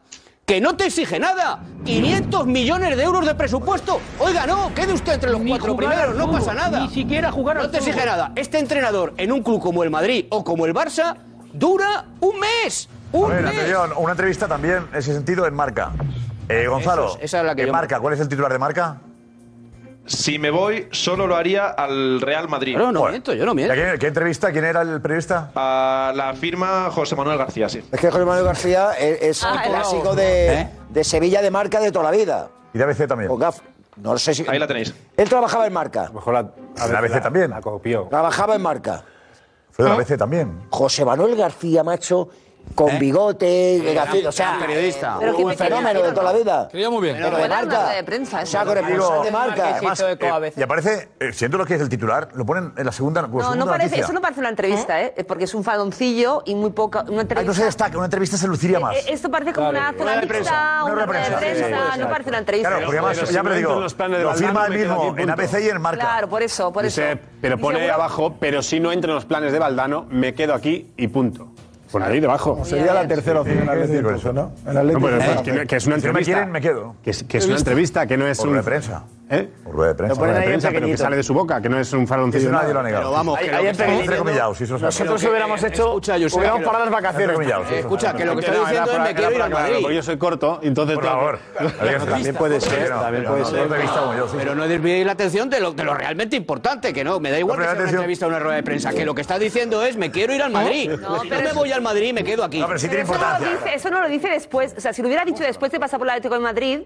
Speaker 7: Que no te exige nada. 500 millones de euros de presupuesto. Oiga, no, quede usted entre los cuatro
Speaker 24: jugar
Speaker 7: primeros,
Speaker 24: al
Speaker 7: no
Speaker 24: fútbol,
Speaker 7: pasa nada.
Speaker 24: ni siquiera jugar
Speaker 7: No
Speaker 24: al
Speaker 7: te exige
Speaker 24: fútbol.
Speaker 7: nada. Este entrenador en un club como el Madrid o como el Barça dura un mes.
Speaker 9: A
Speaker 7: Un
Speaker 9: ver,
Speaker 7: mes.
Speaker 9: atención, una entrevista también en ese sentido en marca. Eh, Gonzalo,
Speaker 7: Eso es- esa es la que
Speaker 9: en
Speaker 7: yo-
Speaker 9: marca, ¿cuál es el titular de marca?
Speaker 22: Si me voy, solo lo haría al Real Madrid.
Speaker 9: Claro, no Joder.
Speaker 7: miento, yo no
Speaker 9: ¿Y a ¿Qué, qué entrevista? ¿Quién era el periodista?
Speaker 22: A la firma José Manuel García, sí.
Speaker 11: Es que José Manuel García es, es
Speaker 22: Ah,
Speaker 11: un
Speaker 22: el
Speaker 11: clásico
Speaker 22: Raúl.
Speaker 11: de,
Speaker 22: ¿Eh?
Speaker 11: de Sevilla de marca de toda la vida.
Speaker 9: Y de ABC también.
Speaker 11: No sé si.
Speaker 22: Ahí la tenéis.
Speaker 11: Él trabajaba en marca.
Speaker 9: Mejor la, ABC también. La copió.
Speaker 11: Trabajaba en marca.
Speaker 9: Pero la ABC también. ¿Eh?
Speaker 11: José Manuel García, macho, con bigote, gafete, o sea,
Speaker 7: periodista.
Speaker 11: Pero un fenómeno de toda la vida.
Speaker 5: Quería muy bien.
Speaker 11: Pero de marca.
Speaker 13: de prensa.
Speaker 11: O sea, corresponsal de marca.
Speaker 9: Además, eh, y aparece, eh, siendo lo que es el titular, lo ponen en la segunda. como
Speaker 13: No,
Speaker 9: segunda
Speaker 13: no parece,
Speaker 9: noticia.
Speaker 13: eso no parece una entrevista, ¿eh? Porque es un fadoncillo y muy poca. Una entrevista.
Speaker 9: Ay, no se destaca, una entrevista se luciría más.
Speaker 13: Eh, Esto parece como
Speaker 9: Claro,
Speaker 13: una
Speaker 9: una
Speaker 13: zona
Speaker 9: de
Speaker 13: mixta,
Speaker 9: prensa,
Speaker 13: una
Speaker 9: una
Speaker 13: rueda de
Speaker 9: de prensa, sí,
Speaker 13: prensa,
Speaker 9: puede
Speaker 13: no
Speaker 9: ser.
Speaker 13: parece una entrevista.
Speaker 9: Claro, porque además, ya me digo, lo firma él mismo en ABC y en Marca.
Speaker 13: Claro, por eso, por eso.
Speaker 15: Dice, pero
Speaker 13: Y
Speaker 15: pone
Speaker 13: seguro-
Speaker 15: abajo, pero si no entran los planes de Baldano, me quedo aquí y punto. Pon ahí debajo.
Speaker 14: Sería la tercera opción en Atlético, ¿no? En Atlético.
Speaker 15: No, pero es que, que es una
Speaker 9: Si no
Speaker 15: entrevista.
Speaker 9: me quieren, me quedo.
Speaker 15: Que es, que es una entrevista, que no es
Speaker 9: Por
Speaker 15: un.
Speaker 9: rueda de prensa.
Speaker 15: ¿Eh?
Speaker 9: Por rueda de prensa.
Speaker 15: Por rueda de prensa, pero que sale de su boca, que no es un faroncillo.
Speaker 9: Eso nadie
Speaker 15: nada.
Speaker 9: lo ha negado.
Speaker 15: Pero vamos,
Speaker 9: Ahí-
Speaker 15: que lo
Speaker 9: ahí
Speaker 15: que
Speaker 9: en
Speaker 15: estamos-
Speaker 9: Entre comillados, eso Eh, sabe.
Speaker 15: Pero que- escucha, Josep, que lo-
Speaker 9: Entrecomillados,
Speaker 15: Eh, Escucha,
Speaker 9: eso
Speaker 15: que lo que
Speaker 9: sabe.
Speaker 15: estoy diciendo es me quiero ir a Madrid. Porque yo soy corto, entonces.
Speaker 9: Por favor.
Speaker 15: También puede ser, también puede ser.
Speaker 7: Pero no desviéis la atención de lo, de lo realmente importante, que no, me da igual que sea una entrevista o una rueda de prensa, que lo que está diciendo es me quiero ir al Madrid. No, me voy al Madrid, me quedo aquí. No, pero
Speaker 9: sí
Speaker 13: Pero eso, no lo dice, eso no lo dice después. O sea, si lo hubiera dicho después de pasar por el Atlético de Madrid,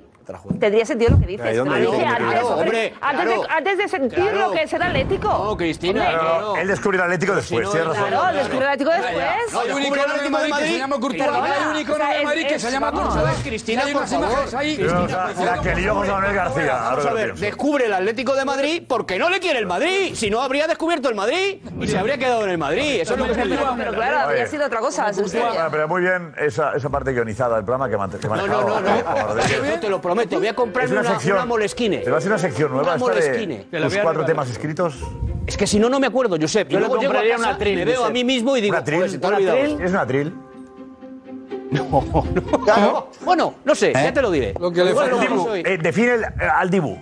Speaker 13: tendría sentido lo que dices.
Speaker 7: Ahí donde dice
Speaker 13: Lo dice
Speaker 7: que me
Speaker 13: antes,
Speaker 7: quiero ir.
Speaker 13: hombre,
Speaker 7: Hombre,
Speaker 13: antes, de,
Speaker 7: claro.
Speaker 13: antes de sentir
Speaker 7: Claro.
Speaker 13: lo que es el Atlético. eh, No,
Speaker 7: Cristina,
Speaker 9: Eh, No, no, no, Él descubre el Atlético después, tienes razón.
Speaker 13: Claro, el descubre el Atlético después.
Speaker 5: Hay un unicornio en el Madrid que se llama Courtois. Hay un unicornio en el Madrid que se llama Courtois.
Speaker 7: Cristina,
Speaker 5: Y hay
Speaker 7: por
Speaker 5: unas
Speaker 7: favor.
Speaker 5: imágenes ahí.
Speaker 9: Pero, o sea, La que lió José Manuel García.
Speaker 7: Vamos
Speaker 9: ahora
Speaker 7: a
Speaker 9: lo
Speaker 7: ver,
Speaker 9: pienso.
Speaker 7: descubre el Atlético de Madrid porque no le quiere el Madrid. Si no, habría descubierto el Madrid y se habría quedado en el Madrid. Eso es lo que está
Speaker 13: Pero, pero claro,
Speaker 9: Oye.
Speaker 13: habría sido otra cosa. o sea,
Speaker 9: Bueno, pero muy bien esa, esa parte guionizada del programa que mante- que
Speaker 7: No,
Speaker 9: manejaba.
Speaker 7: no, no,
Speaker 9: Ahora, de-
Speaker 7: no. Yo te lo prometo. Voy a
Speaker 9: Es
Speaker 7: comprarme
Speaker 9: una
Speaker 7: una,
Speaker 9: sección.
Speaker 7: una moleskine.
Speaker 9: Pero va a ser una sección nueva
Speaker 7: Una
Speaker 9: esta de
Speaker 7: moleskine.
Speaker 9: los cuatro temas escritos.
Speaker 7: Es que si no, no me acuerdo, Josep.
Speaker 9: Yo
Speaker 7: Yo
Speaker 9: le
Speaker 7: luego llego a
Speaker 9: compraría
Speaker 7: casa,
Speaker 9: una atril,
Speaker 7: me veo a
Speaker 9: Josep.
Speaker 7: mí mismo y digo,
Speaker 9: ¿Un atril?
Speaker 7: joder, se te ha
Speaker 9: ¿Un
Speaker 7: olvidado.
Speaker 9: atril? ¿Es un atril?
Speaker 7: Bueno, (laughs) no sé, ya te lo diré.
Speaker 9: Lo que le
Speaker 7: Igual
Speaker 9: falta.
Speaker 7: lo
Speaker 9: Dibu,
Speaker 7: soy.
Speaker 9: eh, define el- al Dibu.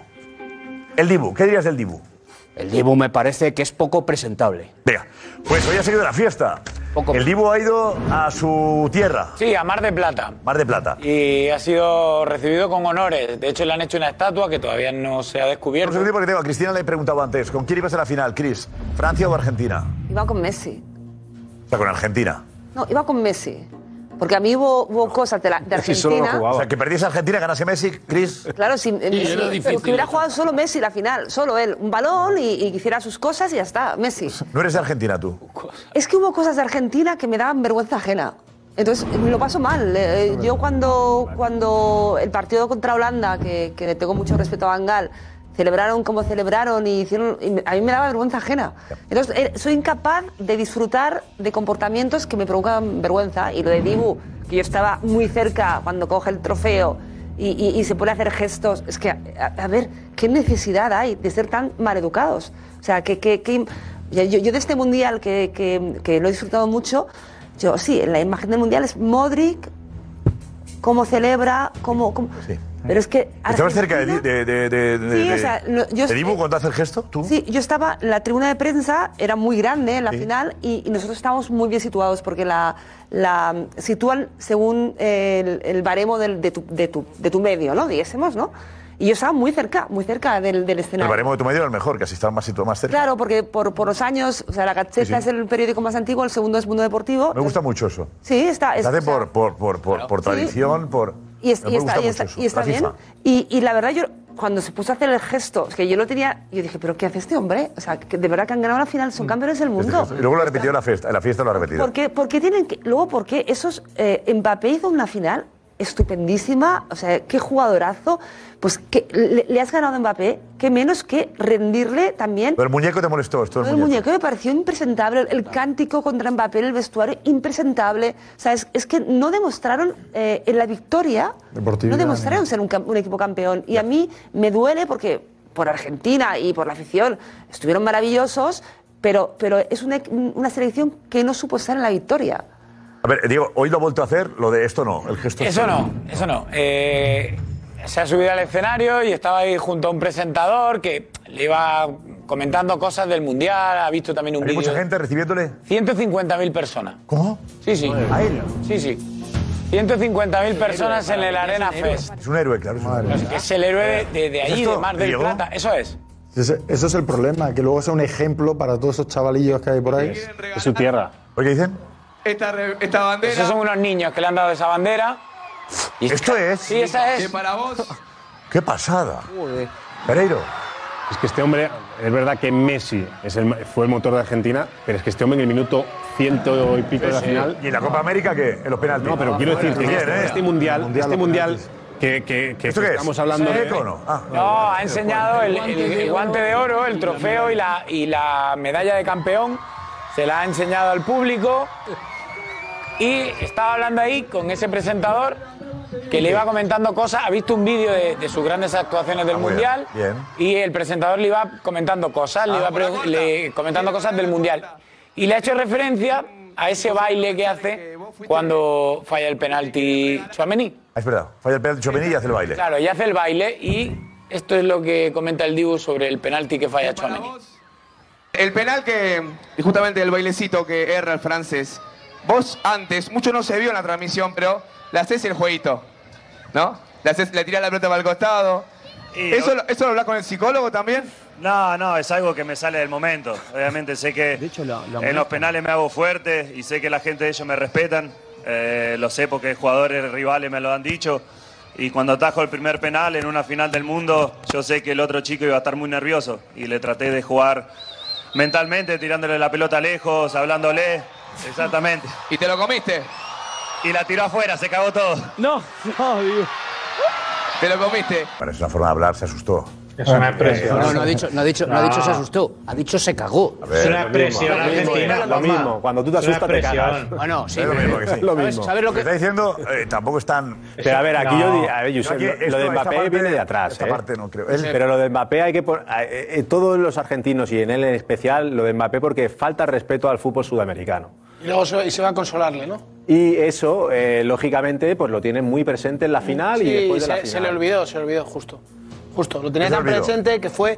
Speaker 9: El Dibu, ¿qué dirías del Dibu?
Speaker 7: El Dibu me parece que es poco presentable.
Speaker 9: Venga, pues hoy ha seguido la fiesta. El Dibu ha ido a su tierra,
Speaker 21: Sí, a Mar de Plata.
Speaker 9: Mar de Plata.
Speaker 21: Y ha sido recibido con honores. De hecho, le han hecho una estatua que todavía no se ha
Speaker 9: Un
Speaker 21: descubierto.
Speaker 9: segundo porque tengo a Cristina le he preguntado antes, ¿con quién ibas a la final, Cris? ¿Francia o Argentina?
Speaker 13: Iba con Messi.
Speaker 9: O sea, con Argentina.
Speaker 13: No, iba con Messi. Porque a mí hubo, hubo cosas de, la, de Argentina.
Speaker 9: O sea, que perdiese Argentina, ganase Messi, Cris.
Speaker 13: Claro, si, si-
Speaker 9: era
Speaker 13: pero
Speaker 9: difícil
Speaker 13: que hubiera
Speaker 9: eso.
Speaker 13: jugado solo Messi la final, solo él, un balón y, y que hiciera sus cosas y ya está, Messi.
Speaker 9: No eres de Argentina tú.
Speaker 13: Es que hubo cosas de Argentina que me daban vergüenza ajena. Entonces lo paso mal. Eh, yo cuando, cuando el partido contra Holanda, que, que le tengo mucho respeto a Bangal, celebraron como celebraron y hicieron, y me- a mí me daba vergüenza ajena. Entonces eh, soy incapaz de disfrutar de comportamientos que me provocan vergüenza. Y lo de Dibu, que yo estaba muy cerca cuando coge el trofeo y, y- y se pone a hacer gestos. Es que, a, a ver, ¿qué necesidad hay de ser tan maleducados? O sea, que, que- que- yo, yo- yo de este mundial que, que- que lo he disfrutado mucho, yo sí, la imagen del mundial es Modric, cómo celebra, cómo. cómo- Pero es que
Speaker 9: ¿Estabas cerca de, Di- de, de, de, de-
Speaker 13: Sí, o
Speaker 9: de-
Speaker 13: sea, no, yo-
Speaker 9: de Dibu cuando hace el gesto? ¿Tú?
Speaker 13: Sí, yo estaba, la tribuna de prensa era muy grande en la
Speaker 9: Sí.
Speaker 13: final y, y nosotros estábamos muy bien situados porque la, la sitúan según el, el baremo del- de, tu, de, tu, de tu medio, ¿no? Diésemos, ¿no? Y yo estaba muy cerca, muy cerca del,
Speaker 9: El
Speaker 13: del escenario.
Speaker 9: baremo de tu medio era el mejor, que así estaba más, situ- más cerca.
Speaker 13: Claro, porque por, por los años, o sea, la Gaceta
Speaker 9: Sí, sí.
Speaker 13: es el periódico más antiguo, el segundo es Mundo Deportivo.
Speaker 9: Me gusta mucho eso.
Speaker 13: Sí, está. es-
Speaker 9: Se hace
Speaker 13: o sea,
Speaker 9: por, por, por, por, por
Speaker 13: Sí.
Speaker 9: tradición, por...
Speaker 13: Y, es-
Speaker 9: me
Speaker 13: y
Speaker 9: gusta
Speaker 13: está, y
Speaker 9: mucho
Speaker 13: está-
Speaker 9: eso,
Speaker 13: y está
Speaker 9: la
Speaker 13: bien.
Speaker 9: FIFA.
Speaker 13: Y, y la verdad, yo cuando se puso a hacer el gesto, es que yo lo tenía, yo dije, pero ¿qué hace este hombre? O sea, que de verdad que han ganado la final,
Speaker 9: Mm.
Speaker 13: son campeones del mundo.
Speaker 9: Y luego lo ha repetido en la fiesta, en la fiesta lo ha repetido.
Speaker 13: ¿Por qué, por qué tienen que.? Luego, ¿por qué esos. eh, Mbappé hizo una final estupendísima, o sea, qué jugadorazo. Pues que le, le has ganado a Mbappé, que menos que rendirle también.
Speaker 9: Pero el muñeco te molestó, esto
Speaker 13: Lo
Speaker 9: el
Speaker 13: del
Speaker 9: muñeco.
Speaker 13: muñeco me pareció impresentable, el, el cántico contra Mbappé en el vestuario, impresentable. O sea, es, es que no demostraron eh, en la victoria,
Speaker 14: Deportividad,
Speaker 13: no demostraron ser un, cam- un equipo campeón. Y a mí me duele porque por Argentina y por la afición estuvieron maravillosos, pero, pero es una, una selección que no supo estar en la victoria.
Speaker 9: A ver, Diego, hoy lo ha vuelto a hacer, lo de esto no, el gesto...
Speaker 21: Eso no, eso no. Eh, se ha subido al escenario y estaba ahí junto a un presentador que le iba comentando cosas del mundial, ha visto también un
Speaker 9: Hay
Speaker 21: vídeo.
Speaker 9: mucha gente recibiéndole...
Speaker 21: 150.000 personas. ¿Cómo? Sí, sí. Sí, sí. 150.000 personas en el Arena Fest.
Speaker 9: Es un héroe, claro. es un héroe.
Speaker 21: Es el héroe de, de, de allí, de
Speaker 9: Eh, ¿Esto,
Speaker 21: Mar del
Speaker 9: Diego?
Speaker 21: Plata. Eso es.
Speaker 14: Ese- Eso es el problema, que luego sea un ejemplo para todos esos chavalillos que hay por ahí.
Speaker 21: Es su tierra.
Speaker 9: ¿Qué dicen?
Speaker 21: Esta, bandera. Esos son unos niños que le han dado esa bandera.
Speaker 9: Esto es.
Speaker 21: Sí, esa es.
Speaker 9: Que para ¡Qué pasada! Pereiro.
Speaker 15: Es que este hombre, es verdad que Messi es el- fue el motor de Argentina, pero es que este hombre en el minuto ciento y pico de la
Speaker 9: Sí.
Speaker 15: final.
Speaker 9: ¿Y en la Copa América qué? En los penaltis.
Speaker 15: No, pero quiero decir que
Speaker 9: Bien,
Speaker 15: este,
Speaker 9: ¿eh?
Speaker 15: este mundial,
Speaker 9: Mundial,
Speaker 15: este
Speaker 9: los
Speaker 15: mundial que, que, que
Speaker 9: ¿Esto qué es?
Speaker 15: estamos hablando
Speaker 9: ¿Sí?
Speaker 15: de.
Speaker 9: ¿Eco o no? Ah,
Speaker 21: No, ha enseñado el, el- el guante de oro, el trofeo y la, y la medalla de campeón. Se la ha enseñado al público. Y estaba hablando ahí con ese presentador que le iba comentando cosas. Ha visto un vídeo de, de sus grandes actuaciones del
Speaker 9: Ah, muy
Speaker 21: Mundial.
Speaker 9: bien,
Speaker 21: Y el presentador le iba comentando cosas, le iba pre- le- comentando cosas del Mundial. Y le ha hecho referencia a ese baile que hace cuando falla el penalti Chouameni.
Speaker 9: Ah, es verdad. Falla el penalti Chopin y hace el baile.
Speaker 21: Claro, y hace el baile y esto es lo que comenta el Dibu sobre el penalti que falla Chouameni.
Speaker 1: El penal que, y justamente el bailecito que erra el francés, vos antes, mucho no se vio en la transmisión, pero le haces el jueguito, ¿no? Le, haces, le tirás la pelota para el costado. (laughs) ¿Eso, lo- ¿Eso lo hablas con el psicólogo también?
Speaker 16: No, no, es algo que me sale del momento. Obviamente sé que en los penales me hago fuerte y sé que la gente de ellos me respetan. Eh, lo sé porque jugadores rivales me lo han dicho. Y cuando atajo el primer penal en una final del mundo, yo sé que el otro chico iba a estar muy nervioso y le traté de jugar mentalmente, tirándole la pelota lejos, hablándole. Exactamente.
Speaker 1: ¿Y te lo comiste?
Speaker 16: Y la tiró afuera, se cagó todo. No, no,
Speaker 1: ¿Te lo comiste?
Speaker 9: Bueno, es una forma de hablar, se asustó.
Speaker 1: Es una expresión.
Speaker 7: No, no ha dicho, no ha dicho, no ha dicho se asustó, ha dicho se cagó.
Speaker 9: ver, Es una lo mismo, expresión lo mismo, argentina, lo mamá. mismo, cuando tú te Es una asustas, te expresión. cagas.
Speaker 7: Bueno, sí.
Speaker 9: Es lo mismo que sí.
Speaker 7: Lo mismo.
Speaker 9: ¿Sabes lo que está diciendo? Eh, tampoco es tan.
Speaker 18: Pero a ver, aquí yo di- a ver, Josep,
Speaker 9: Aquí
Speaker 18: lo-
Speaker 9: esto-
Speaker 18: lo de
Speaker 9: esta
Speaker 18: Mbappé
Speaker 9: parte-
Speaker 18: viene de atrás.
Speaker 9: Esta
Speaker 18: ¿eh?
Speaker 9: parte no creo. Él-
Speaker 18: Pero lo de Mbappé hay que pon- a- eh, eh, todos los argentinos y en él en especial lo de Mbappé porque falta respeto al fútbol sudamericano.
Speaker 4: Y luego se, y se va a consolarle, ¿no?
Speaker 18: Y eso, eh, lógicamente, pues lo tienen muy presente en la final y
Speaker 4: Sí,
Speaker 18: después de
Speaker 4: se,
Speaker 18: la
Speaker 4: se
Speaker 18: final.
Speaker 4: le olvidó, se le olvidó justo. Justo, lo tenía
Speaker 18: Se le
Speaker 4: tan
Speaker 18: olvidó.
Speaker 4: presente que fue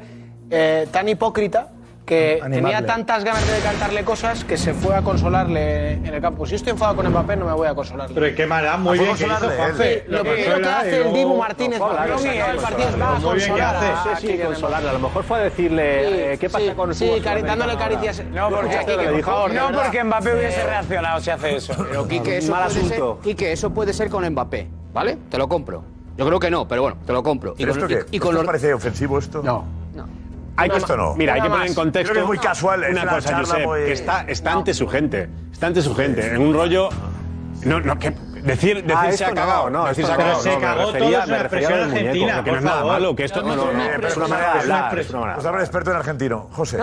Speaker 4: eh, tan hipócrita que
Speaker 18: Animarle.
Speaker 4: tenía tantas ganas de cantarle cosas que se fue a consolarle en el campo. Si yo estoy enfadado con Mbappé, no me voy a consolarle.
Speaker 2: Pero qué
Speaker 4: Ah,
Speaker 2: mala, muy bien que hizo Juanfe.
Speaker 4: Lo primero que hace el Dibu Martínez Lo cuando consola, acaba el lo partido es va a consola. Muy bien que consolar hace. a- a
Speaker 18: Sí, sí,
Speaker 4: Quique
Speaker 18: consolarle. A
Speaker 4: Lemar.
Speaker 18: lo mejor fue a decirle
Speaker 4: Sí,
Speaker 18: eh, qué pasa
Speaker 4: sí,
Speaker 18: con el
Speaker 4: sí,
Speaker 18: fútbol
Speaker 4: calentándole
Speaker 18: sudamericano
Speaker 4: caricias.
Speaker 18: ahora?
Speaker 4: No, porque
Speaker 18: Esto
Speaker 4: Quique,
Speaker 18: le
Speaker 4: por
Speaker 18: dijo.
Speaker 4: favor,
Speaker 18: No,
Speaker 4: de verdad.
Speaker 21: Porque Mbappé hubiese
Speaker 4: Eh,
Speaker 21: reaccionado si hace eso. Pero
Speaker 7: Quique,
Speaker 23: (laughs)
Speaker 7: eso
Speaker 21: mal
Speaker 7: puede
Speaker 21: asunto.
Speaker 7: ser- Quique, eso puede ser con Mbappé, ¿vale? Te lo compro. Yo creo que no, pero bueno, te lo compro.
Speaker 9: ¿Pero esto
Speaker 7: con-
Speaker 9: qué?
Speaker 7: y
Speaker 9: ¿Esto
Speaker 7: con los-
Speaker 9: os parece ofensivo esto? No.
Speaker 15: Hay que,
Speaker 9: esto no.
Speaker 15: Mira, hay que poner en contexto.
Speaker 9: Creo que es muy casual. es
Speaker 15: Una cosa,
Speaker 9: charla
Speaker 15: Josep,
Speaker 9: muy-
Speaker 15: que está, está ante su gente. Está ante su gente. En un rollo. No, no, que. Decir, decir
Speaker 18: Ah,
Speaker 15: se
Speaker 18: esto
Speaker 15: ha
Speaker 18: no,
Speaker 15: cagado, no,
Speaker 18: no,
Speaker 15: decir se
Speaker 18: esto
Speaker 15: ha cagado.
Speaker 18: no, no, me refería- me refería al muñeco,
Speaker 15: que no es nada malo, que esto
Speaker 9: no, no, no, pero es una manera de hablar. Es una manera. Nos habla el experto en argentino, José.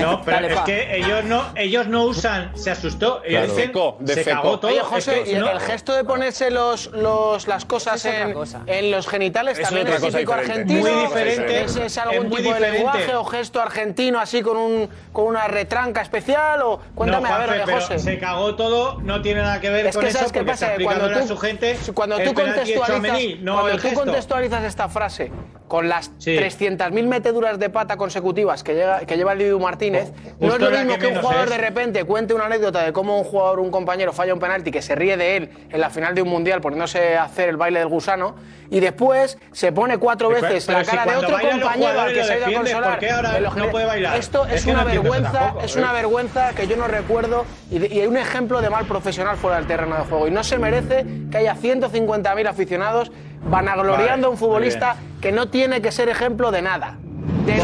Speaker 2: No, pero es que ellos no, ellos no usan, se asustó, ellos
Speaker 9: Claro.
Speaker 2: dicen,
Speaker 9: Defecó,
Speaker 2: se
Speaker 9: defecó.
Speaker 2: cagó todo.
Speaker 4: Oye, José,
Speaker 2: es que
Speaker 4: y el,
Speaker 2: no-
Speaker 4: el gesto de ponerse los, los, las cosas en, en los genitales
Speaker 2: Es
Speaker 4: también
Speaker 2: otra
Speaker 4: es
Speaker 2: cosa
Speaker 4: típico
Speaker 2: diferente.
Speaker 4: argentino.
Speaker 2: Muy diferente.
Speaker 4: ¿Es, es
Speaker 2: Es
Speaker 4: algún
Speaker 2: muy
Speaker 4: tipo de
Speaker 2: diferente.
Speaker 4: lenguaje o gesto argentino así con, un, con una retranca especial? o
Speaker 2: No,
Speaker 4: Cuéntame a
Speaker 2: Juanfe,
Speaker 4: ver, oye,
Speaker 2: pero
Speaker 4: José.
Speaker 2: se cagó todo, no tiene nada nada que ver
Speaker 4: Es
Speaker 2: con
Speaker 4: que
Speaker 2: eso
Speaker 4: sabes qué
Speaker 2: porque
Speaker 4: pasa
Speaker 2: está
Speaker 4: que cuando
Speaker 2: explicándole
Speaker 4: tú,
Speaker 2: a su gente
Speaker 4: si cuando
Speaker 2: el
Speaker 4: tú
Speaker 2: penalti hecho a
Speaker 4: contextualizas,
Speaker 2: Mení, no
Speaker 4: cuando
Speaker 2: el
Speaker 4: tú
Speaker 2: gesto.
Speaker 4: contextualizas esta frase con las 300.000 meteduras de pata consecutivas que, llega, que lleva el Lidio Martínez, no es
Speaker 2: Pues, justo
Speaker 4: lo
Speaker 2: la
Speaker 4: mismo
Speaker 2: que
Speaker 4: que, un
Speaker 2: menos
Speaker 4: jugador
Speaker 2: es.
Speaker 4: de repente cuente una anécdota de cómo un jugador, un compañero falla un penalti que se ríe de él en la final de un mundial poniéndose a hacer el baile del gusano y después se pone cuatro
Speaker 2: Pero
Speaker 4: veces
Speaker 2: pero
Speaker 4: la
Speaker 2: si
Speaker 4: cara de
Speaker 2: cuando
Speaker 4: otro
Speaker 2: bailan los
Speaker 4: compañero al
Speaker 2: jugadores
Speaker 4: que
Speaker 2: lo
Speaker 4: se ha ido a
Speaker 2: defiendes,
Speaker 4: consolar.
Speaker 2: ¿por qué ahora
Speaker 4: en lo
Speaker 2: no
Speaker 4: general.
Speaker 2: puede bailar?
Speaker 4: Esto es,
Speaker 2: Es que
Speaker 4: una
Speaker 2: no entiendo
Speaker 4: vergüenza,
Speaker 2: tampoco,
Speaker 4: es
Speaker 2: ¿eh?
Speaker 4: una vergüenza que yo no recuerdo y, de- y un ejemplo de mal profesional fuera del terreno de juego. Y no
Speaker 2: Mm.
Speaker 4: se merece que haya 150.000 aficionados
Speaker 2: Vale,
Speaker 4: vanagloriando a un
Speaker 2: muy
Speaker 4: futbolista que no tiene que ser ejemplo de nada.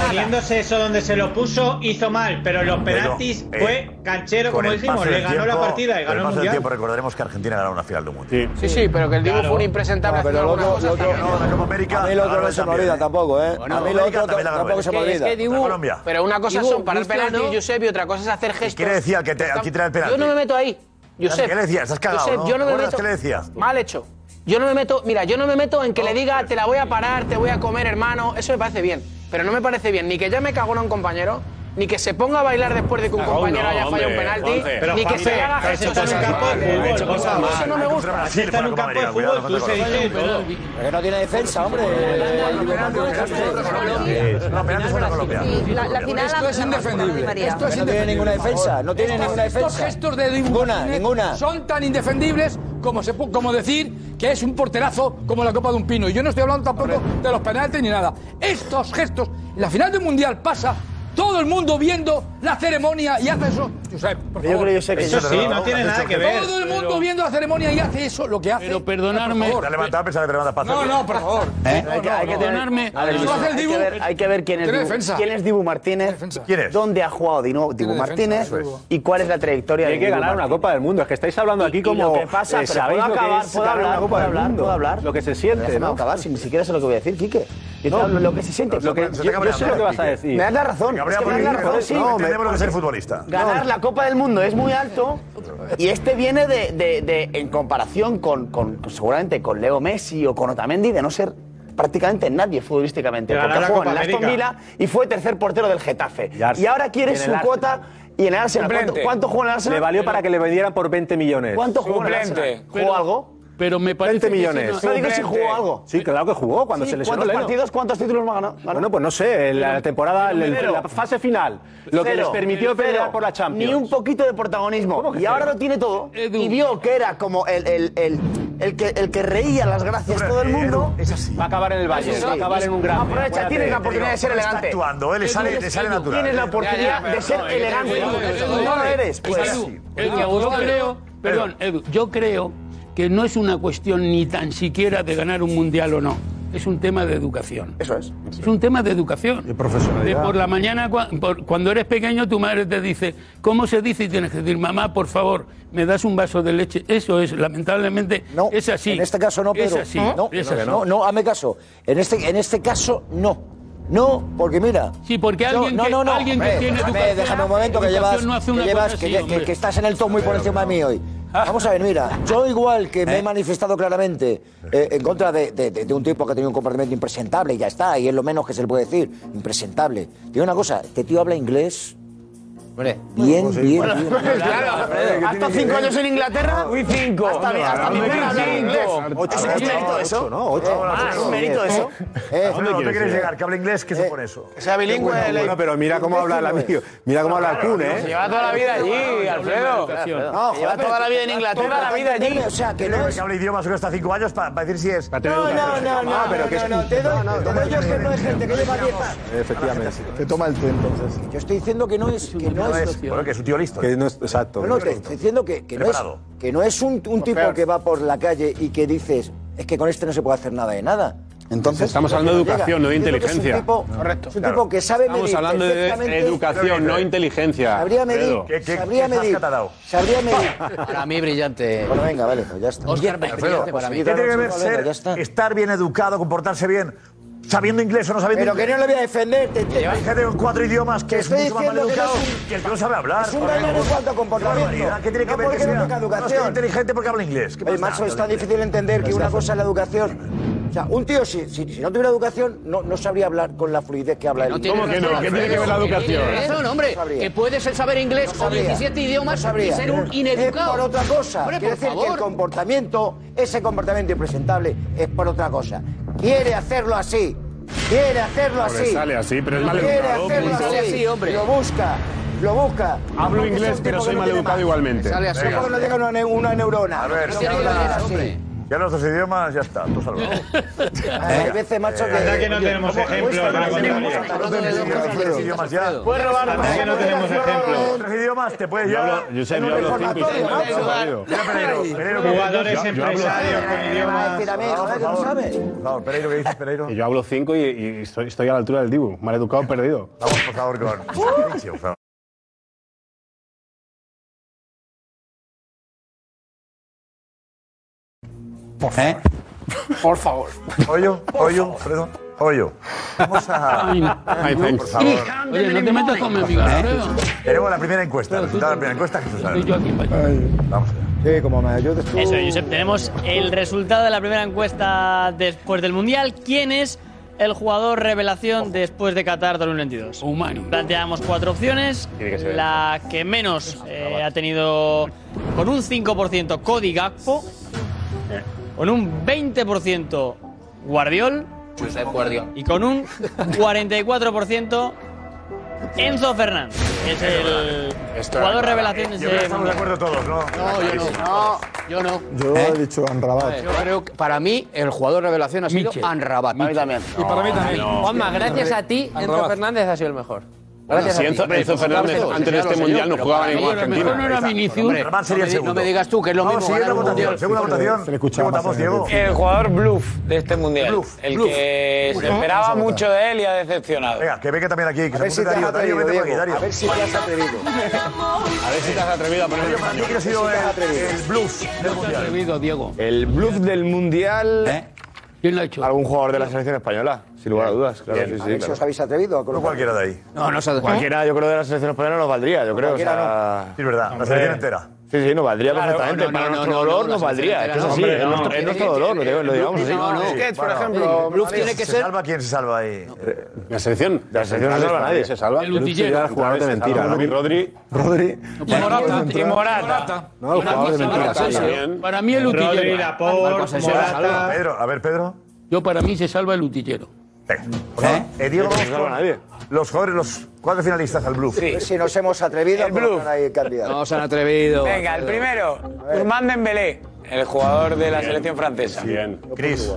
Speaker 2: Poniéndose eso donde se lo puso, hizo mal, pero los penaltis
Speaker 9: Pero, eh,
Speaker 2: fue canchero,
Speaker 9: Con
Speaker 2: como
Speaker 9: el
Speaker 2: dijimos,
Speaker 9: paso
Speaker 2: le
Speaker 9: del
Speaker 2: ganó la
Speaker 9: tiempo-
Speaker 2: partida y
Speaker 9: con
Speaker 2: ganó el
Speaker 9: paso del
Speaker 2: mundial.
Speaker 9: tiempo recordaremos que Argentina ganó una final del mundial.
Speaker 4: Sí, sí, pero que el Dibu fue un impresentable
Speaker 9: No, pero
Speaker 4: haciendo
Speaker 9: luego-
Speaker 4: alguna cosa
Speaker 9: luego-
Speaker 4: que-
Speaker 9: no, la Copa América-
Speaker 4: A mí
Speaker 9: lo otro no se me olvida
Speaker 4: tampoco, ¿eh?
Speaker 9: Bueno, A mí lo América otro también la ganó tampoco él. se me
Speaker 4: Es que-
Speaker 9: olvida.
Speaker 4: es que Dibu-
Speaker 9: Contra Colombia.
Speaker 4: Pero una cosa
Speaker 9: Dibu,
Speaker 4: son parar
Speaker 9: Cristiano.
Speaker 4: penaltis, Josep, y otra cosa es hacer gestos.
Speaker 9: ¿Qué le decía al que te- al que tira el penalti?
Speaker 4: Yo no me meto ahí. Josep.
Speaker 9: ¿Qué le decía? Estás cagado,
Speaker 4: Josep,
Speaker 9: ¿no?
Speaker 4: yo no me
Speaker 9: ¿Recuerdas
Speaker 4: meto.
Speaker 9: qué le decía?
Speaker 4: Mal hecho. Yo no me meto, mira, yo no me meto en que le diga te la voy a parar, te voy a comer, hermano. Eso me parece bien. Pero no me parece bien ni que ya me cagón a un compañero, ni que se ponga a bailar después de que un
Speaker 2: Cagón
Speaker 4: compañero
Speaker 2: no,
Speaker 4: haya fallado un
Speaker 2: hombre,
Speaker 4: penalti,
Speaker 2: Juanfe. Pero,
Speaker 4: ni que
Speaker 2: Juanfe,
Speaker 4: se le haga
Speaker 2: pero si
Speaker 4: gestos
Speaker 2: estás en un campo de
Speaker 4: espalda.
Speaker 2: fútbol,
Speaker 4: Eso
Speaker 2: cosa mal.
Speaker 4: no me gusta.
Speaker 2: Brasil Está en un para la Copa campo de América, fútbol, cuidado, tú no te se comas. dice todo.
Speaker 11: Pero que no tiene defensa, hombre.
Speaker 13: La, la final
Speaker 11: Esto es indefendible.
Speaker 5: Esto es
Speaker 11: no tiene
Speaker 5: indefendible.
Speaker 11: ninguna defensa. No tiene
Speaker 5: Estos-
Speaker 11: ninguna
Speaker 5: Estos
Speaker 11: defensa.
Speaker 5: gestos de Dibu
Speaker 11: Ninguna,
Speaker 5: Martínez
Speaker 11: ninguna.
Speaker 5: son tan indefendibles como, se, pu- como decir que es un porterazo como la copa de un pino. Y yo no estoy hablando tampoco de los penaltis ni nada. Estos gestos, en la final del Mundial pasa todo el mundo viendo la ceremonia y hace eso. Josep, por
Speaker 2: Yo
Speaker 5: favor.
Speaker 2: creo, Josep, que Eso yo- sí, no tiene nada que ver.
Speaker 5: Todo el mundo viendo la ceremonia y hace eso, lo que hace. Pero
Speaker 24: perdonarme.
Speaker 5: Por
Speaker 9: Te has
Speaker 5: favor.
Speaker 9: levantado a pensar que te levantas para
Speaker 5: No, no, por favor.
Speaker 8: Hay que, hay que tener-
Speaker 24: Perdonarme.
Speaker 8: a ver,
Speaker 24: Eso
Speaker 8: Josep,
Speaker 24: hace el
Speaker 8: hay,
Speaker 24: Dibu.
Speaker 8: que ver, hay que ver quién es
Speaker 24: Tiene
Speaker 8: Dibu,
Speaker 24: defensa.
Speaker 8: quién es Dibu Martínez, dónde ha jugado Dino- Dibu,
Speaker 18: defensa,
Speaker 8: Martínez
Speaker 18: eso es.
Speaker 8: y cuál es la trayectoria.
Speaker 18: Y hay
Speaker 8: de
Speaker 18: que
Speaker 8: Dibu
Speaker 18: ganar una
Speaker 8: Martínez.
Speaker 18: Copa del Mundo. Es que estáis hablando aquí
Speaker 8: Y
Speaker 18: como.
Speaker 8: lo que pasa,
Speaker 18: eh,
Speaker 8: pero
Speaker 18: ¿Sabéis
Speaker 8: puedo
Speaker 18: lo que
Speaker 8: acabar,
Speaker 18: es
Speaker 8: puedo
Speaker 18: ganar una
Speaker 8: hablar,
Speaker 18: Copa
Speaker 8: puedo
Speaker 18: del
Speaker 8: hablar,
Speaker 18: Mundo?
Speaker 8: puedo hablar.
Speaker 18: Lo que se siente,
Speaker 8: Déjame
Speaker 18: ¿no?
Speaker 8: acabar, si ni siquiera sé lo que voy a decir, Quique. Yo te
Speaker 18: No.
Speaker 8: hablo lo que se siente.
Speaker 18: Lo que- Se te yo- cabrea yo sé lo que vas a Quique. decir.
Speaker 8: Me das la razón.
Speaker 18: Se
Speaker 8: es
Speaker 18: cabrea
Speaker 8: que me das
Speaker 18: porque
Speaker 8: la
Speaker 18: dice,
Speaker 8: razón,
Speaker 18: "Joder,
Speaker 8: sí.
Speaker 18: no, me-
Speaker 9: Tenemos que ser futbolista.
Speaker 8: Ganar
Speaker 9: No.
Speaker 8: la Copa del Mundo es muy alto y este viene de, de- de- en comparación con, con- con- seguramente con Leo Messi o con Otamendi de no ser prácticamente nadie futbolísticamente
Speaker 2: De
Speaker 8: porque
Speaker 2: ganar la
Speaker 8: jugó en
Speaker 2: Copa
Speaker 8: el Aston
Speaker 2: América.
Speaker 8: Villa y fue tercer portero del Getafe
Speaker 18: Ars-
Speaker 8: y ahora quiere
Speaker 18: y en
Speaker 8: su
Speaker 18: el Arsenal.
Speaker 8: cuota y en el Arsenal ¿cuánto, cuánto jugó en el Arsenal?
Speaker 18: Le valió para que le vendieran por 20 millones.
Speaker 8: ¿Cuánto jugó en el Arsenal? ¿Jugó algo?
Speaker 24: Pero me
Speaker 18: 20 millones.
Speaker 8: No digo si jugó algo.
Speaker 18: Sí, claro que jugó cuando
Speaker 8: Sí,
Speaker 18: se lesionó
Speaker 8: ¿Cuántos
Speaker 18: Leno.
Speaker 8: partidos, cuántos títulos más ganó? ganó?
Speaker 18: Bueno, pues no sé, en la temporada, en
Speaker 8: Pero-
Speaker 18: la fase final, lo que
Speaker 8: Cero.
Speaker 18: les permitió
Speaker 8: Cero.
Speaker 18: pelear por la Champions.
Speaker 8: Ni un poquito de protagonismo. Y ahora lo tiene todo. Y vio que era como el, el, el, el que, el que reía las gracias todo el mundo.
Speaker 9: Es así.
Speaker 18: Va a acabar en el Valle, va a acabar en un gran.
Speaker 8: Aprovecha, tienes la oportunidad de ser
Speaker 9: Está
Speaker 8: elegante.
Speaker 9: actuando, eh, le sale- le sale natural.
Speaker 8: Tienes la
Speaker 9: Ya,
Speaker 8: oportunidad
Speaker 9: ya,
Speaker 8: de ser
Speaker 9: perdón,
Speaker 8: elegante.
Speaker 9: Edu, Edu,
Speaker 8: No lo
Speaker 9: Edu,
Speaker 8: eres, pues.
Speaker 9: Edu,
Speaker 24: Edu, yo creo, perdón, Edu, yo creo que no es una cuestión ni tan siquiera de ganar un mundial o no. Es un tema de educación.
Speaker 8: Eso es.
Speaker 24: Es un tema de educación. De
Speaker 14: profesionalidad.
Speaker 24: por la mañana, cua- por- cuando eres pequeño, tu madre te dice, ¿cómo se dice? Y tienes que decir, mamá, por favor, me das un vaso de leche. Eso es, lamentablemente, es así.
Speaker 11: En este caso no,
Speaker 24: Es
Speaker 11: Pedro.
Speaker 24: así.
Speaker 11: No,
Speaker 24: es
Speaker 11: no,
Speaker 24: así.
Speaker 11: no, no, hazme caso. En este, en este caso, no. No, porque mira.
Speaker 24: Sí, porque
Speaker 11: yo-
Speaker 24: alguien que-
Speaker 11: no, no, no,
Speaker 24: alguien que
Speaker 11: hombre,
Speaker 24: tiene
Speaker 11: déjame,
Speaker 24: educación-
Speaker 11: déjame un momento que
Speaker 24: educación
Speaker 11: llevas.
Speaker 24: no hace
Speaker 11: que,
Speaker 24: una
Speaker 11: llevas
Speaker 24: cosa
Speaker 11: que,
Speaker 24: así,
Speaker 11: que-
Speaker 24: hombre. Ah.
Speaker 11: que estás en el top muy por encima de mí hoy. Vamos a ver, mira, yo igual que
Speaker 24: Eh.
Speaker 11: me he manifestado claramente eh, en contra de, de- de- de un tipo que ha tenido un comportamiento impresentable y ya está, y es lo menos que se le puede decir, impresentable. Digo una cosa, este tío habla inglés. Bien, bien, bien.
Speaker 8: (laughs) Claro, hasta cinco años en Inglaterra. Uy, cinco. Hasta mi hasta mi perra habla inglés.
Speaker 9: Ocho,
Speaker 8: ¿Es un
Speaker 9: ocho,
Speaker 8: mérito
Speaker 9: ocho,
Speaker 8: eso?
Speaker 9: ¿no? Ocho.
Speaker 8: Ah, ¿Es un mérito eso?
Speaker 9: ¿A
Speaker 18: ¿dónde
Speaker 9: dónde no te
Speaker 18: quieres
Speaker 9: quieres
Speaker 18: llegar?
Speaker 9: llegar? ¿Que habla inglés? ¿Qué supone eso?
Speaker 18: Que sea bilingüe. Bueno, bueno, pero mira cómo habla el amigo.
Speaker 8: pues.
Speaker 18: Mira cómo habla el Kun, ¿eh?
Speaker 4: Se lleva toda la vida allí, Alfredo.
Speaker 11: No,
Speaker 4: Se lleva toda la vida en Inglaterra, la vida allí.
Speaker 11: O sea, que no
Speaker 9: Que hable idiomas que hasta cinco años para decir si es.
Speaker 11: No, no, no, no, Ah, pero que no, no, te doy, te doy yo ejemplo de gente que lleva 10 años.
Speaker 18: Efectivamente.
Speaker 14: Te toma el té entonces.
Speaker 11: Yo estoy diciendo que no es, que no es,
Speaker 8: ¿eh?
Speaker 9: Bueno, que es un tío listo.
Speaker 18: Que no es, exacto.
Speaker 11: no, no, te estoy diciendo que, que no es,
Speaker 9: Preparado.
Speaker 11: que no es un, un tipo que va por la calle y que dices, es que con este no se puede hacer nada de nada. Entonces,
Speaker 15: Estamos hablando de
Speaker 11: llega.
Speaker 15: educación, no de
Speaker 11: Yo creo que
Speaker 15: inteligencia.
Speaker 11: Es un tipo,
Speaker 18: Correcto.
Speaker 11: es un
Speaker 15: Claro.
Speaker 11: tipo que sabe medir
Speaker 15: Estamos hablando de
Speaker 11: perfectamente-
Speaker 15: educación, no inteligencia.
Speaker 11: Sabría medir,
Speaker 15: Pedro.
Speaker 11: sabría medir, sabría medir.
Speaker 23: Para mí, brillante.
Speaker 11: Bueno, venga, vale, pues ya está.
Speaker 23: Oscar, brillante
Speaker 11: para mí.
Speaker 9: ¿Qué tiene que ver
Speaker 11: Venga, ya está.
Speaker 9: ser, estar bien educado, comportarse bien, sabiendo inglés o no sabiendo
Speaker 11: Pero que no le voy a defender, te, te-
Speaker 9: Hay gente con cuatro idiomas que es
Speaker 11: Estoy
Speaker 9: mucho más mal
Speaker 11: diciendo que no
Speaker 9: educado
Speaker 11: es
Speaker 9: que el que no sabe hablar.
Speaker 11: Es un drama en cuanto a comportamiento.
Speaker 9: ¿Qué tiene que
Speaker 11: No
Speaker 9: ver que
Speaker 11: porque no
Speaker 9: sea
Speaker 11: tenga
Speaker 9: no, es que es
Speaker 11: educación.
Speaker 15: Pues
Speaker 9: inteligente porque habla inglés? ¿Qué
Speaker 11: Oye,
Speaker 9: más da?
Speaker 11: macho, es tan difícil entender que una cosa es la educación O sea, un tío, si, si- si no tuviera educación, no, no sabría hablar con la fluidez que habla él.
Speaker 7: tiene ¿Cómo que no? razón, ¿Qué tiene que ver la Alfredo? educación? Tiene razón, hombre, que puedes saber inglés o 17 idiomas y ser un ineducado.
Speaker 11: Es por otra cosa.
Speaker 7: Hombre,
Speaker 11: Quiero
Speaker 7: por
Speaker 11: decir que el
Speaker 7: favor.
Speaker 11: comportamiento, ese comportamiento impresentable, es por otra cosa. Quiere hacerlo así. Quiere hacerlo
Speaker 15: Hombre,
Speaker 11: así.
Speaker 15: sale así, pero es
Speaker 11: Quiere
Speaker 15: maleducado,
Speaker 11: hacerlo
Speaker 15: punto.
Speaker 11: así.
Speaker 15: Sí, hombre.
Speaker 11: Lo busca. Lo busca.
Speaker 15: Hablo
Speaker 11: Porque es
Speaker 15: inglés,
Speaker 11: un
Speaker 15: pero
Speaker 11: tipo
Speaker 15: soy
Speaker 11: que no tiene
Speaker 15: maleducado
Speaker 11: más.
Speaker 15: igualmente.
Speaker 11: Sale así.
Speaker 15: Venga.
Speaker 11: Tampoco le llega una, neu- una neurona.
Speaker 9: A ver,
Speaker 11: No
Speaker 9: si
Speaker 11: tiene que
Speaker 9: hablas,
Speaker 11: ver así.
Speaker 9: ya los dos idiomas, ya está, tú salvado.
Speaker 11: Hay veces, macho, que...
Speaker 9: Anda que no
Speaker 11: tenemos
Speaker 9: ejemplos, Tres idiomas ya. Puedes robar
Speaker 11: Anda que no tenemos
Speaker 9: ejemplos. Tres idiomas te puedes
Speaker 15: Yo
Speaker 9: ya.
Speaker 15: hablo- yo sé, yo hablo cinco y seis, macho, tío.
Speaker 9: Mira, Pereiro, Pereiro, que-
Speaker 10: Jugadores,
Speaker 9: Yo- yo hablo-
Speaker 10: empresarios, con idiomas.
Speaker 11: Espérame, joder, que no sabes.
Speaker 9: Claro, Pereiro, ¿qué dices, Pereiro?
Speaker 15: Que Yo hablo cinco y, y estoy, estoy a la altura del Dibu. Mal educado, perdido.
Speaker 9: Vamos, por favor, con. Por favor.
Speaker 21: Por favor.
Speaker 9: Hoyo, hoyo, Fredo. Hoyo. Vamos a.
Speaker 24: Ay,
Speaker 9: Por
Speaker 24: thanks.
Speaker 9: favor. ¿Eh?
Speaker 24: Oye, no te metas con mi amigo Alfredo.
Speaker 9: Tenemos la primera encuesta. Resultado de la primera encuesta, Jesús Álvarez. Vamos allá.
Speaker 11: Sí, como me ayudes tú.
Speaker 25: Eso, Josep, tenemos el resultado de la primera encuesta después del Mundial. ¿Quién es el jugador revelación después de Qatar 2022? Humano. Planteamos cuatro opciones.
Speaker 15: Tiene que ser
Speaker 25: La que menos eh, ha tenido con un 5% Cody Gakpo, con un 20% Guardiol y con un 44% Enzo Fernández. Es el jugador revelación de
Speaker 9: Yo creo que
Speaker 25: ese
Speaker 9: estamos de
Speaker 25: mundial.
Speaker 9: acuerdo todos, ¿no?
Speaker 7: No, yo no. No, yo no.
Speaker 3: Yo he dicho Anrabat.
Speaker 7: Yo creo que para mí el jugador revelación ha sido
Speaker 11: Mitchell.
Speaker 7: Anrabat.
Speaker 11: Para mí también.
Speaker 7: Y para mí
Speaker 11: también.
Speaker 7: Juanma, gracias a ti, Enzo
Speaker 11: Anrabat.
Speaker 7: Fernández ha sido el mejor. Bueno, Gracias si a ti. Enzo- Hombre, Enzo por Fernández supuesto, antes de ya este lo sé yo, mundial no pero jugaba para ni mí con lo Argentina. mejor no era Exacto. Vinicius. Hombre, Fernández no me di- No me digas tú que es lo Vamos, mismo. siguiente ganar un votación, mundial. segunda votación. Segunda votación.
Speaker 21: El jugador bluff de este mundial. el que
Speaker 9: Bluff.
Speaker 21: se esperaba
Speaker 9: Vamos a votar.
Speaker 21: mucho de él y ha decepcionado.
Speaker 9: Venga, que venga también aquí. Que
Speaker 21: A
Speaker 9: se
Speaker 21: ver
Speaker 9: apunte
Speaker 21: si te has
Speaker 9: Darío.
Speaker 21: atrevido,
Speaker 9: Darío, vente por aquí,
Speaker 21: Diego.
Speaker 9: Darío.
Speaker 21: A ver si te has atrevido.
Speaker 9: A ver si te has atrevido a poner el español. ¿Quién ha sido
Speaker 21: Si te
Speaker 9: eh,
Speaker 21: has atrevido.
Speaker 9: el blues del mundial?
Speaker 24: Atrevido, Diego.
Speaker 6: El bluff del Mundial.
Speaker 9: ¿Eh?
Speaker 24: ¿Quién lo ha hecho?
Speaker 6: Algún jugador de la selección española, sin lugar a dudas. Claro,
Speaker 9: Bien.
Speaker 6: sí, sí,
Speaker 9: A ver si
Speaker 6: claro.
Speaker 11: ¿Os habéis atrevido a colocar?
Speaker 9: cualquiera de ahí.
Speaker 6: No, no Cualquiera, yo creo, de la selección española nos valdría, yo creo.
Speaker 9: Cualquiera
Speaker 6: o sea,
Speaker 9: Sí, es verdad, la selección entera.
Speaker 6: Sí, sí, nos valdría
Speaker 9: Claro,
Speaker 6: perfectamente.
Speaker 9: no, no,
Speaker 6: Para
Speaker 9: no,
Speaker 6: nuestro
Speaker 9: no,
Speaker 6: dolor
Speaker 9: no,
Speaker 6: nos
Speaker 9: la
Speaker 6: valdría.
Speaker 9: selección
Speaker 6: Es así,
Speaker 9: entera,
Speaker 6: es
Speaker 9: no,
Speaker 6: nuestro-
Speaker 9: hombre,
Speaker 6: es
Speaker 9: no,
Speaker 6: nuestro
Speaker 9: no,
Speaker 6: dolor,
Speaker 9: no,
Speaker 6: lo lo digamos así.
Speaker 9: Busquets, por ejemplo. ¿Se salva quién se salva ahí?
Speaker 15: La selección.
Speaker 6: La selección no salva a nadie.
Speaker 15: Se salva.
Speaker 6: El utillero.
Speaker 15: El jugador de mentira.
Speaker 6: Salva a mí,
Speaker 15: Rodri.
Speaker 3: Rodri.
Speaker 15: Y Morata.
Speaker 21: Y Morata.
Speaker 15: No, el jugador de mentira.
Speaker 24: Morata,
Speaker 15: sí,
Speaker 24: sí.
Speaker 15: bien.
Speaker 24: Para mí el
Speaker 15: Rodri,
Speaker 24: utillero.
Speaker 15: Laporte,
Speaker 24: Marcos Asensio,
Speaker 15: Morata.
Speaker 24: salva.
Speaker 9: Pedro, a ver, Pedro.
Speaker 24: Yo para mí se salva el utillero.
Speaker 9: Eh, Diego,
Speaker 24: No se salva
Speaker 9: vamos con
Speaker 24: nadie.
Speaker 9: los jugadores, los cuatro finalistas al bluff.
Speaker 11: Sí. Si nos hemos atrevido a
Speaker 9: El
Speaker 11: colocar
Speaker 9: bluff.
Speaker 11: ahí candidatos.
Speaker 7: No se han atrevido.
Speaker 21: Venga, el primero, Ousmane Dembélé, el jugador de la selección francesa.
Speaker 15: Bien.
Speaker 9: Cris.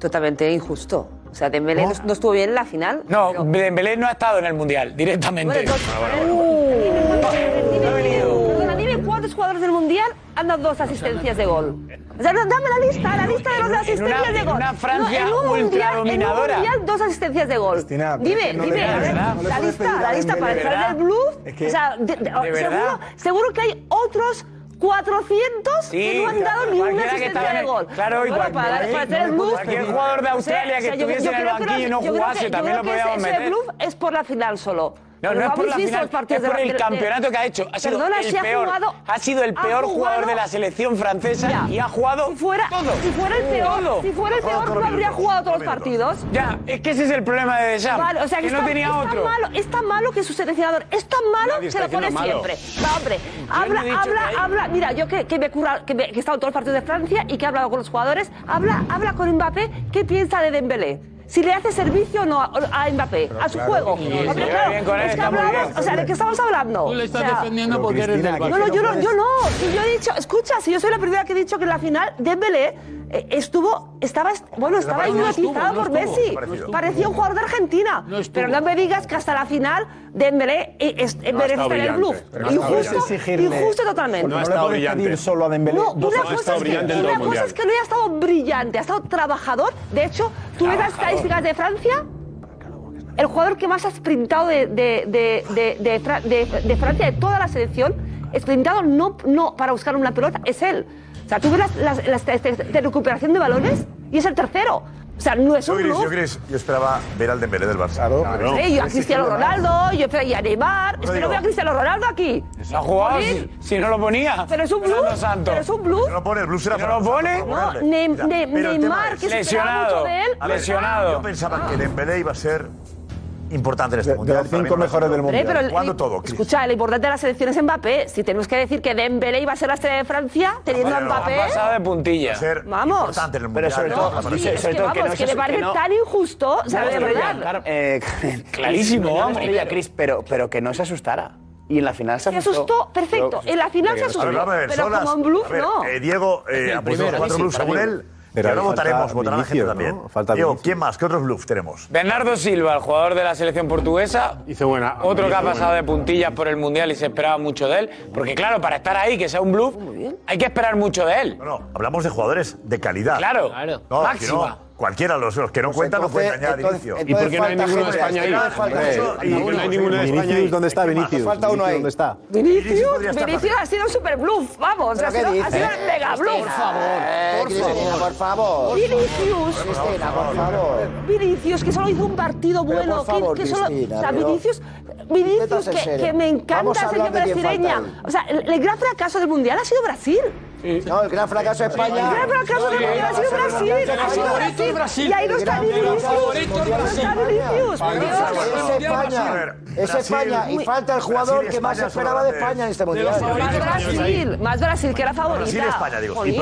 Speaker 13: Totalmente injusto. O sea, Dembélé no, no estuvo bien en la final.
Speaker 21: No, Dembélé no ha estado en el Mundial, directamente.
Speaker 13: Perdona, dime cuántos jugadores del Mundial han dado dos asistencias de gol. O sea, no, dame la lista, la lista de los asistencias
Speaker 21: una-
Speaker 13: de
Speaker 21: en
Speaker 13: gol.
Speaker 21: una Francia
Speaker 13: en un mundial,
Speaker 21: ultradominadora.
Speaker 13: En un mundial, dos asistencias de gol.
Speaker 11: Cristina, pero es
Speaker 13: dime,
Speaker 11: que no
Speaker 13: dime,
Speaker 11: le-
Speaker 13: a
Speaker 11: de
Speaker 13: ver,
Speaker 11: verdad, no le
Speaker 13: la
Speaker 11: puedes
Speaker 13: lista,
Speaker 11: pedir
Speaker 13: la
Speaker 11: a
Speaker 13: lista para
Speaker 11: Dembélé,
Speaker 13: entrar
Speaker 11: ¿verdad?
Speaker 13: del bluff.
Speaker 11: Es que-
Speaker 13: o sea, de- de-
Speaker 11: verdad.
Speaker 13: seguro, seguro que hay otros 400 que
Speaker 21: Sí,
Speaker 13: no han dado ni una
Speaker 21: cualquiera que
Speaker 13: asistencia
Speaker 21: estaba en
Speaker 13: de
Speaker 21: el-
Speaker 13: gol.
Speaker 21: claro, y
Speaker 13: Bueno,
Speaker 21: cuando-
Speaker 13: para,
Speaker 21: ahí
Speaker 13: para
Speaker 21: no
Speaker 13: hacer el
Speaker 21: le
Speaker 13: bluff. pues,
Speaker 21: puedes pedir. Cualquier jugador de Australia que
Speaker 13: yo-
Speaker 21: estuviese en
Speaker 13: yo
Speaker 21: el
Speaker 13: creo que
Speaker 21: banquillo y
Speaker 13: era-
Speaker 21: no
Speaker 13: yo creo
Speaker 21: jugase,
Speaker 13: que- yo
Speaker 21: también lo
Speaker 13: creo que ese-
Speaker 21: podíamos
Speaker 13: ese
Speaker 21: meter.
Speaker 13: bluff es por la final solo.
Speaker 21: No, no
Speaker 13: Pero
Speaker 21: es por
Speaker 13: habéis
Speaker 21: la
Speaker 13: visto
Speaker 21: final,
Speaker 13: los partidos
Speaker 21: es
Speaker 13: de
Speaker 21: por
Speaker 13: la-
Speaker 21: el
Speaker 13: de- de-
Speaker 21: campeonato que ha hecho. Ha sido
Speaker 13: Perdona,
Speaker 21: el
Speaker 13: si ha
Speaker 21: peor,
Speaker 13: jugado-
Speaker 21: ha sido el
Speaker 13: ha
Speaker 21: peor jugador
Speaker 13: jugado-
Speaker 21: de la selección francesa
Speaker 13: Ya.
Speaker 21: y ha jugado
Speaker 13: si fuera,
Speaker 21: todo.
Speaker 13: Si fuera el peor,
Speaker 21: Todo.
Speaker 13: si fuera el peor no habría jugado todos los partidos.
Speaker 21: Ya, es que ese es el problema de Deschamps,
Speaker 13: Vale, o sea,
Speaker 21: que, no
Speaker 13: está-
Speaker 21: tenía
Speaker 13: es tan
Speaker 21: otro.
Speaker 13: malo, es tan malo que su seleccionador es tan malo
Speaker 21: Nadie
Speaker 13: que
Speaker 21: está
Speaker 13: se lo pone
Speaker 21: diciendo malo.
Speaker 13: siempre. Va, hombre, habla,
Speaker 21: no he dicho que
Speaker 13: habla,
Speaker 21: hay-
Speaker 13: habla. Mira, yo que, que me he currado- que, me- que he estado en todos los partidos de Francia y que he hablado con los jugadores, habla, habla con Mbappé, ¿qué piensa de Dembélé? Si le hace servicio o no a, a Mbappé, a su
Speaker 24: claro,
Speaker 13: juego.
Speaker 24: sí, sí,
Speaker 13: Hombre,
Speaker 24: sí.
Speaker 13: claro,
Speaker 24: Bien con él,
Speaker 13: es que
Speaker 24: está muy
Speaker 13: hablamos,
Speaker 24: bien.
Speaker 13: o sea, ¿de qué estamos hablando?
Speaker 24: Tú le estás
Speaker 13: O sea,
Speaker 24: defendiendo porque eres del
Speaker 13: no, no, yo no, yo no. Si yo he dicho, escucha, si yo soy la primera que he dicho que en la final Dembélé eh, estuvo, estaba, est- bueno, estaba
Speaker 24: parecido. No estuvo,
Speaker 13: hipnotizado
Speaker 24: no
Speaker 13: por
Speaker 24: estuvo,
Speaker 13: Messi.
Speaker 24: no estuvo.
Speaker 13: Parecía un jugador de Argentina. pero no me digas que hasta la final Dembélé eh, es- eh,
Speaker 11: No ha
Speaker 13: merece
Speaker 11: estado
Speaker 13: estar en el
Speaker 11: brillante,
Speaker 13: bluff.
Speaker 11: pero no ha estado
Speaker 13: injusto,
Speaker 11: brillante.
Speaker 13: injusto totalmente.
Speaker 11: Porque No ha no le estado puedes brillante. pedir solo a Dembélé
Speaker 13: No,
Speaker 11: dos
Speaker 13: una
Speaker 11: años.
Speaker 13: cosa,
Speaker 11: No ha estado
Speaker 13: es que,
Speaker 11: brillante en todo
Speaker 13: una
Speaker 11: el
Speaker 13: cosa
Speaker 11: Mundial.
Speaker 13: es que no haya estado brillante, ha estado trabajador. De hecho, tú ves las estadísticas de Francia. El jugador que más ha sprintado de, de, de, de, de Fra- de- de Francia, de toda la selección, sprintado no, no para buscar una pelota, es él. O sea, tú ves las, las- las- las- de recuperación de balones y es el tercero. O sea, no es
Speaker 9: Yo,
Speaker 13: un
Speaker 9: Gris,
Speaker 13: lujo.
Speaker 9: yo, Gris, yo esperaba ver al Dembélé del Barça. Claro,
Speaker 13: Eh, yo a Cristiano Ronaldo, yo espero a Neymar, es que no
Speaker 9: digo-
Speaker 13: veo a Cristiano Ronaldo aquí.
Speaker 9: Ha jugado,
Speaker 13: Joder.
Speaker 9: si- si no lo ponía.
Speaker 13: Pero es un blues,
Speaker 9: Santos.
Speaker 13: pero es un blues.
Speaker 9: Si no lo pone, el blues era
Speaker 13: Si no lo
Speaker 9: Fernando
Speaker 13: pone-
Speaker 9: Santos,
Speaker 13: No,
Speaker 9: probable.
Speaker 13: Ne-
Speaker 9: Mira,
Speaker 13: Ne-
Speaker 9: pero el tema
Speaker 13: Neymar,
Speaker 9: es-
Speaker 13: que se esperaba Lesionado, mucho de él.
Speaker 9: A ver,
Speaker 13: lesionado.
Speaker 9: Yo pensaba que Dembélé iba a ser importante en este mundial.
Speaker 14: los
Speaker 9: Para mí
Speaker 14: cinco
Speaker 9: no lo ha
Speaker 14: mejores
Speaker 9: sido.
Speaker 14: del
Speaker 13: Hombre, ¿Eh? pero el-
Speaker 9: Jugando todo, Cris.
Speaker 13: Escucha, lo importante de la selección es Mbappé. Si tenemos que decir que Dembélé iba a ser la estrella de Francia, teniendo a
Speaker 9: Bueno,
Speaker 13: Mbappé...
Speaker 9: de puntilla.
Speaker 13: Vamos.
Speaker 9: Pero sobre todo,
Speaker 13: No,
Speaker 9: sobre-
Speaker 13: sí,
Speaker 9: sobre
Speaker 13: es que
Speaker 9: todo que
Speaker 13: vamos,
Speaker 9: no
Speaker 13: que
Speaker 9: se-
Speaker 13: me parece
Speaker 9: que no-
Speaker 13: tan injusto, o sea,
Speaker 8: No,
Speaker 13: de
Speaker 8: estrella,
Speaker 13: verdad.
Speaker 8: claro. Eh,
Speaker 13: (laughs) Clarísimo,
Speaker 8: no, no,
Speaker 13: vamos.
Speaker 8: estrella, Cris, pero, pero que no se asustara. Y en la final se
Speaker 13: Se
Speaker 8: asustó.
Speaker 13: asustó, perfecto. En la final se
Speaker 8: Pero-
Speaker 13: asustó.
Speaker 9: A ver, vamos a ver,
Speaker 13: Pero
Speaker 9: son las-
Speaker 13: como en bluff,
Speaker 9: a ver,
Speaker 13: no.
Speaker 9: eh, Diego,
Speaker 18: Es
Speaker 9: eh,
Speaker 18: el
Speaker 9: apuntamos
Speaker 18: primero,
Speaker 9: cuatro
Speaker 18: sí,
Speaker 9: bluffs
Speaker 18: para
Speaker 9: según
Speaker 18: mí.
Speaker 9: él.
Speaker 18: Pero
Speaker 9: y ahora
Speaker 18: ahí falta
Speaker 9: votaremos, votará la gente
Speaker 18: Vinicius,
Speaker 9: también.
Speaker 18: ¿no? Falta
Speaker 9: Diego,
Speaker 18: Vinicius.
Speaker 9: ¿quién más? ¿Qué otros bluffs tenemos?
Speaker 21: Bernardo Silva, el jugador de la selección portuguesa. Otro que
Speaker 9: hizo
Speaker 21: ha pasado
Speaker 9: buena.
Speaker 21: de puntillas por el Mundial y se esperaba mucho de él. Porque claro, para estar ahí, que sea un bluff, hay que esperar mucho de él.
Speaker 9: Hablamos de jugadores de calidad.
Speaker 21: Claro.
Speaker 9: No,
Speaker 21: Máxima.
Speaker 9: que no, cualquiera, los, los que no cuentan
Speaker 21: entonces-
Speaker 9: no cuentan ya de
Speaker 21: entonces-
Speaker 9: inicio.
Speaker 21: entonces ¿Y por qué no hay falta ninguno de gente, España ahí?
Speaker 9: Falta
Speaker 21: Hombre,
Speaker 9: mucho y-
Speaker 21: falta uno, sí. Vinicius,
Speaker 18: ¿Dónde está Vinicius?
Speaker 21: falta uno ahí.
Speaker 18: ¿Dónde está?
Speaker 13: Vinicius,
Speaker 18: podría estar
Speaker 13: Vinicius ha sido un super bluff, vamos. Ha sido, ha sido el mega bluff.
Speaker 11: Eh, por favor.
Speaker 13: Vinicius.
Speaker 11: Cristina, por favor.
Speaker 13: Vinicius, que solo hizo un partido
Speaker 11: Pero,
Speaker 13: bueno.
Speaker 11: por favor,
Speaker 13: que, que solo,
Speaker 11: Cristina,
Speaker 13: o sea,
Speaker 11: pero-
Speaker 13: Vinicius, Vinicius
Speaker 11: ser
Speaker 13: que,
Speaker 11: serio.
Speaker 13: que me
Speaker 11: Vamos
Speaker 13: encanta
Speaker 11: a
Speaker 13: la selección
Speaker 11: hablar de quién
Speaker 13: brasileña.
Speaker 11: falta
Speaker 13: O sea, el, el gran fracaso del Mundial ha sido Brasil.
Speaker 11: No, el gran fracaso de España.
Speaker 13: El gran fracaso del
Speaker 11: Sí,
Speaker 13: Mundial ha sido
Speaker 11: el gran
Speaker 13: Brasil.
Speaker 11: fracaso
Speaker 13: Ha sido
Speaker 11: de
Speaker 13: Brasil.
Speaker 11: Brasil.
Speaker 13: Y ahí no
Speaker 11: El
Speaker 13: está
Speaker 11: gran
Speaker 13: Vinicius.
Speaker 11: fracaso del
Speaker 13: No está Vinicius. por Dios.
Speaker 11: Es España, es España y falta el jugador que más esperaba de España en este mundial.
Speaker 13: Más Brasil, más Brasil que era favorita. Jolín.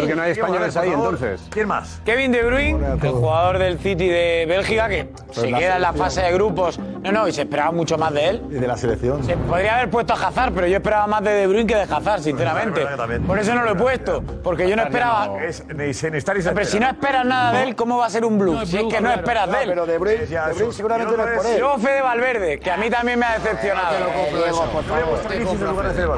Speaker 9: ¿Quién más?
Speaker 21: Kevin De Bruyne, el jugador del City de Bélgica, que
Speaker 6: Pues
Speaker 21: se
Speaker 11: la
Speaker 21: queda en la
Speaker 11: selección.
Speaker 21: fase de grupos. No, no, y se esperaba mucho más de él.
Speaker 11: Y de la selección.
Speaker 21: Se podría haber puesto a Hazard, pero yo esperaba más de De Bruyne que de Hazard, sinceramente. Por eso no lo he puesto, porque yo no esperaba...
Speaker 9: Es- ni se- ni estar ni se
Speaker 21: Pero si no
Speaker 9: espera.
Speaker 21: esperas nada de él, ¿cómo va a ser un blues?
Speaker 9: No es
Speaker 21: si es
Speaker 9: blues,
Speaker 21: que no
Speaker 9: claro.
Speaker 21: esperas de
Speaker 9: No,
Speaker 21: él.
Speaker 9: pero De Bruyne-
Speaker 11: De Bruyne seguramente no es por él.
Speaker 21: Yo, Fede Valverde, que a mí también me ha decepcionado.
Speaker 9: Eh,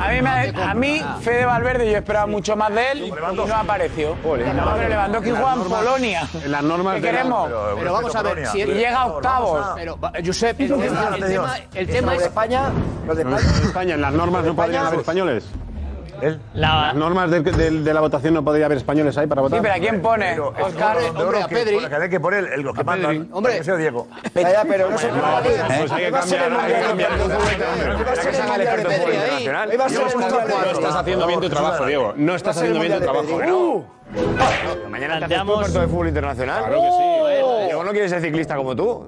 Speaker 21: A mí, me ha- a mí, Fede Valverde, yo esperaba mucho más de él y no apareció. No, pero Lewandowski juega en Polonia.
Speaker 15: En las normas
Speaker 21: ¿Qué
Speaker 15: de la-
Speaker 21: queremos?
Speaker 15: Pero,
Speaker 21: Pero
Speaker 15: vamos a ver,
Speaker 21: Polonia.
Speaker 15: si él-
Speaker 21: Y llega a octavos.
Speaker 15: Pero,
Speaker 21: Josep,
Speaker 15: el tema- el tema-
Speaker 11: el tema es- España, los de España.
Speaker 15: España, en las normas no podrían haber españoles.
Speaker 25: La-
Speaker 15: Las normas del- del- de, la votación no podría haber españoles ahí para votar.
Speaker 9: Pero es oro de oro que- bueno, que hay que poner el, lo que manda. Hay que ser Diego.
Speaker 11: Ya, ya, pero no se
Speaker 9: Pues hay que cambiar, hay que cambiar.
Speaker 11: Iba a ser el mundial de
Speaker 15: No
Speaker 11: Pedri.
Speaker 15: estás haciendo bien tu trabajo, Diego. No estás
Speaker 11: Va a ser el
Speaker 15: haciendo bien tu
Speaker 11: Mundial
Speaker 15: trabajo.
Speaker 11: de Pedri.
Speaker 15: ¿no?
Speaker 25: Mañana
Speaker 18: ¿Te haces tú experto de fútbol internacional? Claro que sí. Diego no quiere ser ciclista como tú.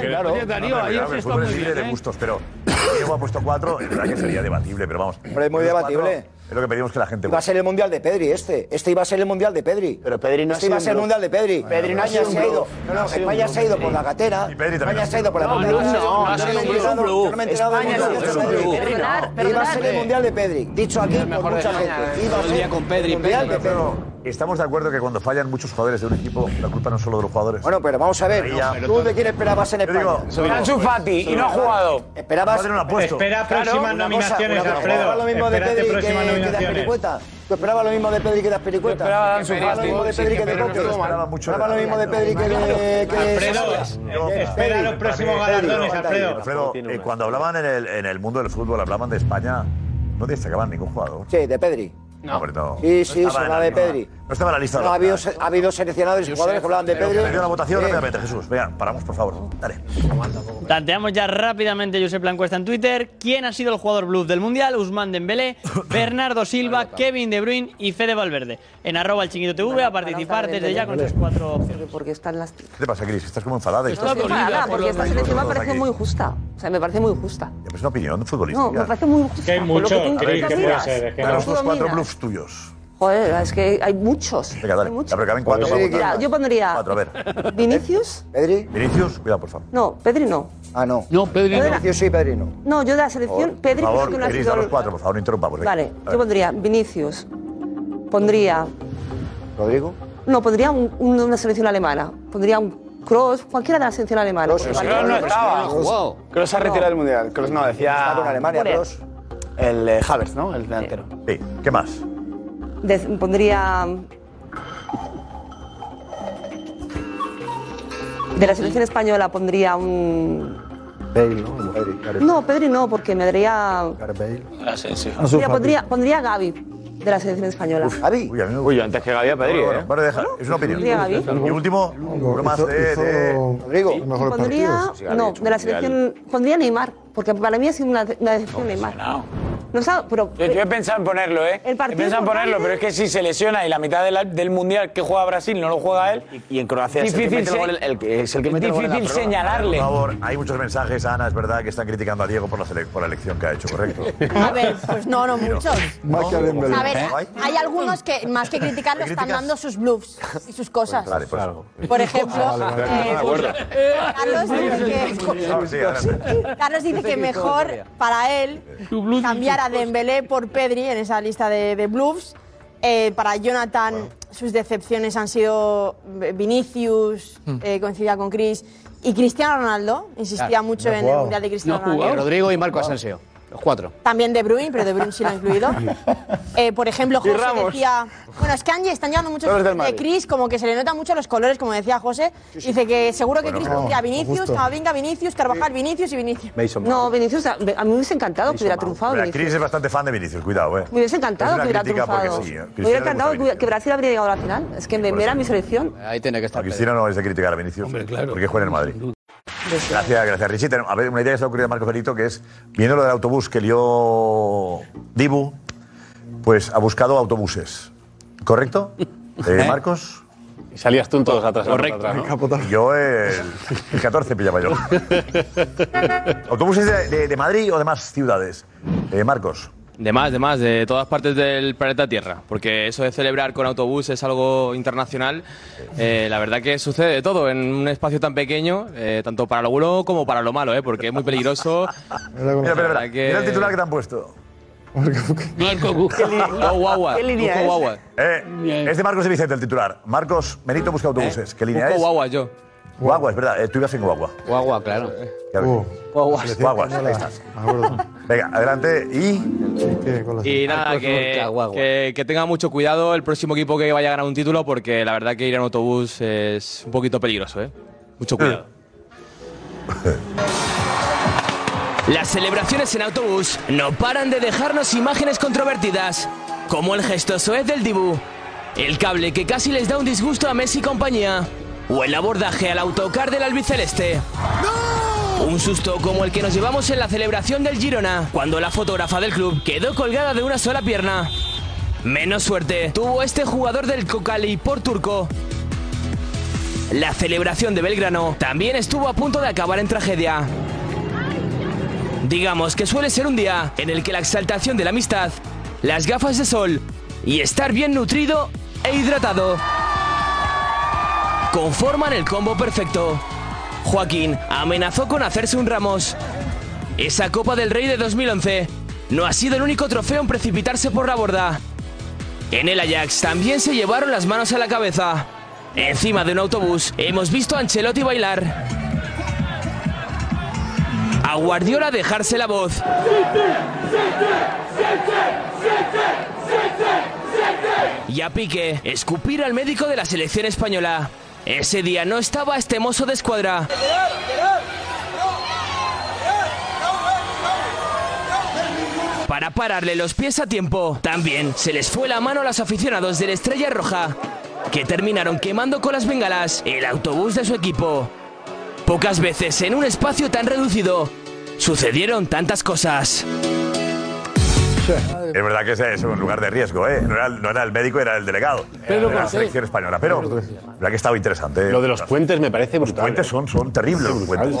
Speaker 9: Claro, Darío, ahí está muy bien. de gustos, pero Diego ha puesto cuatro, es verdad que sería debatible, pero vamos.
Speaker 11: Hombre, es muy
Speaker 9: los
Speaker 11: debatible.
Speaker 9: cuatro Es lo que pedimos que la gente
Speaker 11: Iba a
Speaker 9: vote.
Speaker 11: ser el mundial de Pedri este. Este iba a ser el mundial de Pedri. Pero Pedri
Speaker 9: no ha
Speaker 11: este
Speaker 9: sido
Speaker 11: iba a
Speaker 9: un
Speaker 11: ser el
Speaker 9: bluff.
Speaker 11: mundial de Pedri.
Speaker 9: Pedri no ha
Speaker 11: España
Speaker 9: sido un
Speaker 11: se ha ido.
Speaker 9: bluff.
Speaker 11: No,
Speaker 9: No
Speaker 11: no,
Speaker 9: ha sido
Speaker 11: España
Speaker 9: un
Speaker 11: se ha ido
Speaker 9: bluff.
Speaker 11: por la gatera.
Speaker 9: Y Pedri también
Speaker 11: España
Speaker 9: ha
Speaker 11: se ha
Speaker 9: sido.
Speaker 11: ido por la
Speaker 9: No,
Speaker 11: gatera.
Speaker 9: no, no,
Speaker 11: me
Speaker 9: ha sido un
Speaker 11: he enterado-
Speaker 9: bluff.
Speaker 11: no me he enterado
Speaker 9: España
Speaker 11: de
Speaker 9: ha sido un bluff.
Speaker 11: Pedri.
Speaker 9: Perdonar,
Speaker 11: Iba a
Speaker 9: perdonar.
Speaker 11: ser el mundial de Pedri. Dicho aquí por mucha gente. Iba a ser el mundial de eh, Pedri.
Speaker 9: Pero estamos de acuerdo que cuando fallan muchos jugadores de un equipo, la culpa no es solo de los jugadores.
Speaker 11: Bueno, pero vamos a ver.
Speaker 9: Ahí ya-
Speaker 11: ¿Tú de quién esperabas en
Speaker 9: Yo digo,
Speaker 11: España?
Speaker 9: sobre- Ansu Fati, y no ha jugado.
Speaker 11: Esperabas.
Speaker 9: Madre, no lo ha puesto. Espera próximas
Speaker 11: una cosa,
Speaker 9: nominaciones,
Speaker 11: una cosa,
Speaker 9: Alfredo.
Speaker 11: Esperabas lo mismo de
Speaker 9: Espérate
Speaker 11: Pedri que-
Speaker 9: próximas
Speaker 11: que das
Speaker 9: nominaciones.
Speaker 11: pericueta. Tú esperabas lo mismo de Pedri que das pericueta.
Speaker 9: esperaba de Ansu
Speaker 11: Esperabas
Speaker 9: Fati.
Speaker 11: lo mismo de
Speaker 9: Sí,
Speaker 11: Pedri
Speaker 9: que
Speaker 11: que de
Speaker 9: Pedro no
Speaker 11: Coque.
Speaker 9: lo esperaba mucho de
Speaker 11: Esperabas lo mismo de Pedri que de. que de- que de-
Speaker 9: espera
Speaker 11: los próximos galardones, Alfredo.
Speaker 9: Alfredo, eh, cuando hablaban en el, en el mundo del fútbol, hablaban de España, no destacaban ningún jugador.
Speaker 11: Sí, de Pedri.
Speaker 9: No, hombre, no.
Speaker 11: Sí, sí,
Speaker 9: No
Speaker 11: se
Speaker 9: estaba en
Speaker 11: habla
Speaker 9: la
Speaker 11: de
Speaker 9: misma-
Speaker 11: Pedri.
Speaker 9: No estaba en la lista.
Speaker 11: No, ha habido, ha habido seleccionadores y jugadores que hablaban de Pedri.
Speaker 9: Pero la votación
Speaker 11: Sí.
Speaker 9: rápidamente, Jesús. Venga, paramos, por favor. Dale.
Speaker 25: Tanteamos ya rápidamente Josep Blancuesta en Twitter. ¿Quién ha sido el jugador bluff del Mundial? Usman Dembélé, Bernardo Silva, Kevin De Bruyne y Fede Valverde. En arroba el chiquito TV a participar desde ya con sus cuatro opciones.
Speaker 13: Porque están las...
Speaker 9: ¿Qué te pasa, Cris? Estás como enfadada.
Speaker 13: No estoy enfadada, porque esta selección me ha parecido muy justa. O sea, me parece muy justa.
Speaker 9: Es una opinión futbolística.
Speaker 13: No, me parece muy justa.
Speaker 9: hay
Speaker 13: Por lo
Speaker 9: muchos,
Speaker 13: que tú
Speaker 9: Cris, que puede
Speaker 13: miras.
Speaker 9: ser, es que
Speaker 13: Por lo
Speaker 9: no.
Speaker 13: que
Speaker 9: Los
Speaker 13: tú
Speaker 9: cuatro
Speaker 13: miras.
Speaker 9: bluffs tuyos.
Speaker 13: Joder, es que hay muchos.
Speaker 9: Venga, dale.
Speaker 13: Hay muchos.
Speaker 9: Ya, pero caben cuatro para
Speaker 13: Mira,
Speaker 9: votar.
Speaker 13: Yo pondría
Speaker 9: Cuatro, a ver.
Speaker 13: Vinicius.
Speaker 11: Pedri.
Speaker 9: Vinicius, cuidado, por favor.
Speaker 13: No, Pedri no.
Speaker 11: Ah, no.
Speaker 24: No, Pedri
Speaker 13: Perdona.
Speaker 11: Yo sí, Pedri no.
Speaker 13: No, yo de la selección, Pedri
Speaker 9: por
Speaker 13: creo
Speaker 9: favor,
Speaker 13: que no ha
Speaker 9: Cris,
Speaker 13: sido...
Speaker 9: a los cuatro, por favor, no interrumpamos. venga.
Speaker 13: Vale,
Speaker 9: A
Speaker 13: yo
Speaker 9: ver.
Speaker 13: pondría Vinicius. Pondría...
Speaker 11: Rodrigo.
Speaker 13: No, pondría un- un- una selección alemana. Pondría un Cross, cualquiera de la selección alemana. Vale.
Speaker 8: Kroos se ha retirado del mundial. Kroos no, decía.
Speaker 11: Está con Alemania,
Speaker 13: Müller.
Speaker 11: Kroos.
Speaker 8: El eh, Havertz, ¿no? El delantero.
Speaker 9: Sí, ¿qué más?
Speaker 13: De- pondría. De la selección española pondría un.
Speaker 11: Bale, ¿no? Pedri.
Speaker 13: No, Pedri no, porque me daría.
Speaker 11: Gareth Bale.
Speaker 3: Ah,
Speaker 13: Mira, pondría, pondría a Gaby. de la selección española.
Speaker 9: Gaby. Uy, antes que Gaby a Pedri, ¿eh? Vale, deja. Es una opinión.
Speaker 13: ¿Pondría Gavi?
Speaker 9: Y último, bromas
Speaker 14: Hizo-
Speaker 9: de...
Speaker 14: hizo
Speaker 9: de-
Speaker 14: mejor
Speaker 13: Pondría, no, de la selección, pondría Neymar, porque para mí ha sido una, una decepción Neymar. No sabe, pero
Speaker 21: Yo, yo he pensado en ponerlo, ¿eh?
Speaker 13: El partido
Speaker 21: he pensado en
Speaker 13: importante-
Speaker 21: ponerlo, pero es que si se lesiona y la mitad de la- del mundial que juega Brasil no lo juega él.
Speaker 32: Y en Croacia es el que mete el
Speaker 21: se-
Speaker 32: gol, el que- es el que mete el gol en la
Speaker 21: difícil
Speaker 32: prórroga.
Speaker 21: señalarle.
Speaker 9: Por favor, hay muchos mensajes, Ana, es verdad, que están criticando a Diego por la, sele- por la elección que ha hecho,
Speaker 13: (laughs)
Speaker 9: ¿correcto?
Speaker 1: A ver, pues no, no
Speaker 9: Mira.
Speaker 1: muchos.
Speaker 9: Más que a Dembélé.
Speaker 1: A ver,
Speaker 9: ¿Eh?
Speaker 1: hay algunos que más que criticarlo están
Speaker 9: ¿Criticas?
Speaker 1: dando sus bluffs y sus cosas.
Speaker 9: Vale, pues.
Speaker 1: Por ejemplo,
Speaker 9: Ah, vale, vale.
Speaker 1: eh,
Speaker 9: De acuerdo.
Speaker 1: Carlos dice
Speaker 9: Ah, sí, adelante.
Speaker 1: que, Carlos dice
Speaker 9: Este
Speaker 1: que mejor para él cambiar a Dembélé por Pedri en esa lista de, de bluffs. Eh, para Jonathan sus decepciones han sido Vinicius,
Speaker 7: Mm.
Speaker 1: eh, coincidía con Chris, y Cristiano Ronaldo, insistía
Speaker 7: Claro.
Speaker 1: mucho en el Mundial de Cristiano
Speaker 7: Ah, No
Speaker 1: Ronaldo.
Speaker 7: jugó. Rodrigo y Marco Asensio. Los cuatro.
Speaker 1: También De Bruyne, pero De Bruyne sí lo
Speaker 7: (laughs)
Speaker 1: ha incluido. Eh, por ejemplo,
Speaker 7: Y
Speaker 1: José
Speaker 7: Ramos.
Speaker 1: decía... Bueno, es que Angie están llevando mucho
Speaker 7: Todos del
Speaker 1: de
Speaker 7: Madrid.
Speaker 1: Cris, como que se le nota mucho los colores, como decía José. Dice que seguro que
Speaker 7: Bueno,
Speaker 1: Cris
Speaker 7: no,
Speaker 1: confía a Vinicius,
Speaker 7: justo.
Speaker 1: Camavinga, Vinicius, Carvajal, Vinicius y Vinicius.
Speaker 9: Mason Mount.
Speaker 13: No, Vinicius, a a mí me hubiese encantado que hubiera triunfado
Speaker 9: Mira,
Speaker 13: Vinicius.
Speaker 9: Cris es bastante fan de Vinicius, cuidado, eh.
Speaker 13: Me hubiese encantado
Speaker 9: Es
Speaker 13: que
Speaker 9: una
Speaker 13: hubiera
Speaker 9: crítica porque
Speaker 13: triunfado.
Speaker 9: sí, eh.
Speaker 13: me hubiera
Speaker 9: Cristiano le gusta
Speaker 13: encantado que, hubiera- que Brasil habría llegado a la final. Es que me, me era mi selección.
Speaker 9: Ahí tiene que estar. Cristiano no es de criticar a Vinicius. Porque juega en el Madrid. Gracias, gracias, Richie. Tenemos- A ver, una idea que se ha ocurrido a Marco Felito, que es, viendo lo del autobús que lió Dibu, pues ha buscado autobuses.
Speaker 13: (laughs)
Speaker 9: ¿Correcto? Eh, Marcos.
Speaker 15: Y salías tú en todos atrás.
Speaker 9: Correcto.
Speaker 15: atrás, ¿no?
Speaker 9: Yo eh, el 14 pillaba yo. (laughs) ¿Autobuses de, de- de Madrid o de más ciudades? Eh, Marcos.
Speaker 23: De más, de más, de todas partes del planeta Tierra, porque eso de celebrar con autobús es algo internacional. Eh, la verdad que sucede de todo en un espacio tan pequeño, eh, tanto para lo bueno como para lo malo, eh, porque es muy peligroso.
Speaker 9: (laughs) Mira, espera,
Speaker 23: La
Speaker 9: espera.
Speaker 23: verdad que-
Speaker 9: Mira el titular que te han puesto.
Speaker 23: Go guagua,
Speaker 9: ¿Qué línea
Speaker 23: Go
Speaker 9: es?
Speaker 23: guagua.
Speaker 9: Eh, es de Marcos de Vicente el titular. Marcos, Benito busca autobuses. ¿Qué línea
Speaker 23: Eh, Busco
Speaker 9: es?
Speaker 23: guagua yo.
Speaker 9: Guagua, es verdad. Eh, tú ibas en Guagua.
Speaker 23: Guagua, claro.
Speaker 9: Claro.
Speaker 23: Uh, Guagua.
Speaker 9: Guaguas, ahí estás. Venga, adelante y...
Speaker 23: Y nada, que, que- que tenga mucho cuidado el próximo equipo que vaya a ganar un título, porque la verdad que ir en autobús es un poquito peligroso, ¿eh? Mucho cuidado.
Speaker 20: (laughs) Las celebraciones en autobús no paran de dejarnos imágenes controvertidas, como el gesto soez del Dibu, el cable que casi les da un disgusto a Messi y compañía, o el abordaje al autocar del albiceleste. Un susto como el que nos llevamos en la celebración del Girona, cuando la fotógrafa del club quedó colgada de una sola pierna. Menos suerte tuvo este jugador del Cocali por turco, la celebración de Belgrano también estuvo a punto de acabar en tragedia. Digamos que suele ser un día en el que la exaltación de la amistad, las gafas de sol y estar bien nutrido e hidratado conforman el combo perfecto. Joaquín amenazó con hacerse un Ramos. Esa Copa del Rey de 2011 no ha sido el único trofeo en precipitarse por la borda. En el Ajax también se llevaron las manos a la cabeza. Encima de un autobús hemos visto a Ancelotti bailar. A Guardiola dejarse la voz. Y a Pique escupir al médico de la selección española. Ese día no estaba este mozo de escuadra. Para pararle los pies a tiempo, también se les fue la mano a los aficionados de la Estrella Roja, que terminaron quemando con las bengalas el autobús de su equipo. Pocas veces en un espacio tan reducido sucedieron tantas cosas.
Speaker 9: Es verdad que ese es un lugar de riesgo, ¿eh? No era, el- no era el médico, era el delegado.
Speaker 23: Pedro
Speaker 9: de la
Speaker 23: Cortés.
Speaker 9: selección española. Pero, la verdad que estaba interesante.
Speaker 15: pues, Lo de los puentes me parece ¿eh?
Speaker 9: Los puentes son, son terribles, los puentes.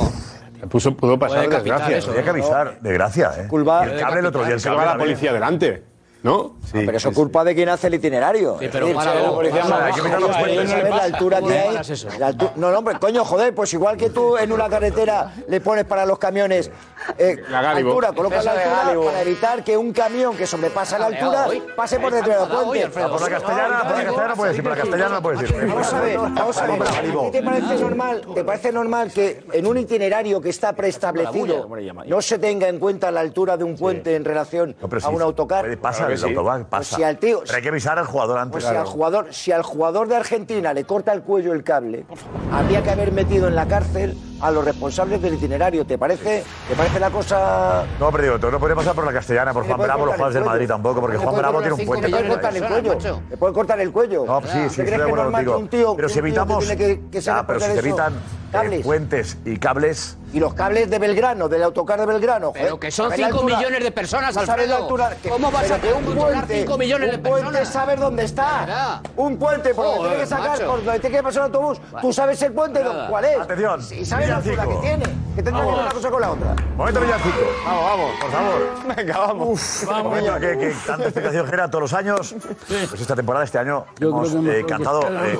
Speaker 15: Puso, pudo pasar
Speaker 9: Puede decapitar
Speaker 15: desgracia.
Speaker 9: eso, Había que avisar, desgracia, ¿eh?
Speaker 15: Culpa,
Speaker 9: Y el cable el otro día, el
Speaker 15: Se
Speaker 9: cable
Speaker 15: va la
Speaker 9: también.
Speaker 15: policía delante, ¿no?
Speaker 9: Sí,
Speaker 11: pero eso es culpa de quien hace el itinerario.
Speaker 15: Sí,
Speaker 11: Es
Speaker 15: pero
Speaker 11: decir,
Speaker 15: para
Speaker 11: si
Speaker 15: la
Speaker 11: la
Speaker 15: policía
Speaker 11: persona-
Speaker 15: mala, hay que evitar los
Speaker 11: Joder,
Speaker 15: puentes.
Speaker 11: ¿sabes
Speaker 15: ¿Cómo
Speaker 11: la altura que
Speaker 15: le
Speaker 11: hay.
Speaker 15: paras eso?
Speaker 11: La altu- no, no, hombre, coño, joder, pues igual que tú en una carretera le pones para los camiones eh,
Speaker 15: La Gálibo.
Speaker 11: altura, colocas la
Speaker 15: Esa de
Speaker 11: altura
Speaker 15: Gálibo.
Speaker 11: para evitar que un camión que sobrepasa la altura pase por detrás del puente.
Speaker 9: por la castellana, por la castellana puedes decir, por la castellana no puedes decir.
Speaker 11: Vamos a ver, vamos a ver.
Speaker 9: Vamos
Speaker 11: ¿A
Speaker 9: para Galibo.
Speaker 11: ti te parece normal, te parece normal que en un itinerario que está preestablecido no se tenga en cuenta la altura de un puente en relación
Speaker 9: No, pero
Speaker 11: a
Speaker 9: sí,
Speaker 11: un autocar?
Speaker 9: puede- Pasa,
Speaker 11: Claro que
Speaker 9: el
Speaker 11: sí.
Speaker 9: autobús
Speaker 11: Pues
Speaker 9: pasa.
Speaker 11: si al tío-
Speaker 9: Pero hay que avisar al jugador antes.
Speaker 11: Pues si al jugador, si al jugador de Argentina le corta el cuello el cable, habría que haber metido en la cárcel a los responsables del itinerario. ¿Te parece? ¿Te parece la cosa?
Speaker 9: No, pero digo, no puede pasar por la castellana, por
Speaker 11: Le
Speaker 9: Juan
Speaker 11: puede
Speaker 9: Bravo, los
Speaker 11: cortar el
Speaker 9: jugadores del
Speaker 11: cuello.
Speaker 9: Madrid tampoco, porque
Speaker 11: Le
Speaker 9: Juan
Speaker 11: puede
Speaker 9: Bravo
Speaker 11: cortar
Speaker 9: tiene un
Speaker 11: cinco
Speaker 9: puente.
Speaker 11: millones
Speaker 9: por
Speaker 11: de
Speaker 9: ahí.
Speaker 11: personas, macho. Le pueden cortar el cuello. Ah,
Speaker 9: No, pues sí, sí,
Speaker 11: ¿Te
Speaker 9: estoy de
Speaker 11: crees que es
Speaker 9: acuerdo
Speaker 11: normal que
Speaker 9: contigo.
Speaker 11: un tío-
Speaker 9: pero
Speaker 11: que
Speaker 9: si
Speaker 11: un tío te
Speaker 9: evitamos.
Speaker 11: tiene que- que
Speaker 9: Ya,
Speaker 11: sepa
Speaker 9: pero si
Speaker 11: cortar eso?
Speaker 9: se evitan eh,
Speaker 11: Cables.
Speaker 9: puentes y cables.
Speaker 11: Y los cables de Belgrano, del autocar de Belgrano. joder.
Speaker 13: Pero que son
Speaker 11: Ve la
Speaker 13: 5
Speaker 11: altura.
Speaker 13: millones de personas,
Speaker 11: ¿Tú sabes la
Speaker 13: Alfredo?
Speaker 11: altura que-
Speaker 13: ¿Cómo vas
Speaker 11: pero
Speaker 13: a
Speaker 11: que un
Speaker 13: controlar
Speaker 11: puente,
Speaker 13: 5 millones de
Speaker 11: Un
Speaker 13: personas?
Speaker 11: puente sabes dónde está. Un puente por donde
Speaker 13: Joder,
Speaker 11: tiene que sacar,
Speaker 13: macho.
Speaker 11: por donde tiene que pasar el autobús. Tú sabes el puente,
Speaker 13: Nada.
Speaker 11: cuál es.
Speaker 9: Atención,
Speaker 11: Y sabes la altura que
Speaker 9: villancico.
Speaker 11: tiene. Que tendrá que ver
Speaker 9: Vamos.
Speaker 11: una cosa con la otra.
Speaker 9: Momento villancico. Vamos, vamos, por favor. Venga, vamos.
Speaker 11: vamos.
Speaker 9: Momento que, que tanta explicación genera todos los años. Pues esta temporada, este año,
Speaker 11: Yo
Speaker 9: hemos
Speaker 11: creo que
Speaker 9: eh,
Speaker 11: hemos
Speaker 9: cantado.
Speaker 11: buscado-
Speaker 9: eh,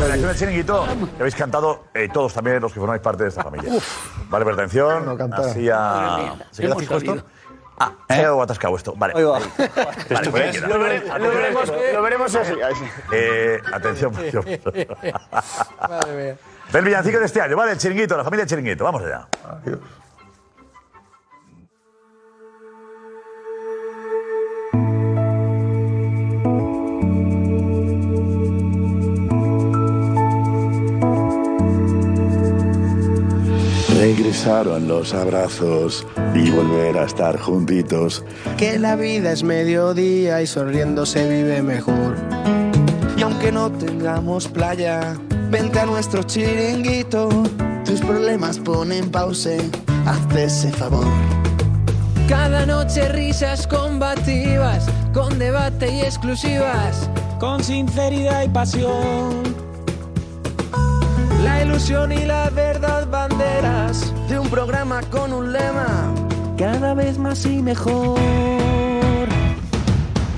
Speaker 9: la reacción del chiringuito que habéis cantado eh, todos también los que formáis parte de esta familia. Vale, pero atención.
Speaker 11: cantada.
Speaker 9: Así a.
Speaker 11: Madre mía,
Speaker 9: ¿Se queda
Speaker 11: hemos
Speaker 9: fijo esto?
Speaker 11: salido. ¿Eh?
Speaker 9: Ah, se ha quedado atascado esto. Vale. Ahí Vale, pues ahí queda.
Speaker 6: Lo vere- lo veremos, lo veremos así. Ahí sí.
Speaker 9: Eh, atención, por Dios.
Speaker 17: (laughs)
Speaker 9: Del villancico de este año, ¿vale? El chiringuito, la familia chiringuito. Vamos allá.
Speaker 1: Regresaron los abrazos y volver a estar juntitos.
Speaker 17: Que la vida es mediodía y sonriendo se vive mejor. Y aunque no tengamos playa, vente a nuestro chiringuito. Tus problemas ponen pause, hazte ese favor.
Speaker 19: Cada noche risas combativas, con debate y exclusivas, con sinceridad y pasión.
Speaker 17: La ilusión y la verdad banderas de un programa con un lema cada vez más y mejor.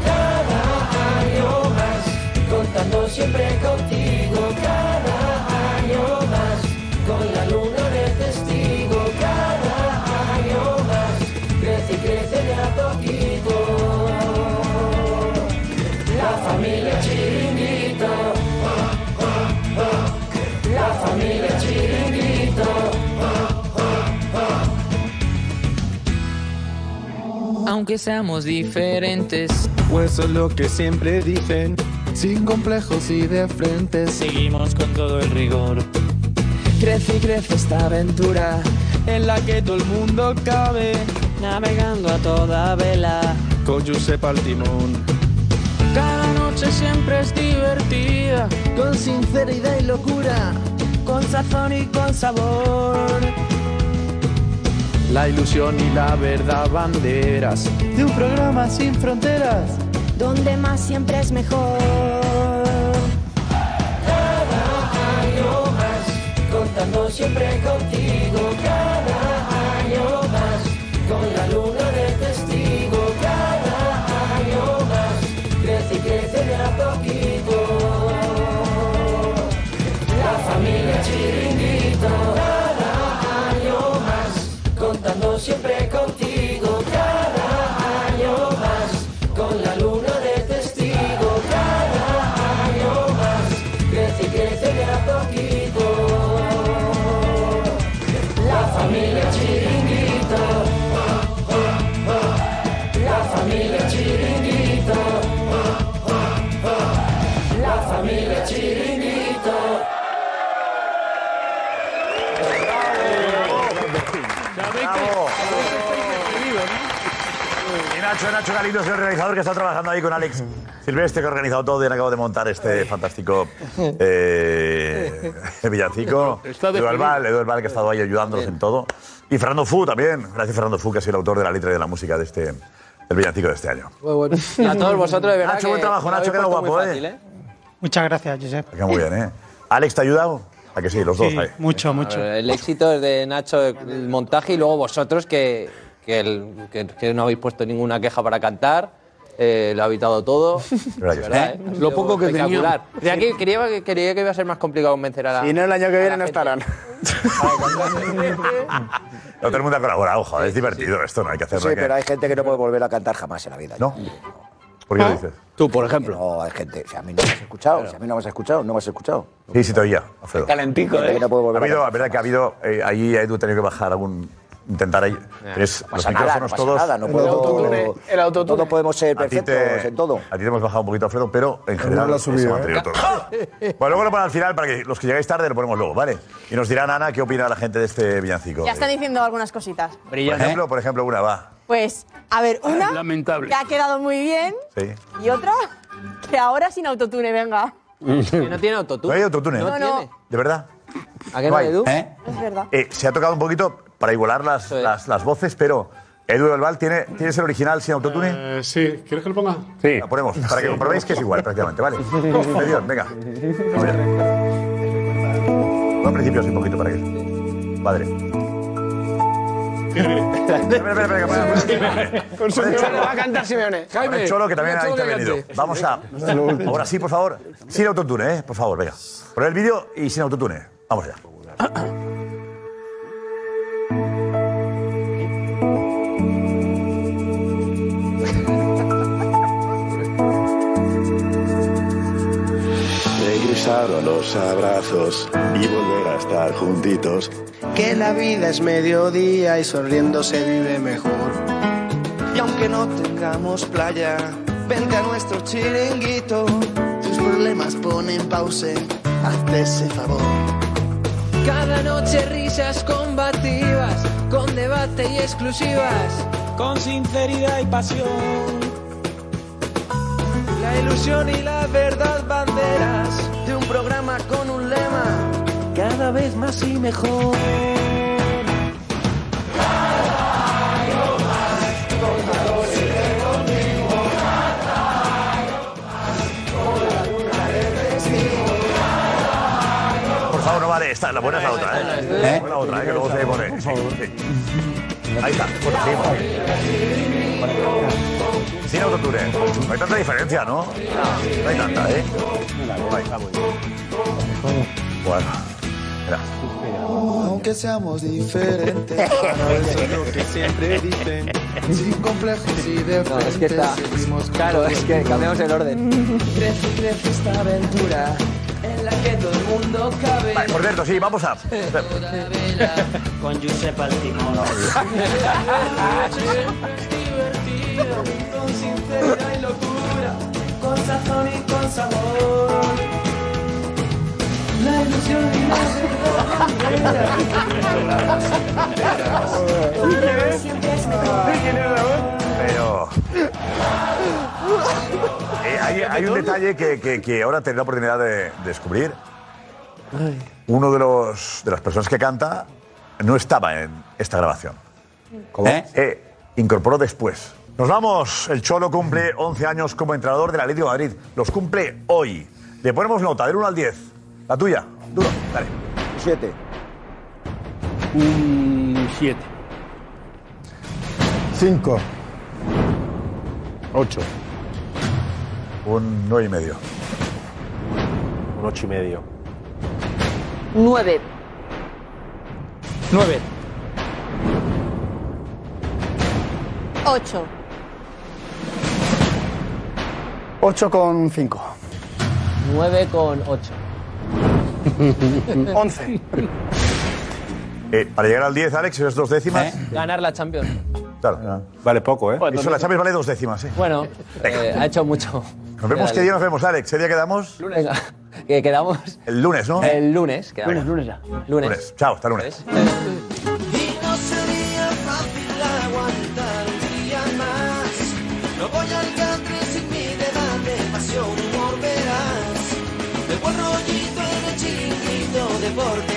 Speaker 22: Cada año más, contando siempre contigo. Cada año más, con la luna de testigo. Cada año más, crece y crece de a poquito. La familia chiringuito. La familia chiringuito.
Speaker 19: Aunque seamos diferentes,
Speaker 17: Pues eso es lo que siempre dicen, sin complejos y de frente. Seguimos con todo el rigor. Crece y crece esta aventura en la que todo el mundo cabe, navegando a toda vela. Con Giuseppe al timón.
Speaker 19: cada noche siempre es divertida.
Speaker 17: Con sinceridad y locura, con sazón y con sabor. La ilusión y la verdad banderas de un programa sin fronteras.
Speaker 22: donde más siempre es mejor. Cada año más, contando siempre contigo. Cada año más, con la luna de testigo. Cada año más, crece y crece de a poquito. La familia chiringuito. Cada año más, contando siempre contigo. Cada año más con la luna de testigo cada año más crece y crece de a poquito la familia chiringuito oh, oh, oh. la familia chiringuito oh, oh, oh. la familia chiringuito
Speaker 9: Y Nacho, Nacho Galindo es el organizador que está trabajando ahí con Alex Silvestre, que ha organizado todo y han acabado de montar este
Speaker 11: (laughs)
Speaker 9: fantástico eh,
Speaker 17: (laughs)
Speaker 9: villancico.
Speaker 33: Está
Speaker 9: Edu
Speaker 33: despedido.
Speaker 9: Albal, Edu Albal, que ha estado ahí ayudándonos en todo. Y Fernando Fu también. Gracias, Fernando Fu, que ha sido el autor de la letra y de la música de este, del villancico de este año.
Speaker 17: A todos vosotros, de verdad.
Speaker 9: Nacho, buen trabajo, Nacho, queda guapo, ¿eh?
Speaker 17: Muchas gracias, Josep.
Speaker 9: Qué muy bien, ¿eh? ¿Alex te ha ayudado? A que sí, los dos
Speaker 17: Sí,
Speaker 9: ahí.
Speaker 17: mucho, mucho.
Speaker 23: El éxito es de Nacho, el montaje y luego vosotros que, que, el- que- que no habéis puesto ninguna queja para cantar. eh, lo ha
Speaker 9: (laughs)
Speaker 23: habitado todo.
Speaker 9: Verdad que sí.
Speaker 23: ¿Verdad, eh? Ha sido
Speaker 17: poco que
Speaker 23: espectacular.
Speaker 17: teníamos.
Speaker 23: De aquí quería, que- quería que iba a ser más complicado convencer a la.
Speaker 17: Si no, el año que viene
Speaker 23: no estarán.
Speaker 9: (laughs) No, todo el mundo ha colaborado, joder, es divertido esto, no hay que
Speaker 11: Sí,
Speaker 9: hacerlo. que-
Speaker 11: pero hay gente que no puede volver a cantar jamás en la vida.
Speaker 9: No. ¿Por
Speaker 11: ¿Ah?
Speaker 9: qué lo dices?
Speaker 11: Tú, por ejemplo. No, hay gente. Si a mí no me has escuchado, si a mí no me has escuchado, no me has escuchado.
Speaker 9: Sí, sí, te oía. Alfredo.
Speaker 11: Calentico, ¿eh? No puedo
Speaker 9: Ha
Speaker 11: volver a
Speaker 9: habido,
Speaker 11: cantar.
Speaker 9: la verdad que ha habido, eh, ahí Edu ha tenido que bajar algún intentaré. Pero es, los
Speaker 11: pasa nada, no
Speaker 9: micrófonos
Speaker 11: pasa
Speaker 9: todos.
Speaker 11: nada, no puedo-
Speaker 8: El autotune.
Speaker 11: Todos podemos ser
Speaker 9: A ti
Speaker 11: perfectos
Speaker 9: te-
Speaker 11: en todo.
Speaker 9: A ti te hemos bajado un poquito, Alfredo, pero en general
Speaker 11: lo ha
Speaker 9: es
Speaker 11: subido, ¿eh?
Speaker 8: (laughs)
Speaker 9: anterior todo. Bueno, luego lo ponen al final para que los que llegáis tarde lo ponemos luego, ¿vale? Y nos dirán, Ana, qué opina la gente de este villancico.
Speaker 1: Ya están diciendo algunas cositas.
Speaker 9: por ejemplo, por ejemplo, una va.
Speaker 1: Pues, a ver, una
Speaker 9: Lamentable.
Speaker 1: que ha quedado muy bien
Speaker 9: Sí.
Speaker 1: y otra que ahora sin autotune, venga.
Speaker 9: no
Speaker 23: tiene autotune.
Speaker 9: No hay autotune.
Speaker 1: No, no. tiene.
Speaker 9: ¿De verdad?
Speaker 23: ¿A
Speaker 1: qué no, Edu?
Speaker 9: ¿Eh?
Speaker 1: Es verdad.
Speaker 9: Eh, se ha tocado un poquito para igualar las, las, las voces, pero Edu del Val, ¿tiene, ¿tienes el original sin autotune? Eh, sí, ¿quieres que lo ponga? Sí. Lo ponemos, para que comprobéis que es igual prácticamente, (laughs) ¿vale? Edición, venga. A ver. Bueno, al principio sí, un poquito para que... Padre. (laughs)
Speaker 34: Con su
Speaker 9: Ahora el cholo.
Speaker 34: va a cantar Simeone.
Speaker 9: Ahora el Cholo, que también ha intervenido. Vamos (laughs) a... Ahora sí, por favor. Sin autotune, ¿eh? Por favor, venga. Pon el vídeo y sin autotune. Vamos allá.
Speaker 35: Regresaron los abrazos y volver a estar juntitos.
Speaker 4: Que la vida es mediodía y sonriendo se vive mejor. Y aunque no tengamos playa, venga nuestro chiringuito. Tus problemas ponen pausa, hazte ese favor.
Speaker 22: Cada noche risas combativas, con debate y exclusivas, con sinceridad y pasión.
Speaker 4: La ilusión y la verdad banderas de un programa con un lema cada vez más y mejor.
Speaker 9: Por favor, no vale esta, la buena es la otra, ¿eh? La buena otra, ¿eh? que luego se pone. Sí, sí. Ahí está, bueno, sí. Sin autotune. No hay tanta diferencia, ¿no? No hay tanta, ¿eh? Bueno, mira.
Speaker 4: Aunque seamos diferentes,
Speaker 36: lo que siempre dicen. Sin complejos y de
Speaker 23: No, es que
Speaker 36: frente
Speaker 23: está.
Speaker 36: seguimos
Speaker 23: Claro, es que cambiamos el
Speaker 22: (laughs)
Speaker 23: orden.
Speaker 22: Crece, crece esta aventura en la que todo el mundo cabe.
Speaker 9: Vale, por cierto, sí, vamos a.
Speaker 37: Con Josep al timón.
Speaker 22: Con sinceridad y locura, con sazón y con sabor. La ilusión y la (laughs) verdad. Siempre es
Speaker 9: (laughs) Pero. Eh, hay, hay un detalle que, que- que ahora tendré la oportunidad de descubrir. Uno de, los, de las personas que canta no estaba en esta grabación. ¿Cómo? Eh, incorporó después. Nos vamos. El Cholo cumple 11 años como entrenador del Atlético de Madrid. Los cumple hoy. Le ponemos nota del 1 al 10. La tuya. Duro. Dale.
Speaker 11: 7.
Speaker 38: Un 7.
Speaker 39: 5.
Speaker 9: 8. Un 9 y medio. Un 8 y medio.
Speaker 13: Nueve.
Speaker 9: 9.
Speaker 1: 8.
Speaker 8: 8 con 5.
Speaker 6: (laughs)
Speaker 23: 9 con 8.
Speaker 8: 11.
Speaker 9: Eh, para llegar al 10, Alex, es dos décimas.
Speaker 23: Ganar la Champions.
Speaker 9: Claro. ¿Eh? Vale poco, ¿eh? Eso, la Champions vale dos décimas, ¿eh?
Speaker 23: Bueno,
Speaker 9: Venga.
Speaker 23: eh, ha hecho mucho.
Speaker 9: Nos vemos, ¿qué día nos vemos, Alex? ¿Qué día quedamos?
Speaker 23: Lunes. Venga, que quedamos.
Speaker 9: El lunes, ¿no?
Speaker 23: El lunes. Quedamos.
Speaker 9: Lunes,
Speaker 23: lunes ya. Lunes.
Speaker 9: Lunes. Chao, hasta el lunes.
Speaker 4: Y no sería fácil aguantar un día más. No voy al country sin mi dedante, pasión, humor verás. De buen rollito en el chiringuito, deporte